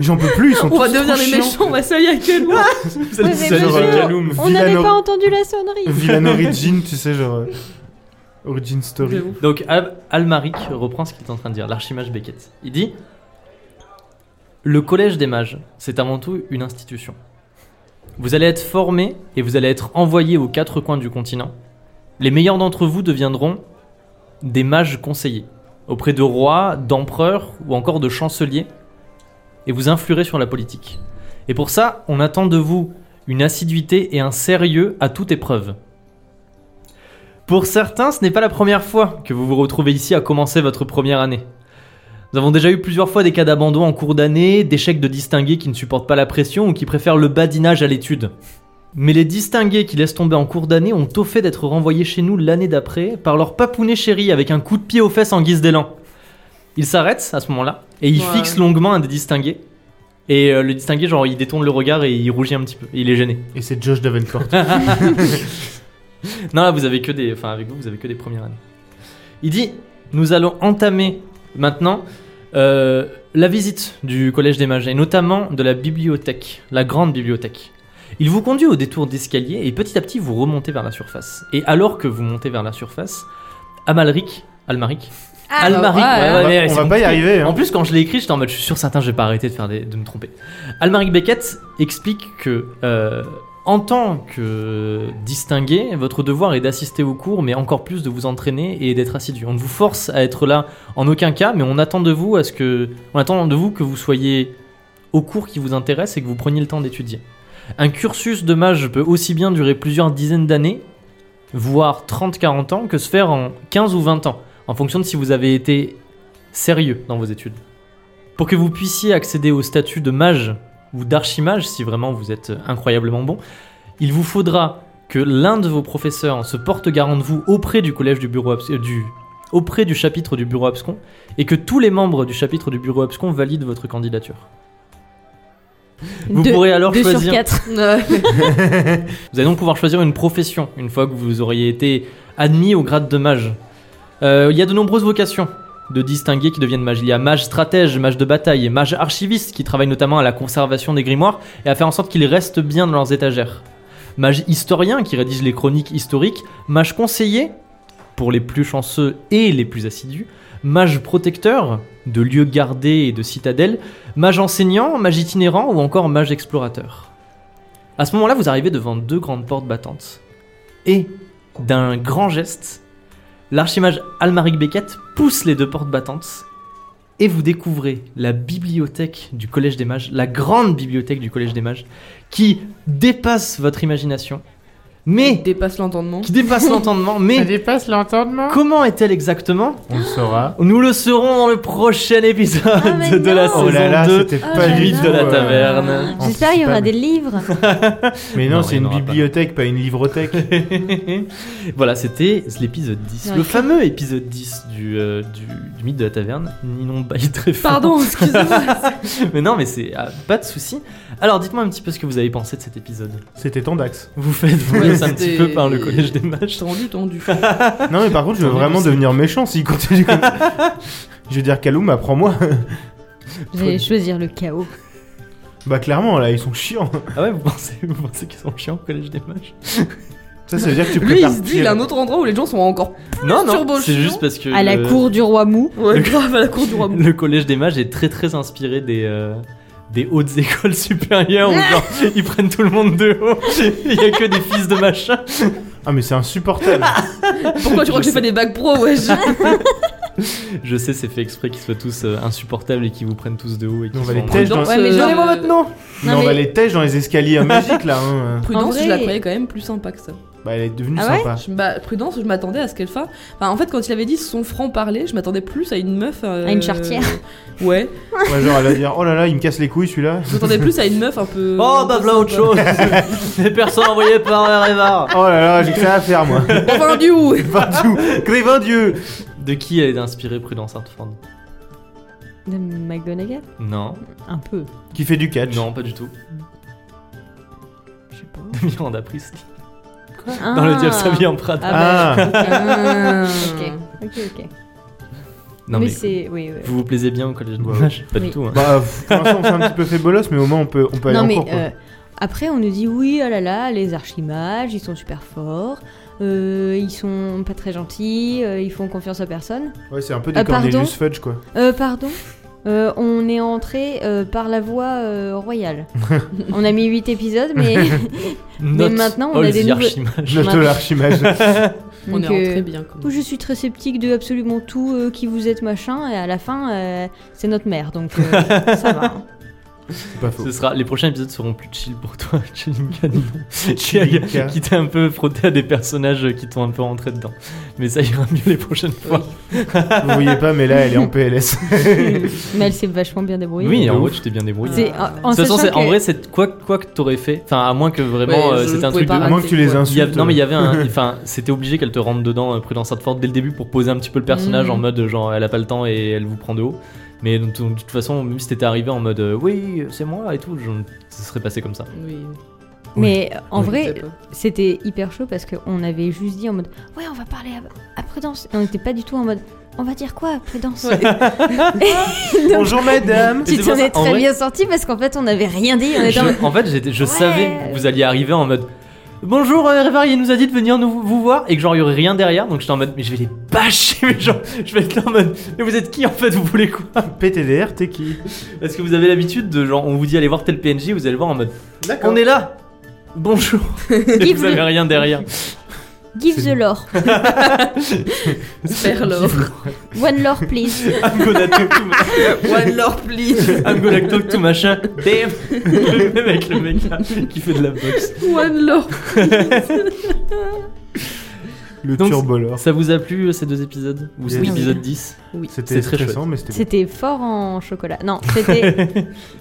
Speaker 3: J'en peux plus, ils sont
Speaker 2: on va
Speaker 3: tous
Speaker 2: devenir
Speaker 3: trop
Speaker 2: les
Speaker 3: chiants. euh,
Speaker 2: méchants, on va s'allier à quel point.
Speaker 1: Vous
Speaker 4: Ouais,
Speaker 1: êtes
Speaker 4: mais
Speaker 1: seul
Speaker 4: bien
Speaker 1: dans
Speaker 4: sûr.
Speaker 1: un calou.
Speaker 3: Kaloum,
Speaker 4: on n'avait
Speaker 3: Villano-
Speaker 4: pas entendu la sonnerie.
Speaker 3: Villain Origin, tu sais, genre. euh, Origin Story.
Speaker 1: Donc Al- Almaric reprend ce qu'il est en train de dire, l'archimage Beckett. Il dit Le collège des mages, c'est avant tout une institution. Vous allez être formés et vous allez être envoyés aux quatre coins du continent. Les meilleurs d'entre vous deviendront des mages conseillers auprès de rois, d'empereurs ou encore de chanceliers et vous influerez sur la politique. Et pour ça, on attend de vous une assiduité et un sérieux à toute épreuve. Pour certains, ce n'est pas la première fois que vous vous retrouvez ici à commencer votre première année. Nous avons déjà eu plusieurs fois des cas d'abandon en cours d'année, d'échecs de distingués qui ne supportent pas la pression ou qui préfèrent le badinage à l'étude. Mais les distingués qui laissent tomber en cours d'année ont au fait d'être renvoyés chez nous l'année d'après par leur papounet chéri avec un coup de pied aux fesses en guise d'élan. Ils s'arrêtent à ce moment-là et ils
Speaker 2: Ouais.
Speaker 1: fixent longuement un des distingués. Et euh, le distingué, genre, il détourne le regard et il rougit un petit peu. Il est gêné.
Speaker 3: Et c'est Josh Davenport.
Speaker 2: Ah,
Speaker 1: Non, là, vous avez que des. Enfin, avec vous, vous avez que des premières années. Il dit Nous allons entamer maintenant euh, la visite du Collège des Mages, et notamment de la bibliothèque, la grande bibliothèque. Il vous conduit au détour d'escalier, et petit à petit, vous remontez vers la surface. Et alors que vous montez vers la surface, Amalric. Almaric Almaric,
Speaker 2: bah ouais.
Speaker 1: ouais,
Speaker 3: on
Speaker 1: ouais,
Speaker 3: va,
Speaker 1: mais
Speaker 3: on
Speaker 1: c'est
Speaker 3: va pas y
Speaker 1: compliqué.
Speaker 3: arriver. hein.
Speaker 1: En plus, quand je l'ai écrit, j'étais en mode, je suis sûr certain, je vais pas arrêter de, faire des- de me tromper. Almaric Beckett explique que, euh, en tant que distingué, votre devoir est d'assister aux cours, mais encore plus de vous entraîner et d'être assidu. On ne vous force à être là en aucun cas, mais on attend de vous à ce que, on attend de vous que vous soyez au cours qui vous intéresse et que vous preniez le temps d'étudier. Un cursus de mage peut aussi bien durer plusieurs dizaines d'années, voire 30-40 ans, que se faire en 15 ou 20 ans, en fonction de si vous avez été sérieux dans vos études. Pour que vous puissiez accéder au statut de mage ou d'archimage, si vraiment vous êtes euh, incroyablement bon, il vous faudra que l'un de vos professeurs se porte garant de vous auprès du collège du bureau abs- euh, du auprès du chapitre du bureau abscon et que tous les membres du chapitre du bureau abscon valident votre candidature. Vous
Speaker 4: Deux-
Speaker 1: pourrez alors
Speaker 4: deux
Speaker 1: choisir.
Speaker 4: sur quatre.
Speaker 1: Vous allez donc pouvoir choisir une profession une fois que vous auriez été admis au grade de mage. Euh, il y a de nombreuses vocations de distingués qui deviennent mages. Il y a mage stratège, mage de bataille, mage archiviste qui travaille notamment à la conservation des grimoires et à faire en sorte qu'ils restent bien dans leurs étagères. Mage historien qui rédige les chroniques historiques, mage conseiller pour les plus chanceux et les plus assidus, mage protecteur de lieux gardés et de citadelles, mage enseignant, mage itinérant ou encore mage explorateur. À ce moment-là, vous arrivez devant deux grandes portes battantes. Et, d'un grand geste, l'archimage Almaric Beckett pousse les deux portes battantes. Et vous découvrez la bibliothèque du Collège des Mages, la grande bibliothèque du Collège des Mages, qui dépasse votre imagination, mais
Speaker 2: Dépasse l'entendement.
Speaker 1: qui dépasse l'entendement. Mais
Speaker 3: dépasse l'entendement.
Speaker 1: comment est-elle exactement
Speaker 3: On le saura.
Speaker 1: Nous le saurons dans le prochain épisode
Speaker 4: Ah, mais
Speaker 1: de la
Speaker 4: non.
Speaker 1: saison
Speaker 3: Oh là là,
Speaker 1: 2.
Speaker 3: c'était
Speaker 4: Ah
Speaker 3: pas
Speaker 4: là
Speaker 3: du
Speaker 4: là.
Speaker 3: tout,
Speaker 1: de la
Speaker 3: euh,
Speaker 1: taverne.
Speaker 4: J'espère qu'il y aura
Speaker 3: anticipable.
Speaker 4: des livres.
Speaker 3: Mais non,
Speaker 1: Non, il
Speaker 3: c'est
Speaker 1: y en
Speaker 3: une
Speaker 1: aura pas.
Speaker 3: bibliothèque, pas une livrothèque.
Speaker 1: (laughs) voilà, c'était l'épisode 10.
Speaker 4: Ouais.
Speaker 1: Le fameux épisode 10 du, euh, du, du mythe de la taverne. Ninon baille très fort.
Speaker 2: Pardon, excusez-moi.
Speaker 1: (laughs) mais non, mais c'est ah, pas de souci. Alors, dites-moi un petit peu ce que vous avez pensé de cet épisode.
Speaker 3: C'était ton Dax.
Speaker 1: Vous faites vous
Speaker 2: Ouais,
Speaker 1: un petit
Speaker 2: c'était-
Speaker 1: peu par le collège des mages.
Speaker 2: Tendu, tendu.
Speaker 3: Non, mais par contre, je veux
Speaker 1: Attendez,
Speaker 3: vraiment
Speaker 1: c'est-
Speaker 3: devenir méchant s'il continue comme ça. Je veux dire, Kaloum, apprends-moi.
Speaker 4: Vous allez choisir le chaos.
Speaker 3: Bah, clairement, là, ils sont chiants.
Speaker 1: Ah ouais, vous pensez, vous pensez qu'ils sont chiants au collège des mages
Speaker 3: Ça, ça veut dire que tu
Speaker 2: Lui, il
Speaker 3: prépares
Speaker 2: se dit,
Speaker 3: pire.
Speaker 2: il a un autre endroit où les gens sont encore.
Speaker 1: Non, non,
Speaker 2: turbo
Speaker 1: c'est
Speaker 2: chiant.
Speaker 1: juste parce que. euh,
Speaker 4: À la
Speaker 1: le-
Speaker 4: cour du roi mou.
Speaker 3: (laughs)
Speaker 2: Ouais, grave à la cour du roi.
Speaker 1: (laughs) Le collège des mages est très très inspiré des, euh, des hautes (laughs) écoles supérieures où
Speaker 4: (laughs)
Speaker 1: genre, ils prennent tout le monde de haut. (laughs) Il y a que des fils de machin.
Speaker 3: Ah, mais c'est
Speaker 4: (laughs)
Speaker 3: insupportable.
Speaker 2: Pourquoi tu crois que j'ai fait des bacs pro, wesh
Speaker 1: Je sais, c'est fait exprès qu'ils soient tous euh, insupportables et qu'ils vous prennent tous de haut. Et qu'ils
Speaker 3: On va
Speaker 1: soient
Speaker 3: les
Speaker 1: en-
Speaker 3: tèches dans
Speaker 4: Ouais, mais genre- euh,
Speaker 2: Donnez-moi votre nom.
Speaker 3: Non,
Speaker 4: Non,
Speaker 3: on va
Speaker 4: mais-
Speaker 3: les tèches dans les
Speaker 4: (laughs)
Speaker 3: escaliers magiques, là. hein.
Speaker 2: Prudence,
Speaker 4: En
Speaker 2: je la
Speaker 4: vrai-
Speaker 2: croyais quand même plus sympa que ça.
Speaker 3: Bah, elle est devenue
Speaker 4: Ah ouais
Speaker 3: sympa.
Speaker 2: Je- bah, Prudence, je m'attendais à ce qu'elle fasse. Enfin, en fait, quand il avait dit son franc-parler, je m'attendais plus à une meuf. euh,
Speaker 4: À une charretière.
Speaker 2: (laughs) Ouais.
Speaker 3: Ouais, genre, elle va dire, oh là là, il me casse les couilles, celui-là.
Speaker 2: Je m'attendais plus à une meuf un peu.
Speaker 1: Oh, bah
Speaker 2: un peu
Speaker 1: voilà autre
Speaker 2: sympa.
Speaker 3: (laughs)
Speaker 1: chose. (laughs) les personnes envoyées par Reva.
Speaker 3: Oh là là, j'ai que ça à faire, moi.
Speaker 2: (laughs)
Speaker 3: (laughs)
Speaker 2: Enfin, du où
Speaker 3: Partout. Crévin Dieu.
Speaker 1: De qui elle est inspirée Prudence Hartford
Speaker 4: De McGonagall
Speaker 1: Non.
Speaker 4: Un peu.
Speaker 3: Qui fait du catch.
Speaker 1: Non, pas du tout. (laughs)
Speaker 4: Je sais pas. (laughs)
Speaker 1: De Miranda Priestley. Dans le Diable s'habille en Prada.
Speaker 4: Ah, bah,
Speaker 2: Ah.
Speaker 4: (laughs) ok. ok, ok.
Speaker 1: Non
Speaker 4: mais
Speaker 1: mais,
Speaker 4: c'est. Oui, oui.
Speaker 1: vous vous plaisez bien au collège des
Speaker 3: Ouais.
Speaker 1: mages Pas
Speaker 4: Oui.
Speaker 1: du tout. hein.
Speaker 3: Bah, pff, pour l'instant, on s'est un petit peu fait bolos, mais au moins, on peut, on peut aller
Speaker 4: non,
Speaker 3: en
Speaker 4: mais
Speaker 3: cours, quoi.
Speaker 4: euh, après, on nous dit oui, oh là là, les archimages, ils sont super forts, euh, ils sont pas très gentils, euh, ils font confiance à personne.
Speaker 3: Ouais, c'est un peu des
Speaker 4: Ah, pardon
Speaker 3: Cornelius Fudge, quoi.
Speaker 4: Euh, pardon Euh, on est entré euh, par la voie euh, royale. on a mis 8 épisodes, mais
Speaker 1: Note
Speaker 4: maintenant, on a
Speaker 1: all
Speaker 4: des
Speaker 1: the
Speaker 4: nouveaux-
Speaker 1: archimages.
Speaker 3: Note l'archimage.
Speaker 2: On est
Speaker 4: Donc, euh,
Speaker 2: rentré bien quand
Speaker 4: je suis très sceptique de absolument tout euh, qui vous êtes machin, et à la fin, euh, c'est notre mère, donc euh, ça va. hein.
Speaker 3: C'est pas faux.
Speaker 1: Ce sera, les prochains épisodes seront plus chill pour toi, (laughs) Chelinka,
Speaker 3: (laughs)
Speaker 1: qui,
Speaker 3: Chelinka.
Speaker 1: a- qui t'a un peu frotté à des personnages qui t'ont un peu rentré dedans. Mais ça ira mieux les prochaines fois.
Speaker 3: Vous voyez pas, mais là, elle est en PLS.
Speaker 4: (laughs) Mais elle s'est vachement bien débrouillée.
Speaker 1: Oui,
Speaker 3: de
Speaker 1: en
Speaker 3: ouf.
Speaker 1: vrai, tu t'es bien débrouillé.
Speaker 4: C'est- en- en
Speaker 1: De toute façon,
Speaker 4: sachant
Speaker 1: c'est- en
Speaker 4: que-
Speaker 1: vrai, c'est quoi, quoi que t'aurais fait, enfin, à moins que vraiment
Speaker 2: Ouais,
Speaker 1: euh,
Speaker 2: je- je
Speaker 1: c'était un
Speaker 2: pouvais
Speaker 1: truc
Speaker 2: pas
Speaker 1: de
Speaker 3: À moins que tu les
Speaker 2: Ouais.
Speaker 1: Il y a-
Speaker 3: insultes.
Speaker 1: non mais il y avait
Speaker 3: (laughs)
Speaker 1: un, enfin c'était obligé qu'elle te rentre dedans euh, Prudence Hartford dès le début pour poser un petit peu le personnage
Speaker 2: Mhm.
Speaker 1: en mode genre elle a pas le temps et elle vous prend de haut. Mais de, tout- de toute façon même si t'étais arrivé en mode euh, oui euh, c'est moi et tout, je, ça serait passé comme ça.
Speaker 2: Oui,
Speaker 4: Mais euh, en
Speaker 3: Oui.
Speaker 4: vrai,
Speaker 2: je sais pas.
Speaker 4: c'était hyper chaud parce qu'on avait juste dit en mode ouais on va parler à, à Prudence et on n'était pas du tout en mode on va dire quoi à Prudence
Speaker 1: (laughs)
Speaker 3: Bonjour madame
Speaker 1: Et c'est
Speaker 4: Tu t'en
Speaker 1: pour ça,
Speaker 4: es
Speaker 1: en
Speaker 4: très
Speaker 1: vrai-
Speaker 4: bien sorti parce qu'en fait on n'avait rien dit, on était en mode,
Speaker 1: Je- en fait j'étais- je
Speaker 4: Ouais.
Speaker 1: savais que vous alliez arriver en mode bonjour euh, Révar, il nous a dit de venir nous vous voir et que genre il y aurait rien derrière donc j'étais en mode mais je vais les bâcher (laughs) mais genre je vais être là en mode mais vous êtes qui en fait vous voulez quoi
Speaker 3: PTDR, t'es qui
Speaker 1: Parce que vous avez l'habitude de genre on vous dit allez voir tel PNJ vous allez voir en mode
Speaker 3: D'accord.
Speaker 1: on est là
Speaker 4: (laughs)
Speaker 1: bonjour et vous avez rien derrière.
Speaker 4: give
Speaker 3: C'est-
Speaker 1: (laughs)
Speaker 4: the lore,
Speaker 2: Faire l'or.
Speaker 4: one lore please.
Speaker 1: I'm gonna talk to my-
Speaker 2: One lore, please.
Speaker 1: I'm gonna talk to machin. Damn. (laughs) Le même avec le mec là, qui fait de la boxe.
Speaker 2: One lore.
Speaker 3: Le
Speaker 1: Donc,
Speaker 3: turbolor.
Speaker 1: Ça vous a plu euh, ces deux épisodes Ou cet
Speaker 3: Oui.
Speaker 1: épisode 10
Speaker 3: C'était
Speaker 1: c'est très
Speaker 3: stressant, mais c'était
Speaker 4: C'était fort en chocolat, non c'était
Speaker 1: (laughs)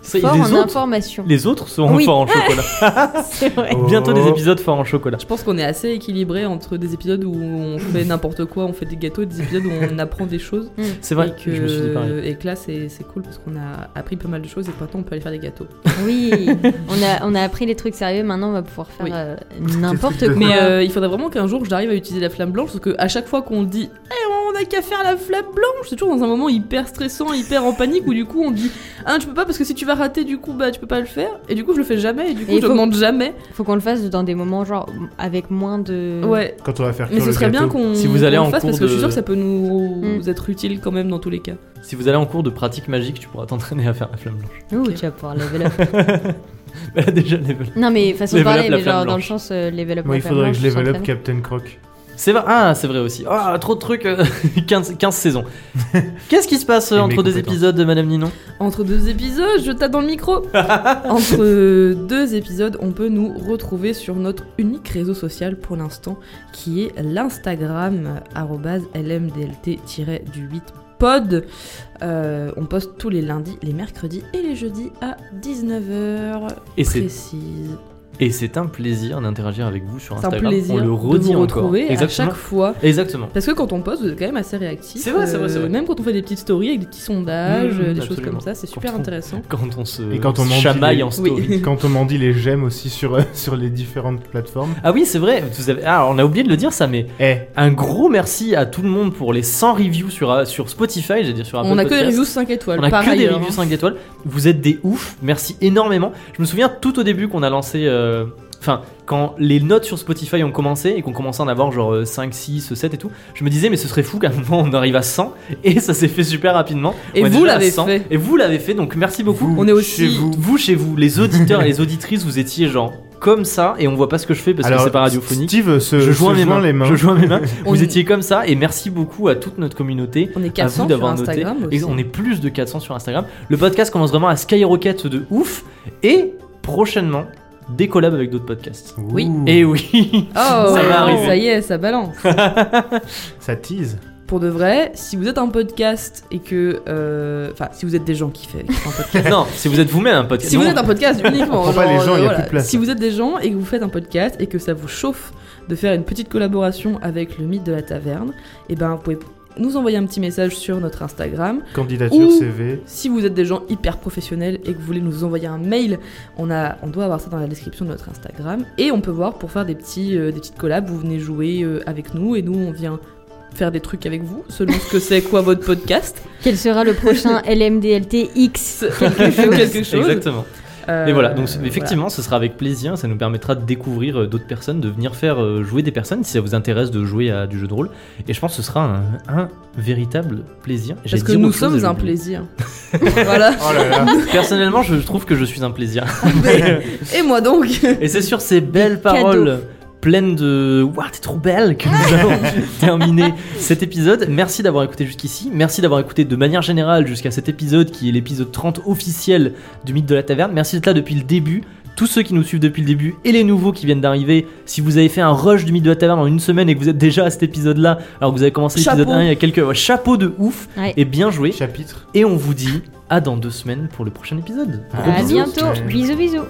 Speaker 1: C'est-
Speaker 4: fort
Speaker 1: les,
Speaker 4: en
Speaker 1: autres,
Speaker 4: information,
Speaker 1: les autres sont
Speaker 4: Oui.
Speaker 1: forts en chocolat.
Speaker 2: (laughs)
Speaker 4: c'est vrai.
Speaker 3: Oh.
Speaker 1: (laughs) Bientôt des épisodes forts en chocolat.
Speaker 2: Je pense qu'on est assez équilibré entre des épisodes où on fait n'importe quoi, on fait des gâteaux, et des épisodes où on apprend des choses.
Speaker 1: C'est vrai,
Speaker 2: et que,
Speaker 1: je me suis dit pareil.
Speaker 2: et que là, c'est c'est cool parce qu'on a appris pas mal de choses et que maintenant on peut aller faire des gâteaux.
Speaker 1: (laughs)
Speaker 4: Oui, on a, on a appris les trucs sérieux, maintenant on va pouvoir faire
Speaker 2: Oui.
Speaker 4: euh,
Speaker 3: Des
Speaker 4: n'importe quoi.
Speaker 3: trucs de-
Speaker 2: Mais euh, il faudrait vraiment qu'un jour j'arrive à utiliser la flamme blanche parce que à chaque fois qu'on dit Eh, on a qu'à faire la flamme blanche, c'est toujours dans un moment hyper stressant, hyper en panique où du coup on dit Ah, tu peux pas parce que si tu vas rater, du coup bah tu peux pas le faire. Et du coup, je le fais jamais et du coup,
Speaker 4: Et
Speaker 2: je
Speaker 4: faut-
Speaker 2: demande jamais.
Speaker 4: Faut qu'on le fasse dans des moments genre avec moins de...
Speaker 2: Ouais.
Speaker 3: quand on va faire
Speaker 2: Mais
Speaker 3: cuire
Speaker 2: ce
Speaker 3: le
Speaker 2: serait bien
Speaker 3: gâteau.
Speaker 2: qu'on
Speaker 1: Si vous allez
Speaker 2: qu'on le
Speaker 1: en
Speaker 2: fasse
Speaker 1: cours
Speaker 2: parce que je suis
Speaker 1: de-
Speaker 2: sûre que ça peut nous
Speaker 4: Mm.
Speaker 2: être utile quand même dans tous les cas.
Speaker 1: Si vous allez en cours de pratique magique, tu pourras t'entraîner à faire la flamme blanche.
Speaker 4: Ouh,
Speaker 2: Ok.
Speaker 4: tu vas pouvoir level up.
Speaker 1: (laughs) Bah, déjà, level.
Speaker 4: Non mais façon de
Speaker 1: Level
Speaker 4: parler,
Speaker 1: up la
Speaker 4: mais genre
Speaker 1: flamme
Speaker 4: dans le
Speaker 1: blanche.
Speaker 4: sens euh, level up.
Speaker 3: Moi,
Speaker 4: la
Speaker 3: il
Speaker 4: flamme
Speaker 3: faudrait que je
Speaker 4: blanche,
Speaker 3: level up
Speaker 4: s'entraîner.
Speaker 3: Captain Croc.
Speaker 1: C'est vrai. Ah, c'est vrai aussi. Ah, trop de trucs. euh, (laughs) 15, 15 (laughs) saisons. Qu'est-ce qui se passe euh,
Speaker 3: Et mes
Speaker 1: entre deux
Speaker 3: compétences.
Speaker 1: épisodes, Madame Ninon
Speaker 2: Entre deux épisodes, je tape dans le micro.
Speaker 1: (laughs)
Speaker 2: Entre deux épisodes, on peut nous retrouver sur notre unique réseau social pour l'instant, qui est l'Instagram arrobase lmdlt-du8 pod. Euh, on poste tous les lundis, les mercredis et les jeudis à 19h
Speaker 1: Et c'est
Speaker 2: précise.
Speaker 1: Et c'est un plaisir d'interagir avec vous sur
Speaker 2: C'est un
Speaker 1: Instagram.
Speaker 2: plaisir
Speaker 1: on le redit
Speaker 2: de vous
Speaker 1: encore.
Speaker 2: retrouver à
Speaker 1: Exactement.
Speaker 2: chaque fois.
Speaker 1: Exactement.
Speaker 2: Parce que quand on poste, vous êtes quand même assez réactif. Euh,
Speaker 1: C'est vrai, c'est vrai, c'est vrai.
Speaker 2: Même quand on fait des petites stories avec des petits sondages,
Speaker 1: Mmh,
Speaker 2: euh, des choses
Speaker 1: absolument.
Speaker 2: comme ça, c'est super
Speaker 1: Quand on-
Speaker 2: intéressant.
Speaker 1: Quand on se
Speaker 3: Et quand on
Speaker 1: se
Speaker 3: mendie
Speaker 1: chamaille
Speaker 3: les-
Speaker 1: en story.
Speaker 2: Oui.
Speaker 3: Quand on m'en dit les j'aime aussi sur, euh, sur les différentes plateformes.
Speaker 1: Ah oui, c'est vrai. Vous avez... ah, on a oublié de le dire ça, mais
Speaker 3: Eh,
Speaker 1: un gros merci à tout le monde pour les 100 reviews sur, sur Spotify, j'allais dire sur Apple
Speaker 2: On a que des
Speaker 1: Podcast.
Speaker 2: reviews 5 étoiles.
Speaker 1: On a
Speaker 2: par
Speaker 1: que des
Speaker 2: ailleurs,
Speaker 1: reviews
Speaker 2: hein.
Speaker 1: 5 étoiles. Vous êtes des oufs. Merci énormément. Je me souviens tout au début qu'on a lancé. euh, Enfin, quand les notes sur Spotify ont commencé et qu'on commençait à en avoir genre euh, 5, 6, 7 et tout, je me disais, mais ce serait fou qu'à un moment on arrive à 100 et ça s'est fait super rapidement.
Speaker 2: Et
Speaker 1: On est
Speaker 2: vous
Speaker 1: déjà à
Speaker 2: l'avez
Speaker 1: 100.
Speaker 2: fait.
Speaker 1: Et vous l'avez fait, donc merci beaucoup.
Speaker 3: vous,
Speaker 2: on est aussi-
Speaker 3: chez vous.
Speaker 1: Vous, chez vous, les auditeurs et les auditrices, vous étiez genre comme ça et on voit pas ce que je fais parce que c'est pas radiophonique.
Speaker 3: Steve se,
Speaker 1: je
Speaker 3: se
Speaker 1: joins mes
Speaker 3: joint
Speaker 1: mains.
Speaker 3: les mains.
Speaker 1: Je joins (laughs) mes mains.
Speaker 2: On-
Speaker 1: Vous étiez comme ça et merci beaucoup à toute notre communauté.
Speaker 2: On est
Speaker 1: À
Speaker 2: 400
Speaker 1: vous
Speaker 2: sur
Speaker 1: d'avoir noté.
Speaker 2: Instagram
Speaker 1: Et
Speaker 2: aussi.
Speaker 1: on est plus de 400 sur Instagram. Le podcast commence vraiment à skyrocket de ouf et prochainement des collabs avec d'autres podcasts.
Speaker 2: Oui.
Speaker 3: Ouh,
Speaker 1: Et oui. (laughs)
Speaker 2: Oh, ça,
Speaker 1: va arriver.
Speaker 2: ça y est, ça balance.
Speaker 3: Ça tease.
Speaker 2: Pour de vrai, si vous êtes un podcast et que. euh, Enfin, si vous êtes des gens qui, fait, qui font un podcast.
Speaker 1: non, si vous êtes vous-même un podcast.
Speaker 2: Si vous
Speaker 1: Non,
Speaker 2: êtes
Speaker 1: (laughs)
Speaker 2: un podcast uniquement.
Speaker 3: On prend pas
Speaker 2: genre,
Speaker 3: les gens,
Speaker 2: euh,
Speaker 3: y a
Speaker 2: voilà.
Speaker 3: plus de place.
Speaker 2: Si vous êtes des gens et que vous faites un podcast et que ça vous chauffe de faire une petite collaboration avec le mythe de la taverne, et ben vous pouvez nous envoyer un petit message sur notre Instagram
Speaker 3: Candidature,
Speaker 2: Ouh.
Speaker 3: CV.
Speaker 2: Si vous êtes des gens hyper professionnels et que vous voulez nous envoyer un mail, on, a, on doit avoir ça dans la description de notre Instagram. Et on peut voir pour faire des, petits, euh, des petites collabs, vous venez jouer euh, avec nous et nous on vient faire des trucs avec vous selon ce que c'est quoi
Speaker 1: (laughs)
Speaker 2: votre podcast.
Speaker 4: Quel sera le prochain LMDLTX Quelque chose.
Speaker 1: (laughs)
Speaker 2: Quelque chose.
Speaker 1: Exactement.
Speaker 2: Euh,
Speaker 1: Et voilà, donc c'est-
Speaker 2: voilà.
Speaker 1: effectivement, ce sera avec plaisir, ça nous permettra de découvrir euh, d'autres personnes, de venir faire euh, jouer des personnes si ça vous intéresse de jouer à du jeu de rôle. Et je pense que ce sera un, un véritable plaisir. J'allais
Speaker 2: Parce que
Speaker 1: dire
Speaker 2: nous
Speaker 1: autre chose,
Speaker 2: sommes
Speaker 1: j'ai
Speaker 2: un
Speaker 1: oublié. (laughs)
Speaker 2: plaisir. voilà.
Speaker 3: Oh là (laughs) là.
Speaker 1: Personnellement, je trouve que je suis un plaisir. et, euh,
Speaker 2: Et moi donc
Speaker 1: et c'est sur ces belles paroles pleine de Ouah, t'es trop belle que nous allons terminer cet épisode. Merci d'avoir écouté jusqu'ici. Merci d'avoir écouté de manière générale jusqu'à cet épisode qui est l'épisode 30 officiel du mythe de la taverne. Merci d'être là depuis le début. Tous ceux qui nous suivent depuis le début et les nouveaux qui viennent d'arriver, si vous avez fait un rush du mythe de la taverne en une semaine et que vous êtes déjà à cet épisode-là, alors que vous avez commencé l'épisode
Speaker 2: Chapeau.
Speaker 1: 1 il y a quelques chapeaux de ouf
Speaker 4: Ouais.
Speaker 1: et bien joué.
Speaker 3: Chapitre.
Speaker 1: Et on vous dit à dans deux semaines pour le prochain épisode.
Speaker 3: Ah.
Speaker 1: Gros
Speaker 4: À
Speaker 1: bisous.
Speaker 4: bientôt. Bisous, bisous.